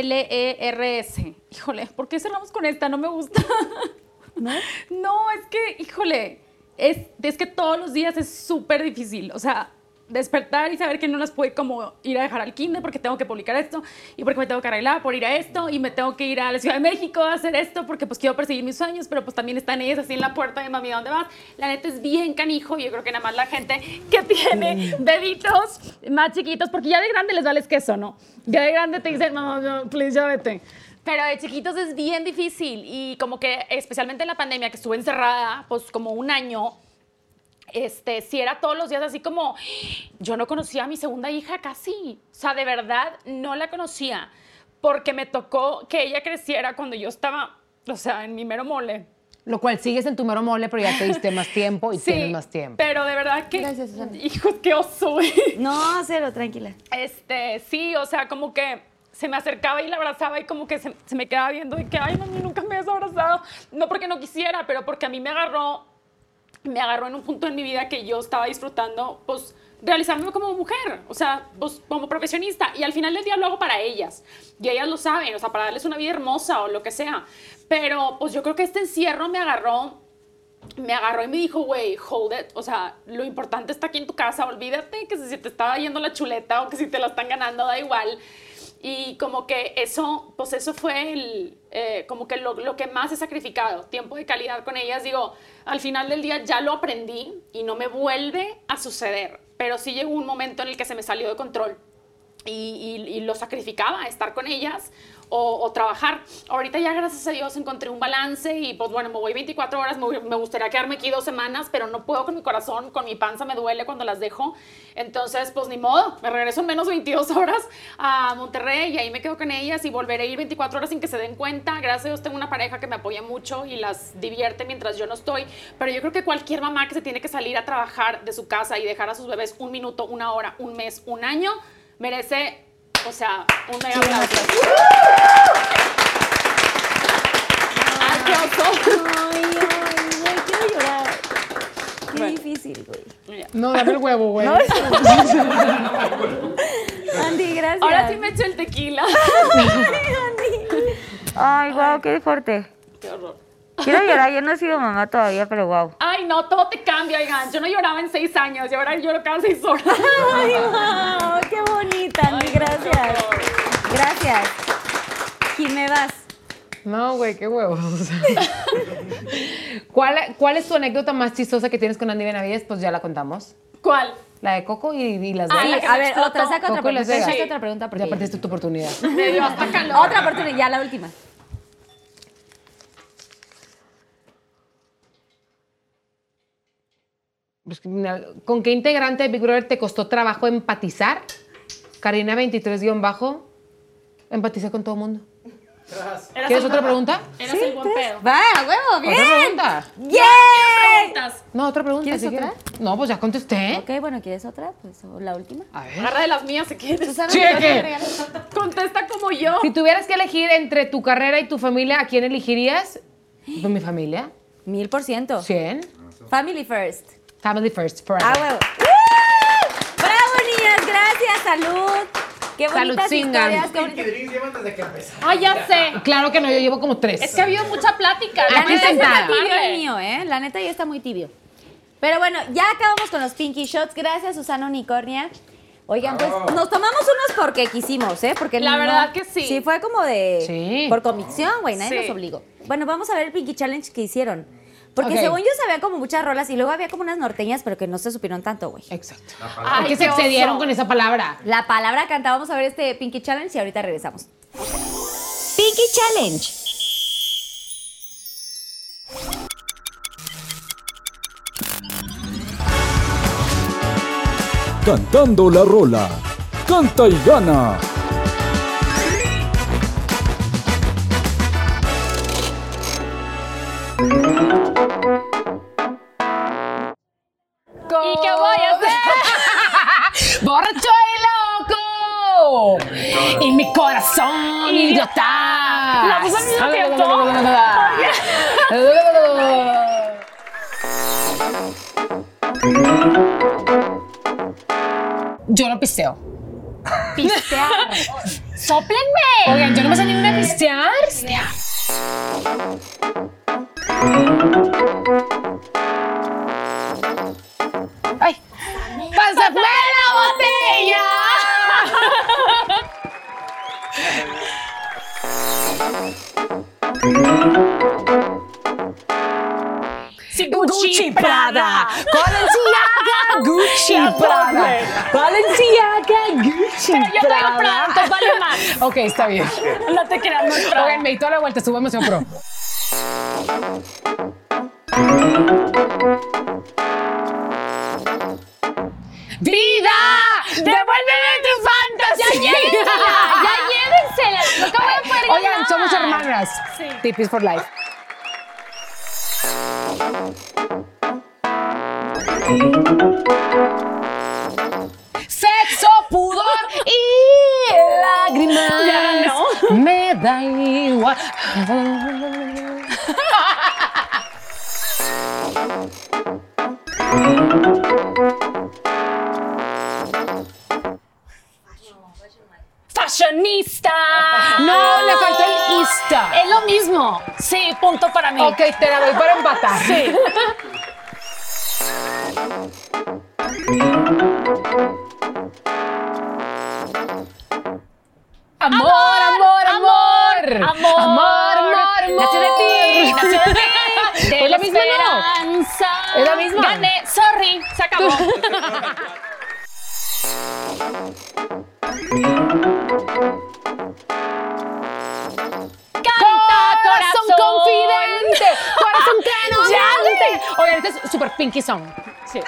I-I-L-E-R-S. E Híjole, ¿por qué cerramos con esta? No me gusta. ¿No? es que, híjole, es, es que todos los días es súper difícil. O sea, despertar y saber que no las puedo como ir a dejar al kinder porque tengo que publicar esto y porque me tengo que arreglar por ir a esto y me tengo que ir a la Ciudad de México a hacer esto porque pues quiero perseguir mis sueños, pero pues también están ellas así en la puerta de mami, ¿a dónde vas? La neta es bien canijo y yo creo que nada más la gente que tiene bebitos más chiquitos, porque ya de grande les vales queso, ¿no? Ya de grande te dicen, mamá, no, please, ya vete. Pero de chiquitos es bien difícil y como que especialmente en la pandemia que estuve encerrada pues como un año, este, si era todos los días así como, yo no conocía a mi segunda hija casi, o sea, de verdad no la conocía, porque me tocó que ella creciera cuando yo estaba, o sea, en mi mero mole.
Lo cual sigues en tu mero mole, pero ya te diste más tiempo y tienes más tiempo.
pero de verdad que,
Gracias, Susana.
hijos, qué oso, güey.
No, cero, tranquila.
Este, sí, o sea, como que se me acercaba y la abrazaba y como que se, se me quedaba viendo de que, ay, mami, nunca me has abrazado. No porque no quisiera, pero porque a mí me agarró, me agarró en un punto en mi vida que yo estaba disfrutando, pues, realizarme como mujer, o sea, pues, como profesionista. Y al final del día lo hago para ellas. Y ellas lo saben, o sea, para darles una vida hermosa o lo que sea. Pero, pues, yo creo que este encierro me agarró me agarró y me dijo, güey, hold it. O sea, lo importante está aquí en tu casa. Olvídate que si se te está yendo la chuleta o que si te la están ganando, da igual. Y como que eso, pues eso fue el, eh, como que lo, lo que más he sacrificado, tiempo de calidad con ellas. Digo, al final del día ya lo aprendí y no me vuelve a suceder. Pero sí llegó un momento en el que se me salió de control y, y- y lo sacrificaba estar con ellas o, o trabajar. Ahorita ya, gracias a Dios, encontré un balance y pues bueno, me voy 24 horas, me, voy- me gustaría quedarme aquí dos semanas, pero no puedo con mi corazón, con mi panza me duele cuando las dejo. Entonces, pues ni modo, me regreso en menos 22 horas a Monterrey y ahí me quedo con ellas y volveré a ir 24 horas sin que se den cuenta. Gracias a Dios tengo una pareja que me apoya mucho y las divierte mientras yo no estoy. Pero yo creo que cualquier mamá que se tiene que salir a trabajar de su casa y dejar a sus bebés un minuto, una hora, un mes, un año, merece, o sea, un mega aplauso. Ah, Aplauso.
Ay, ay, güey, quiero llorar. Qué difícil, güey.
No, dame el huevo, güey.
Andy, gracias.
Ahora sí me echo el tequila.
Ay, wow, qué fuerte.
Qué horror.
Quiero llorar, yo no he sido mamá todavía, pero wow.
Ay, no, todo te cambia, oigan. Yo no lloraba en seis años y ahora lloro cada seis horas.
Ay, wow, qué bonita, Andy, gracias. Gracias. Jimé, vas.
No, güey, qué huevos.
¿Cuál, ¿Cuál es tu anécdota más chistosa que tienes con Andy Benavides? Pues ya la contamos.
¿Cuál?
La de Coco y, y las de
Ah,
Sí,
la que
a
me
ver,
explotó.
otra, saca otra
Coco y las
pregunta.
Vegas.
saca otra pregunta porque-
Ya perdiste tu oportunidad.
Me dio hasta calor.
Otra oportunidad, ya la última.
Pues, ¿Con qué integrante de Big Brother te costó trabajo empatizar? Karina 23 guión bajo. Empaticé con todo el mundo.
Tras.
Eras
¿Quieres
el-
otra pregunta?
Eras el buen pedo.
Va, huevo, bien.
¿Otra pregunta?
¡Yay!
Estás-
No, otra pregunta.
¿Quieres
si
otra?
No, pues ya contesté.
Ok, bueno, ¿quieres otra? Pues o la última.
A ver.
Agarra de las mías si quieres.
Cheque.
Contesta como yo.
Si tuvieras que elegir entre tu carrera y tu familia, ¿a quién elegirías? Pues mi familia.
Mil por ciento.
100.
Family first.
Family first, forever.
A huevo. ¡Uh! ¡Bravo, niñas! Gracias, salud. Qué bonitas
Saludzingan.
historias. Qué
Que
bonitas.
Drinks lleva antes de que empezara.
Ay, ya sé.
Claro que no, yo llevo como tres.
Es que ha habido mucha plática.
La
no puedes
neta está
escaparle.
Tibio el mío, ¿eh? La neta ya está muy tibio. Pero bueno, ya acabamos con los Pinky Shots. Gracias, Susana Unicornia. Oigan, pues nos tomamos unos porque quisimos, ¿eh? Porque
La
no-
verdad que sí.
Sí, fue como de.
Sí.
Por convicción, güey, nadie
Sí.
nos obligó. Bueno, vamos a ver el Pinky Challenge que hicieron. Porque
Ok.
según yo sabía como muchas rolas y luego había como unas norteñas, pero que no se supieron tanto, güey.
Exacto.
Ay,
que se
qué oso.
excedieron con esa palabra.
La palabra canta. Vamos a ver este Pinky Challenge y ahorita regresamos. Pinky Challenge.
Cantando la rola. Canta y gana.
¿Y qué voy a hacer?
¡Borracho y loco! Y mi corazón idiota.
La puso al mismo tiempo.
Yo no pisteo.
Pistear.
¡Sóplenme! Oigan, yo no me sé ninguna pistear. ¡Ay! ¡Pasa fue la botella!
Sin
Gucci Prada. Balenciaga Gucci Prada. Balenciaga Gucci
Pero yo traigo Prada,
Prada.
entonces vale más.
Ok, está bien.
No te creas, no es Prada.
Oigan, me di toda la vuelta, estuvo emoción pro. ¡Vida! ¡Devuélveme tu fantasía!
Ya llévensela. Nunca voy a poder ganar.
Oigan, somos hermanas.
Sí.
Tipis for life. Sexo, pudor y lágrimas.
Ya no.
Me da igual.
Fashionista.
No, le faltó el ista.
Ah. Es lo mismo. Sí, punto para mí.
Ok, te la doy para empatar.
Sí.
Amor, amor, amor.
Amor,
amor, amor. amor.
Nació de ti, nació de ti. De
Es la misma, ¿no?
esperanza.
Es la misma.
Gané, sorry, se acabó.
son qué? No, ya, güey. Oye, ahorita es super pinky song.
Sí.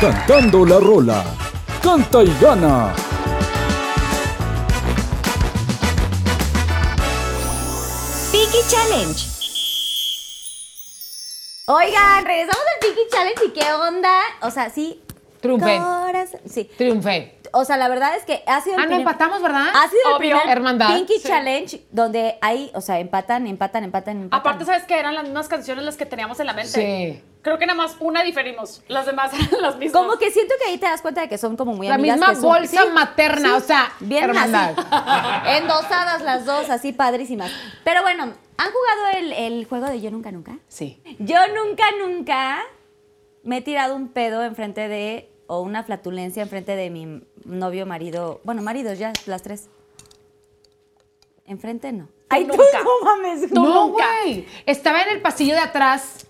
Cantando la rola. Canta y gana.
Piki Challenge. Oigan, regresamos al Piki Challenge y qué onda. O sea, sí.
Triunfé.
corazón- Sí.
Triunfé.
O sea, la verdad es que ha sido el
Ah, no
primer-
empatamos, ¿verdad?
Ha sido el
Obvio.
primer
Hermandad.
Pinky
Sí.
Challenge donde hay, o sea, empatan, empatan, empatan, empatan.
Aparte, ¿sabes que Eran las mismas canciones las que teníamos en la mente.
Sí.
Creo que nada más una diferimos. Las demás eran las mismas.
como que siento que ahí te das cuenta de que son como muy
La
amigas.
misma
que son-
bolsa
Sí,
materna,
sí,
o sea,
bien
hermandad.
así. Endosadas las dos, así padrísimas. Pero bueno, ¿han jugado el, el juego de Yo Nunca Nunca?
Sí.
Yo nunca, nunca me he tirado un pedo enfrente de, o una flatulencia enfrente de mi novio, marido, bueno, maridos ya, las tres. Enfrente no. Ay, tú
nunca.
no mames.
Tú no,
nunca.
güey. Estaba en el pasillo de atrás.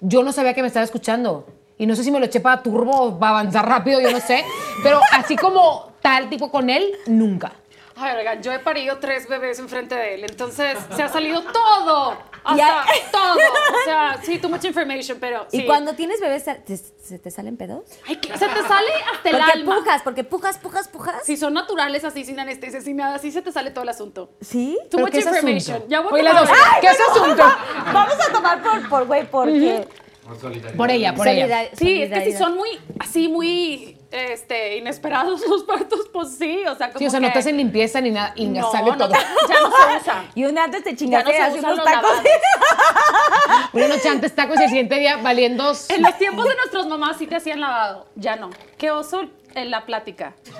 Yo no sabía que me estaba escuchando. Y no sé si me lo eché para turbo o para avanzar rápido, yo no sé. Pero así como tal tipo con él, nunca.
Ay, oigan, yo he parido tres bebés enfrente de él, entonces se ha salido todo. Hasta
Ya.
todo. O sea, sí, too much information, pero.
Y
sí.
cuando tienes bebés, ¿te- ¿se te salen pedos?
Ay, que se te sale hasta el
porque
alma.
pujas, porque pujas, pujas, pujas.
Si son naturales, así sin anestesia, sin nada, así se te sale todo el asunto.
¿Sí?
Too
¿Pero
much
qué es
information.
asunto?
Ya voy
Oye,
con
las
la
dos.
bebé.
¿Qué es asunto?
Vamos a tomar por, por güey, porque.
Por solidaridad.
Por ella, por ella.
Solidar-
Sí, es que si
solidaridad.
son muy, así, muy este, inesperados los partos, pues sí. O sea, como.
Sí, o sea, no
que-
te hacen limpieza ni nada. Y
No,
sale
no,
todo.
ya no se usa.
Y un día antes te
Ya no
chingaste
se
así
usan
unos
los
tacos.
lavados.
Una noche antes tacos y el siguiente día valiendo.
En los tiempos de nuestras mamás sí te hacían lavado. Ya no. Qué oso en la plática.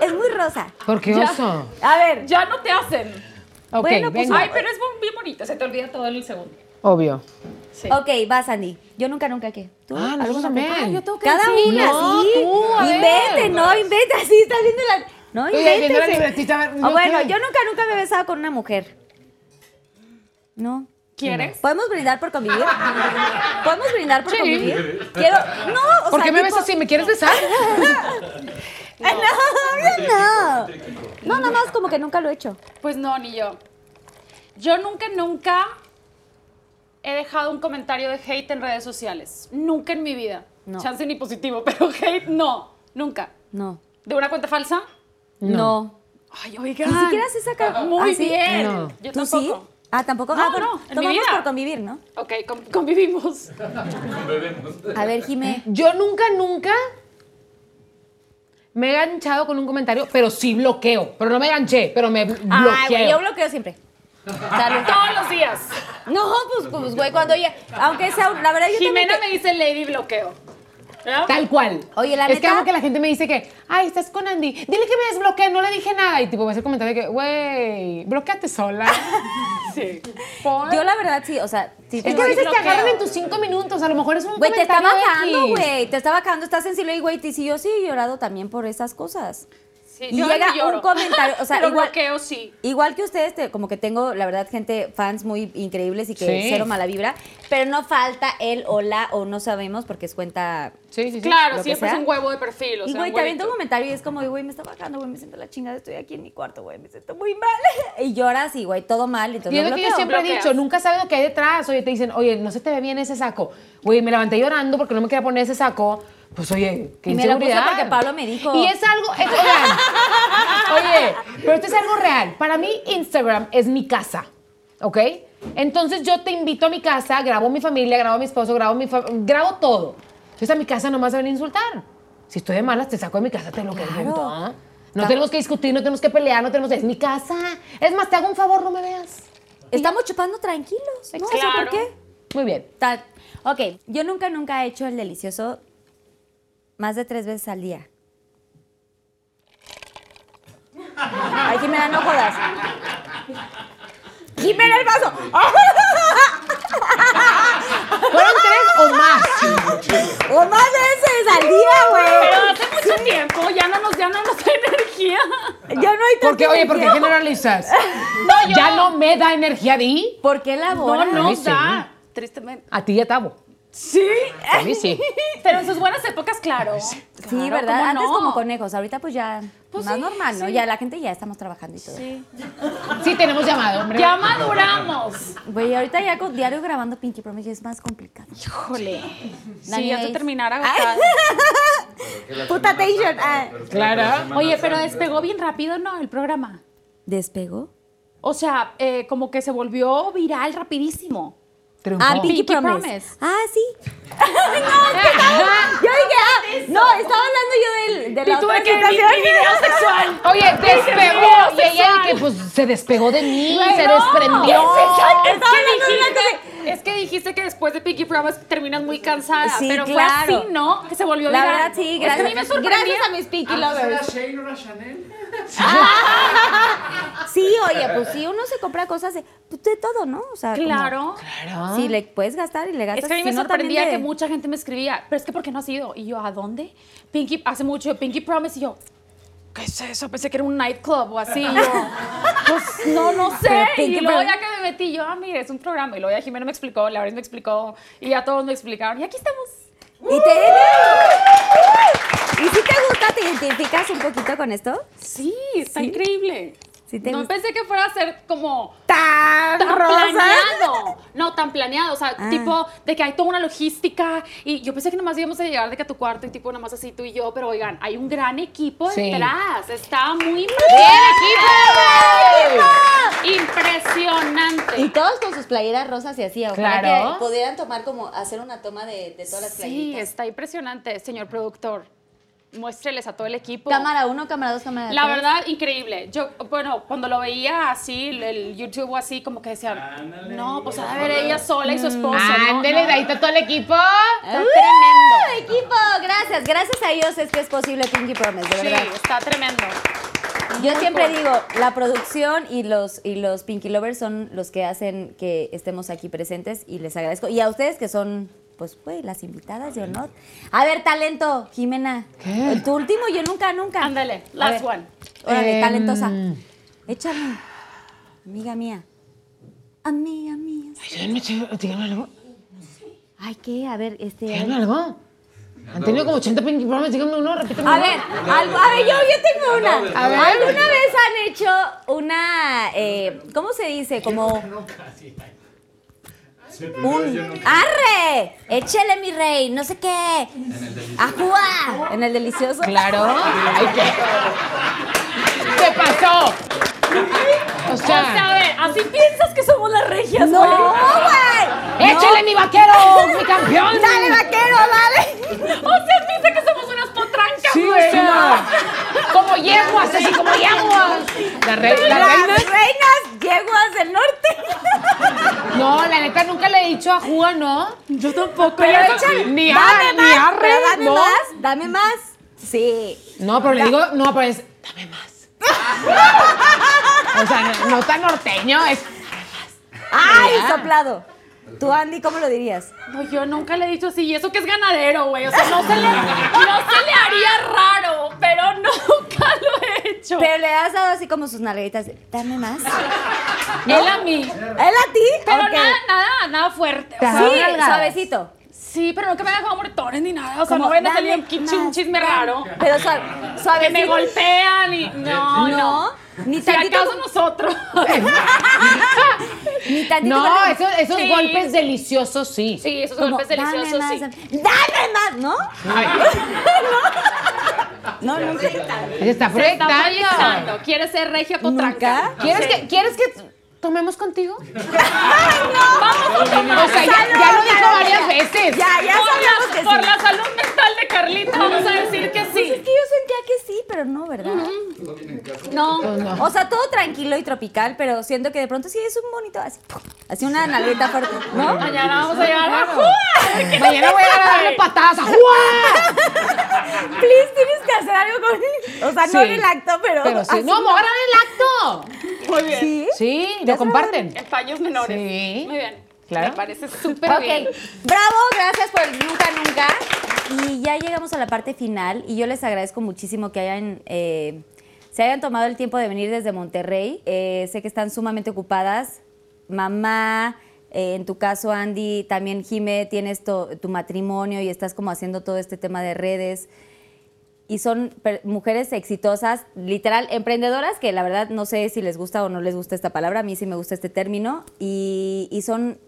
Es muy rosa.
¿Por qué
Ya.
oso?
A ver,
Ya no te hacen.
Ok,
Bueno, pues,
venga.
Ay, pero es bon- bien bonito. Se te olvida todo en el segundo.
Obvio.
Sí.
ok, vas, Andy. Yo nunca, nunca qué. ¿Tú?
Ah, nosotros
¿Alguna?
también.
Ah, yo tengo que
Cada
Cada una,
una,
sí.
tú, a ver.
invente, no, invente, así estás viendo la. No,
Estoy ahí viendo la
inventes.
libretita, a ver,
Ah,
¿yo
bueno,
qué?
yo nunca, nunca me he besado con una mujer. No.
¿Quieres?
¿Podemos brindar por convivir? ¿Podemos brindar por
Sí.
convivir? Quiero. No, o
¿Por
sea,
qué me ves
tipo-
así? ¿Me quieres besar?
Ay, No, obvio no. No, nada más como que nunca lo he hecho.
Pues no, ni yo. Yo nunca, nunca he dejado un comentario de hate en redes sociales. Nunca en mi vida.
No.
Chance ni positivo, pero hate no. Nunca.
No.
¿De una cuenta falsa?
No. Ah.
Ay, oigan.
Ni siquiera se saca.
Muy
¿Ah, sí?
bien.
No.
Yo
¿Tú
tampoco.
sí? Ah, tampoco.
No,
ah, bueno,
no, en mi
tomamos
vida.
por convivir, ¿no?
Ok, con- convivimos.
A ver, Jimé.
Yo nunca, nunca me he ganchado con un comentario, pero sí bloqueo. Pero no me ganché, pero me bloqueo.
Ay, güey, yo bloqueo siempre. Salud.
Todos los días.
No, pues, pues, güey, cuando ya. Aunque sea. un- La verdad, yo
Jimena
también.
me dice Lady Bloqueo. ¿Verdad?
Tal cual.
Oye, la
es que
neta-
amo que la gente me dice que, ay, estás con Andy. Dile que me desbloquee, no le dije nada. Y tipo, me hace el comentario de que, güey, bloqueate sola.
Sí.
te- Yo, la verdad, sí. O sea, sí.
es
tengo-
que a veces te
bloqueo.
agarran en tus cinco minutos. A lo mejor es un
Güey, te está
comentario
bajando,
X.
güey. Te está bajando, estás sensible. Y, güey, te- sí, yo sí he llorado también por esas cosas.
Sí,
Y
yo
llega
no lloro.
un comentario, o sea,
Pero
igual-
bloqueo sí.
Igual que ustedes, te- como que tengo, la verdad, gente, fans muy increíbles y que
Sí.
cero mala vibra, pero no falta el o la o no sabemos porque es cuenta...
Sí, sí, sí.
lo
Claro,
que
siempre
sea.
es un huevo de perfil. O
y
sea,
güey,
un
te aviento un
huevito.
comentario y es como, güey, me está bajando, güey, me siento la chingada, estoy aquí en mi cuarto, güey, me siento muy mal. Y lloras y, güey, todo mal, entonces
Y es
lo
lo que yo
bloqueo.
siempre he
bloqueas.
dicho, nunca sabes lo que hay detrás. Oye, te dicen, oye, no se te ve bien ese saco. Güey, me levanté llorando porque no me quería poner ese saco. Pues oye, qué
Y me lo puse
inseguridad.
porque Pablo me dijo.
Y es algo, es real. oye, pero esto es algo real. Para mí, Instagram es mi casa, ¿ok? Entonces yo te invito a mi casa, grabo a mi familia, grabo a mi esposo, grabo, a mi fa- grabo todo. Entonces a mi casa nomás se van a insultar. Si estoy de malas, te saco de mi casa, te lo que
Claro.
No tenemos que discutir, no tenemos que pelear, no tenemos... Es mi casa. Es más, te hago un favor, no me veas.
Estamos chupando tranquilos, ¿no? O sea, ¿por
Claro.
qué?
Muy bien.
Ta- ok, yo nunca, nunca he hecho el delicioso más de tres veces al día. Ay, Jimena, no jodas. Jimena el vaso.
Fueron tres o más.
O más veces al día,
Pero hace mucho tiempo ya no nos, ya no nos da energía.
güey. Yo no he
Porque, oye, ¿por qué generalizas? Ya no me da energía, Di.
¿Por qué la
No
bola?
A mí
nos
sí.
da. Tristemente.
A ti ya tabo.
Sí.
A mí sí.
Pero en sus buenas épocas, claro.
Sí,
Claro,
¿verdad?
¿cómo
Antes
no?
como conejos, ahorita pues ya
Pues
más
sí,
normal, ¿no?
sí.
Ya la gente ya estamos trabajando y todo.
Sí.
Sí, tenemos llamado, hombre.
Ya maduramos.
Güey, ahorita ya con diario grabando Pinky Promise es más complicado.
Híjole. Sí,
Dani
ya te
Ace.
terminara
Ay. Puta tension. ah.
Clara.
Oye, pero despegó bien rápido, ¿no? El programa.
¿Despegó?
O sea, eh, como que se volvió viral rapidísimo.
Ah, Pinky,
Pinky
Promise.
Promise.
Ah, sí. no, es que estaba- Yo dije, ah, no, estaba hablando yo del, de la
Y tuve
otra
que mi-
situación.
mi video sexual.
Oye, despegó.
video
Y ella de
sexual.
que pues se despegó de mí,
Güey,
se
no.
desprendió.
Es que, dijiste, es que dijiste que después de Pinky Promise terminas muy cansada.
Sí,
pero fue
claro.
así, ¿no? Que se volvió
La
viral.
verdad, sí,
Es que a
gracias.
mí me sorprendió.
gracias a mis Pinky
Ah, pues, ¿Era
Lovers.
Shane o era Chanel?
Sí, oye, pues sí, uno se compra cosas de, pues, de todo, ¿no? O sea, como-
Claro.
Sí, le puedes gastar y le gastas.
Es que a mí
si
me
no, también
sorprendía
de-
que mucha gente me escribía, pero es que ¿por qué no has ido? Y yo, ¿a dónde? Pinky, hace mucho, Pinky Promise, y yo, ¿qué es eso? Pensé que era un nightclub o así. y yo, pues no, no sé.
Pero Pinky
Y luego
Promise-
ya que me metí, yo, ah, mire, es un programa. Y luego ya Jimena me explicó, Laura me explicó, y ya todos me explicaron. Y aquí estamos.
Y te. ¿Y si te gusta, te identificas un poquito con esto?
Sí, está
¿Sí?
increíble.
Sí te
no
gusta.
pensé que fuera a ser como
¡Tan,
tan
rosa!
planeado. No, tan planeado. O sea,
Ah.
tipo de que hay toda una logística. Y yo pensé que nomás íbamos a llegar de que a tu cuarto y tipo nomás así tú y yo. Pero oigan, hay un gran equipo
Sí.
detrás. Está muy
Y
Impresionante.
todos con sus playeras rosas y así, ojalá
Claro.
que pudieran tomar como, hacer una toma de, de todas las
Sí,
playeritas.
está impresionante, señor productor. Muéstreles a todo el equipo.
Cámara 1, cámara 2, cámara 3.
La verdad, increíble. Yo, bueno, cuando lo veía así, el, el YouTube o así, como que decían, no, pues a ver, ella sola y
Mm,
su esposo. ¿no?
Ándele,
No,
de ahí está todo el equipo.
Está tremendo.
equipo! Gracias, gracias a ellos es que es posible Pinky Promise, de verdad.
Sí, está tremendo.
Yo siempre
cool.
digo, la producción y los, y los Pinky Lovers son los que hacen que estemos aquí presentes y les agradezco. Y a ustedes que son, pues, güey, las invitadas de honor. A ver, talento, Jimena. Eh, Tu último, yo nunca, nunca.
Ándale,
A
last
ver,
one.
Órale,
Em.
talentosa. Échale. Amiga mía. Amiga mía.
Díganme, che- díganme algo.
Ay, ¿qué? A ver, este... A
Díganme
ver,
algo. Han tenido como 80 Pinky Promise. Díganme uno, repíteme
a
uno.
ver, algo- a ver, yo, yo tengo una.
A ver.
¿Alguna vez han hecho una, eh, cómo se dice? Como...
Nunca, sí.
Un arre, échele mi rey, no sé qué. Ajúa, en el delicioso.
Claro. Ay, ¿qué? ¿Qué pasó? O sea,
O sea, a ver, así piensas que somos las regias,
No,
güey?
güey.
¡échale mi vaquero! ¡Mi campeón!
Dale vaquero, dale.
O sea, piensa que somos unas potrancas,
Sí,
güey.
o sea, como yeguas, así como yeguas. La, re- la
Las
reina.
reinas yeguas del norte.
No, la neta nunca le he dicho a Juga, ¿no?
Yo tampoco.
Pero
ya
échale-
sabes.
ni
Dame
ar- ni
más,
arre,
pero dame
no.
más, dame más. Sí.
No, pero le digo, no, pero es, dame más. O sea, no, no tan norteño, es.
Ay, soplado. Tú, Andy, ¿cómo lo dirías?
No, yo nunca le he dicho así. Y eso que es ganadero, güey. O sea, no se le, no se le haría raro, pero nunca lo he hecho.
Pero le has dado así como sus nalgaditas. de, Dame más.
Él a mí.
¿Él a ti?
Pero
Ok.
nada, nada, nada fuerte. O sea,
Sí,
nalgadas.
suavecito.
sí, pero no que me hagan moretones ni nada. O sea,
Como,
no vayan a
dame
salir aquí
más,
un chisme raro.
Pero suave,
Que me
suavecito.
golpean y.
Ah,
No, no.
No, ni
Si
tantito.
acaso nosotros.
Eh, Ni tantito.
No,
golpe.
eso- esos
Sí.
golpes deliciosos, sí.
Sí, esos
Como,
golpes deliciosos,
dame
sí.
más, Dame más, ¿no?
Ay,
No, nunca.
se está
Se está
proyectando.
proyectando. Quiere ser regia
¿Nunca?
potranca.
¿Quieres que, ¿Quieres que tomemos contigo?
Vamos a tomar.
O sea, ya, ya lo dijo varias veces.
Ah, Ya, ya
por
sabemos
la,
que sí.
por la salud mental de Carlita, vamos a decir que
Pues es
sí.
que yo sentía que sí, pero no, ¿verdad?
No,
O sea, todo tranquilo y tropical, pero siento que de pronto sí es un bonito así. ¡pum! Así una nalguita fuerte, ¿no?
mañana vamos a llegar a
Mañana voy a darle patadas a ¡Guau!
Please, tienes que hacer algo con. O sea, no
Sí.
en el acto, pero.
Pero sí.
así.
No, me voy a grabar el acto.
Muy bien.
¿Sí?
Sí, lo comparten.
En paños menores.
Sí.
Muy bien.
Claro.
Me parece súper
Ok,
bien.
bravo, gracias por el nunca, nunca. Y ya llegamos a la parte final y yo les agradezco muchísimo que hayan, eh, se hayan tomado el tiempo de venir desde Monterrey. Eh, sé que están sumamente ocupadas, mamá, eh, en tu caso, Andy, también Jime, tienes to- tu matrimonio y estás como haciendo todo este tema de redes. Y son per- mujeres exitosas, literal, emprendedoras, que la verdad no sé si les gusta o no les gusta esta palabra, a mí sí me gusta este término, y, y son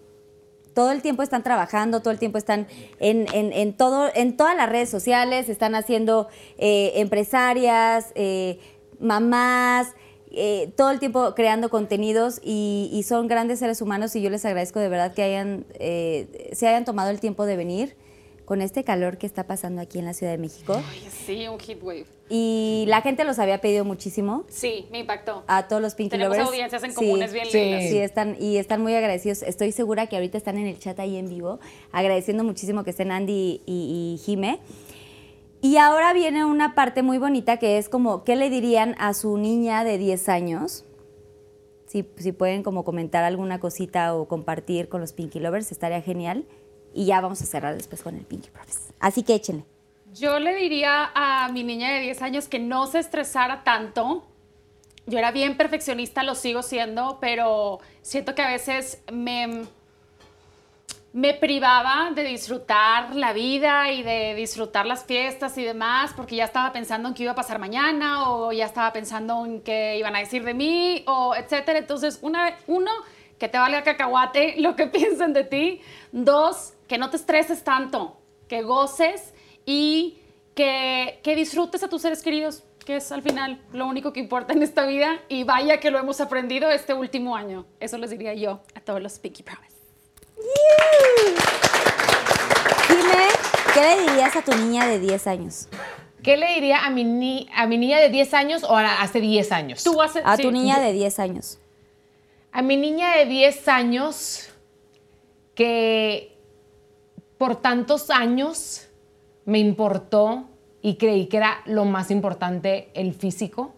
todo el tiempo están trabajando, todo el tiempo están en, en- en todo, en todas las redes sociales, están haciendo eh, empresarias, eh, mamás, eh, todo el tiempo creando contenidos y, y son grandes seres humanos y yo les agradezco de verdad que hayan, eh, se hayan tomado el tiempo de venir con este calor que está pasando aquí en la Ciudad de México.
Sí, un heat wave.
Y la gente los había pedido muchísimo
Sí, me impactó.
a todos los Pinky
Tenemos
Lovers.
audiencias en comunes bien lindas.
Sí, están, y están muy agradecidos. Estoy segura que ahorita están en el chat ahí en vivo, agradeciendo muchísimo que estén Andy y, y Jime. Y ahora viene una parte muy bonita que es como, ¿qué le dirían a su niña de 10 años? Si, si pueden como comentar alguna cosita o compartir con los Pinky Lovers, estaría genial. Y ya vamos a cerrar después con el Pinky Promise. Así que échenle.
Yo le diría a mi niña de 10 años que no se estresara tanto. Yo era bien perfeccionista, lo sigo siendo, pero siento que a veces me, me privaba de disfrutar la vida y de disfrutar las fiestas y demás, porque ya estaba pensando en qué iba a pasar mañana o ya estaba pensando en qué iban a decir de mí o etcétera. Entonces, una, uno, que te valga cacahuate lo que piensen de ti. Dos, que no te estreses tanto, que goces y que, que disfrutes a tus seres queridos, que es al final lo único que importa en esta vida. Y vaya que lo hemos aprendido este último año. Eso les diría yo a todos los Pinky Promise.
Jime, ¿qué le dirías a tu niña de 10 años?
¿Qué le diría a mi, ni- a mi niña de 10 años o a- hace 10 años?
Tú hace-
A tu niña de 10 años.
A mi niña de 10 años, que por tantos años me importó y creí que era lo más importante el físico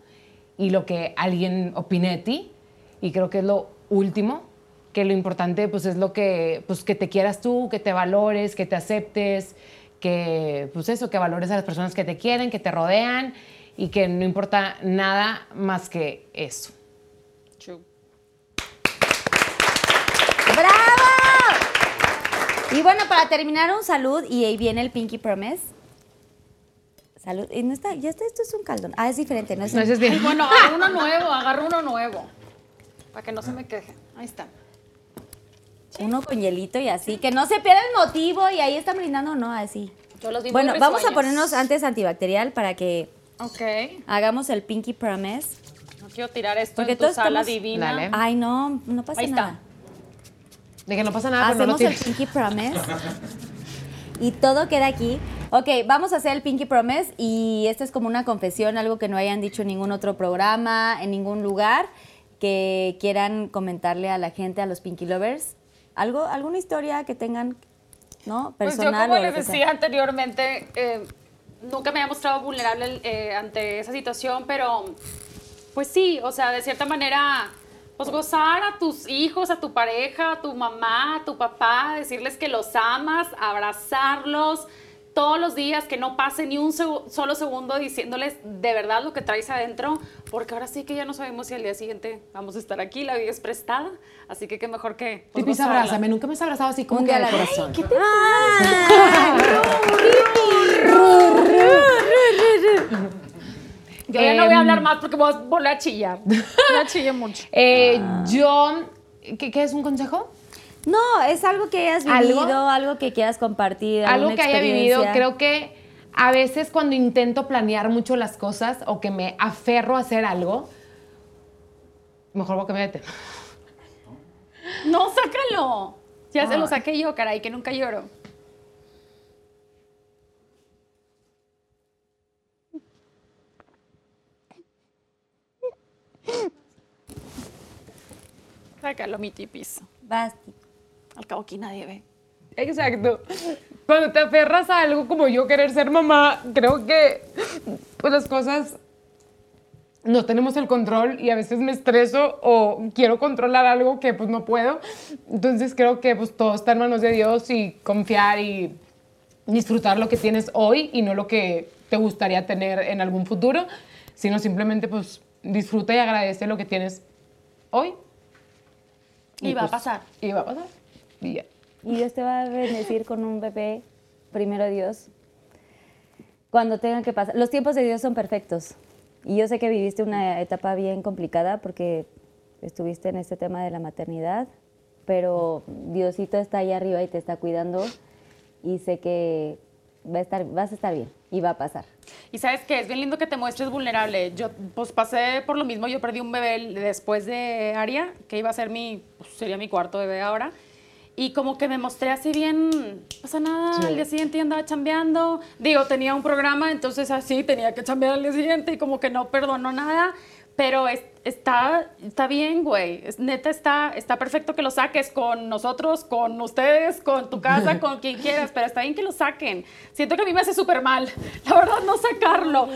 y lo que alguien opine de ti. Y creo que es lo último, que lo importante pues es lo que, pues, que te quieras tú, que te valores, que te aceptes, que pues eso, que valores a las personas que te quieren, que te rodean y que no importa nada más que eso.
¡Bravo! Y bueno, para terminar, un salud y ahí viene el Pinky Promise. Salud. Y no está, ya está, esto es un caldón. Ah, es diferente, no es,
No, ese es bien.
Ay, bueno, agarro uno nuevo, agarro uno nuevo. Para que no se me quejen. Ahí está.
uno con hielito y así, que no se pierda el motivo y ahí están brindando, no, así.
Yo los vi muy
Bueno, vamos a
risueños.
ponernos antes antibacterial para que
Ok.
hagamos el Pinky Promise.
No quiero tirar esto
Porque
en tu
todos
sala
estamos-
divina.
Dale.
Ay, no, no pasa
Ahí está.
nada.
De que no pasa nada, Ah, pero no lo
Hacemos el
tires.
Pinky Promise. Y todo queda aquí. Ok, vamos a hacer el Pinky Promise y esto es como una confesión, algo que no hayan dicho en ningún otro programa, en ningún lugar, que quieran comentarle a la gente, a los Pinky Lovers, algo, alguna historia que tengan, ¿no?
Pues yo,
Personal.
como
o lo
les
que sea.
decía anteriormente, eh, nunca me había mostrado vulnerable eh, ante esa situación, pero pues sí, o sea, de cierta manera, pues gozar a tus hijos, a tu pareja, a tu mamá, a tu papá, decirles que los amas, abrazarlos todos los días, que no pase ni un segu- solo segundo diciéndoles de verdad lo que traes adentro, porque ahora sí que ya no sabemos si al día siguiente vamos a estar aquí, la vida es prestada, así que qué mejor que... pues,
Tipis,
gozarla.
abrázame. Nunca me has abrazado así como
Un
que
día a
de
la Ah. vez.
corazón.
Yo ya no voy a hablar más porque voy a volver a chillar. Em. Voy a chillar mucho.
Eh,
Ah.
Yo, ¿qué, qué es un consejo?
No, es algo que hayas
¿Algo?
vivido, algo, que quieras compartir.
Algo
alguna
que haya vivido,
experiencia.
creo que a veces cuando intento planear mucho las cosas o que me aferro a hacer algo, mejor voy a cambiar de tema.
No, sácalo. Ya se lo saqué yo, caray, que nunca lloro. Sácalo, mi tipis.
Basti.
Al cabo aquí nadie ve.
Exacto. Cuando te aferras a algo como yo querer ser mamá, creo que pues las cosas no tenemos el control y a veces me estreso o quiero controlar algo que pues no puedo. Entonces creo que pues todo está en manos de Dios y confiar y disfrutar lo que tienes hoy y no lo que te gustaría tener en algún futuro, sino simplemente pues disfruta y agradece lo que tienes hoy.
Y va a
pues,
pasar.
Y va a pasar.
Y ya.
Y Dios te va a bendecir con un bebé, primero Dios, cuando tengan que pasar. Los tiempos de Dios son perfectos. Y yo sé que viviste una etapa bien complicada porque estuviste en este tema de la maternidad, pero Diosito está ahí arriba y te está cuidando y sé que va a estar, vas a estar bien y va a pasar.
Y sabes que es bien lindo que te muestres vulnerable. Yo pues pasé por lo mismo, yo perdí un bebé l- después de Aria, que iba a ser mi, pues, sería mi cuarto bebé ahora. Y como que me mostré así bien, "No pasa nada,
Sí.
al día siguiente ya andaba chambeando. Digo, tenía un programa, entonces así tenía que chambear al día siguiente y como que no perdonó nada. Pero es- está, está bien, güey. Es- neta, está, está perfecto que lo saques con nosotros, con ustedes, con tu casa, con quien quieras, pero está bien que lo saquen. Siento que a mí me hace súper mal, la verdad, no sacarlo.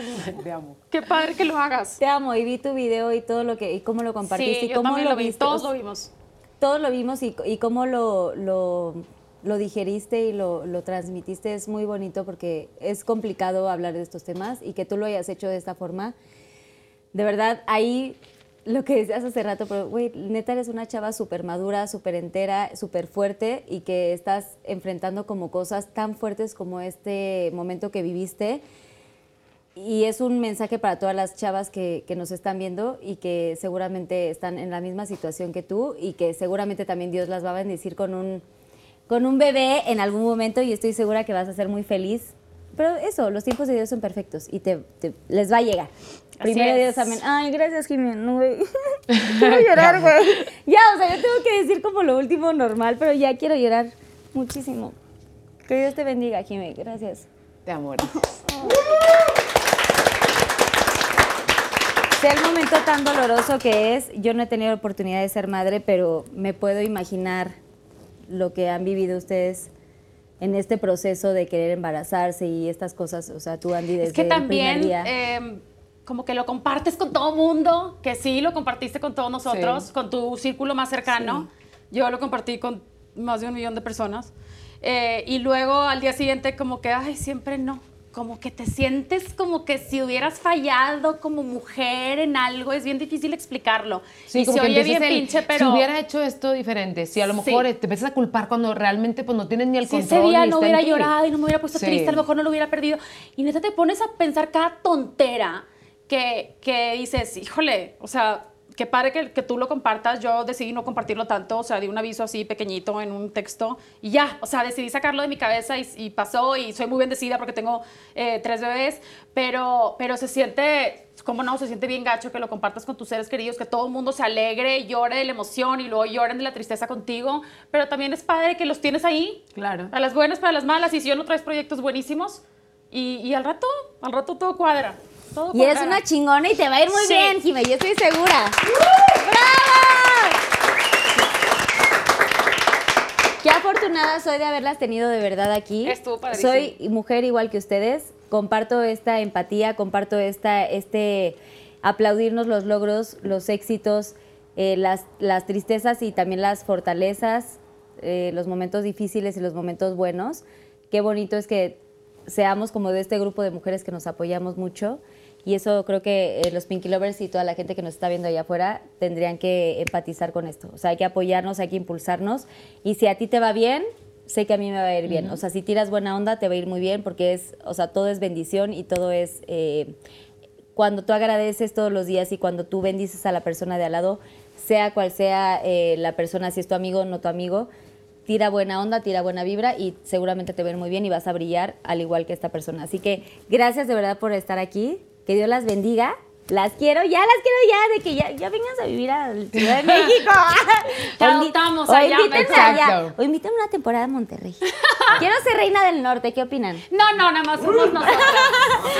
Te amo.
Qué padre que lo hagas.
Te amo y vi tu video y todo lo que y cómo lo compartiste
Sí,
y
yo
cómo
también lo, vi,
viste.
todos
O
lo
sea,
vimos.
todos lo vimos y, y cómo lo, lo, lo digeriste y lo, lo transmitiste es muy bonito porque es complicado hablar de estos temas y que tú lo hayas hecho de esta forma. De verdad, ahí lo que decías hace rato, pero güey, neta eres una chava súper madura, súper entera, súper fuerte y que estás enfrentando como cosas tan fuertes como este momento que viviste. Y es un mensaje para todas las chavas que, que nos están viendo y que seguramente están en la misma situación que tú y que seguramente también Dios las va a bendecir con un, con un bebé en algún momento y estoy segura que vas a ser muy feliz. Pero eso, los tiempos de Dios son perfectos y te, te- les va a llegar. Primero
es.
Dios, amén. Ay, gracias, Jimena, güey.
Quiero llorar, güey.
ya, o sea, yo tengo que decir como lo último normal, pero ya quiero llorar muchísimo. Que Dios te bendiga, Jimena. Gracias.
Te amo.
Sea el momento tan doloroso que es, yo no he tenido la oportunidad de ser madre, pero me puedo imaginar lo que han vivido ustedes en este proceso de querer embarazarse y estas cosas. O sea, tú, Andy, desde
Es que
el primer
también,
día.
eh, como que lo compartes con todo mundo, que sí, lo compartiste con todos nosotros,
Sí.
con tu círculo más cercano. Yo lo compartí con más de un millón de personas. Eh, y luego al día siguiente, como que, ay, siempre no. Como que te sientes como que si hubieras fallado como mujer en algo, es bien difícil explicarlo.
Sí,
y
como
se
que
oye bien
empiezas el,
pinche, pero.
Si hubiera hecho esto diferente, si a lo
Sí.
mejor te empiezas a culpar cuando realmente pues no tienes ni el
Si
control.
ese día
ni
no
está en
hubiera
ti.
llorado y no me hubiera puesto
Sí.
triste, a lo mejor no lo hubiera perdido. Y neta te pones a pensar cada tontera que, que dices, híjole, o sea, qué padre que, que tú lo compartas. Yo decidí no compartirlo tanto, o sea, di un aviso así pequeñito en un texto y ya, o sea, decidí sacarlo de mi cabeza y, y pasó y soy muy bendecida porque tengo eh, tres bebés, pero, pero se siente... ¿Cómo no? Se siente bien gacho que lo compartas con tus seres queridos, que todo el mundo se alegre, llore de la emoción y luego lloren de la tristeza contigo. Pero también es padre que los tienes ahí
Claro.
para las buenas, para las malas. Y si yo no traes proyectos buenísimos, y, y al rato, al rato todo cuadra. Todo
Y eres
cuadra.
una chingona y te va a ir muy
Sí.
bien, Jimé, yo estoy segura. ¡Bravo! Qué afortunada soy de haberlas tenido de verdad aquí.
Estuvo padrísimo.
Soy mujer igual que ustedes, comparto esta empatía, comparto esta, este aplaudirnos los logros, los éxitos, eh, las, las tristezas y también las fortalezas, eh, los momentos difíciles y los momentos buenos. Qué bonito es que seamos como de este grupo de mujeres que nos apoyamos mucho. Y eso creo que eh, los Pinky Lovers y toda la gente que nos está viendo allá afuera tendrían que empatizar con esto. O sea, hay que apoyarnos, hay que impulsarnos. Y si a ti te va bien, sé que a mí me va a ir bien. O sea, si tiras buena onda, te va a ir muy bien porque es, o sea, todo es bendición y todo es... eh, cuando tú agradeces todos los días y cuando tú bendices a la persona de al lado, sea cual sea eh, la persona, si es tu amigo o no tu amigo, tira buena onda, tira buena vibra y seguramente te ven muy bien y vas a brillar al igual que esta persona. Así que gracias de verdad por estar aquí. Que Dios las bendiga. Las quiero ya, las quiero ya, de que ya, ya vengas a vivir a Ciudad de México.
Te
O invi-
adoptamos
o
allá,
invítenme
Exacto.
allá. O invítenme una temporada a Monterrey. Quiero ser reina del norte, ¿qué opinan?
No, no, nada más somos nosotras.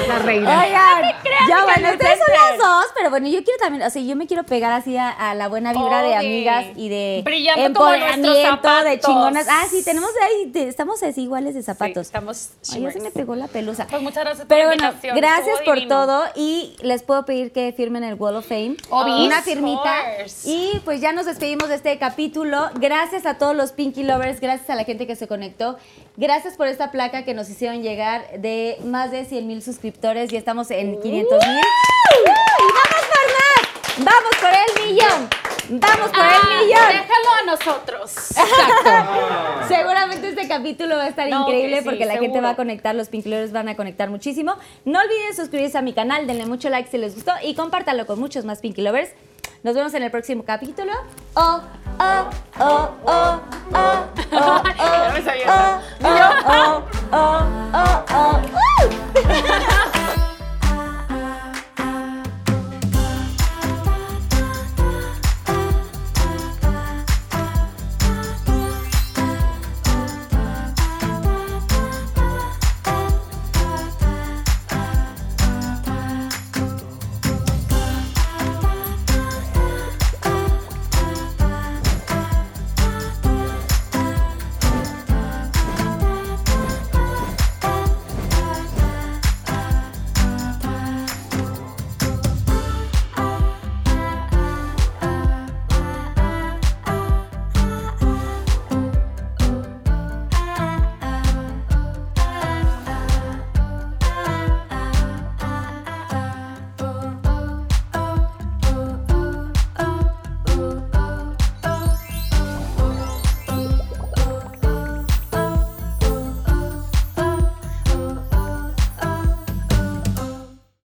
La reina.
Oigan, ya
que
bueno,
no
ustedes son
existen.
las dos, pero bueno, yo quiero también, o sea, yo me quiero pegar así a, a la buena vibra de
Obvio.
amigas y de
Brillando como nuestros
empoderamiento,
zapatos.
de chingonas. Ah, sí, tenemos ahí, te- estamos así iguales de zapatos.
Sí, estamos
Ay, ya se me
shimmers.
pegó la pelusa.
Pues muchas gracias por
Pero
la
bueno,
invitación,
gracias
estuvo
por
divino.
todo y les puedo pedir que firmen el Wall of Fame.
Obis.
Una
Of
firmita.
course.
Y pues ya nos despedimos de este capítulo. Gracias a todos los Pinky Lovers, gracias a la gente que se conectó. Gracias por esta placa que nos hicieron llegar de más de 100 mil suscriptores. Ya estamos en 500 mil. ¡Y vamos por más! ¡Vamos por el millón! Vamos por el millón.
Ah, Déjalo a nosotros.
Exacto. Seguramente este capítulo va a estar
No,
increíble
que sí,
porque la gente
seguro.
va a conectar, los pincleros van a conectar muchísimo. No olviden suscribirse a mi canal, denle mucho like si les gustó y compártanlo con muchos más Pinky Lovers. Nos vemos en el próximo capítulo. Oh, oh, oh, oh, oh, oh, oh, oh, oh, oh, oh, oh, oh.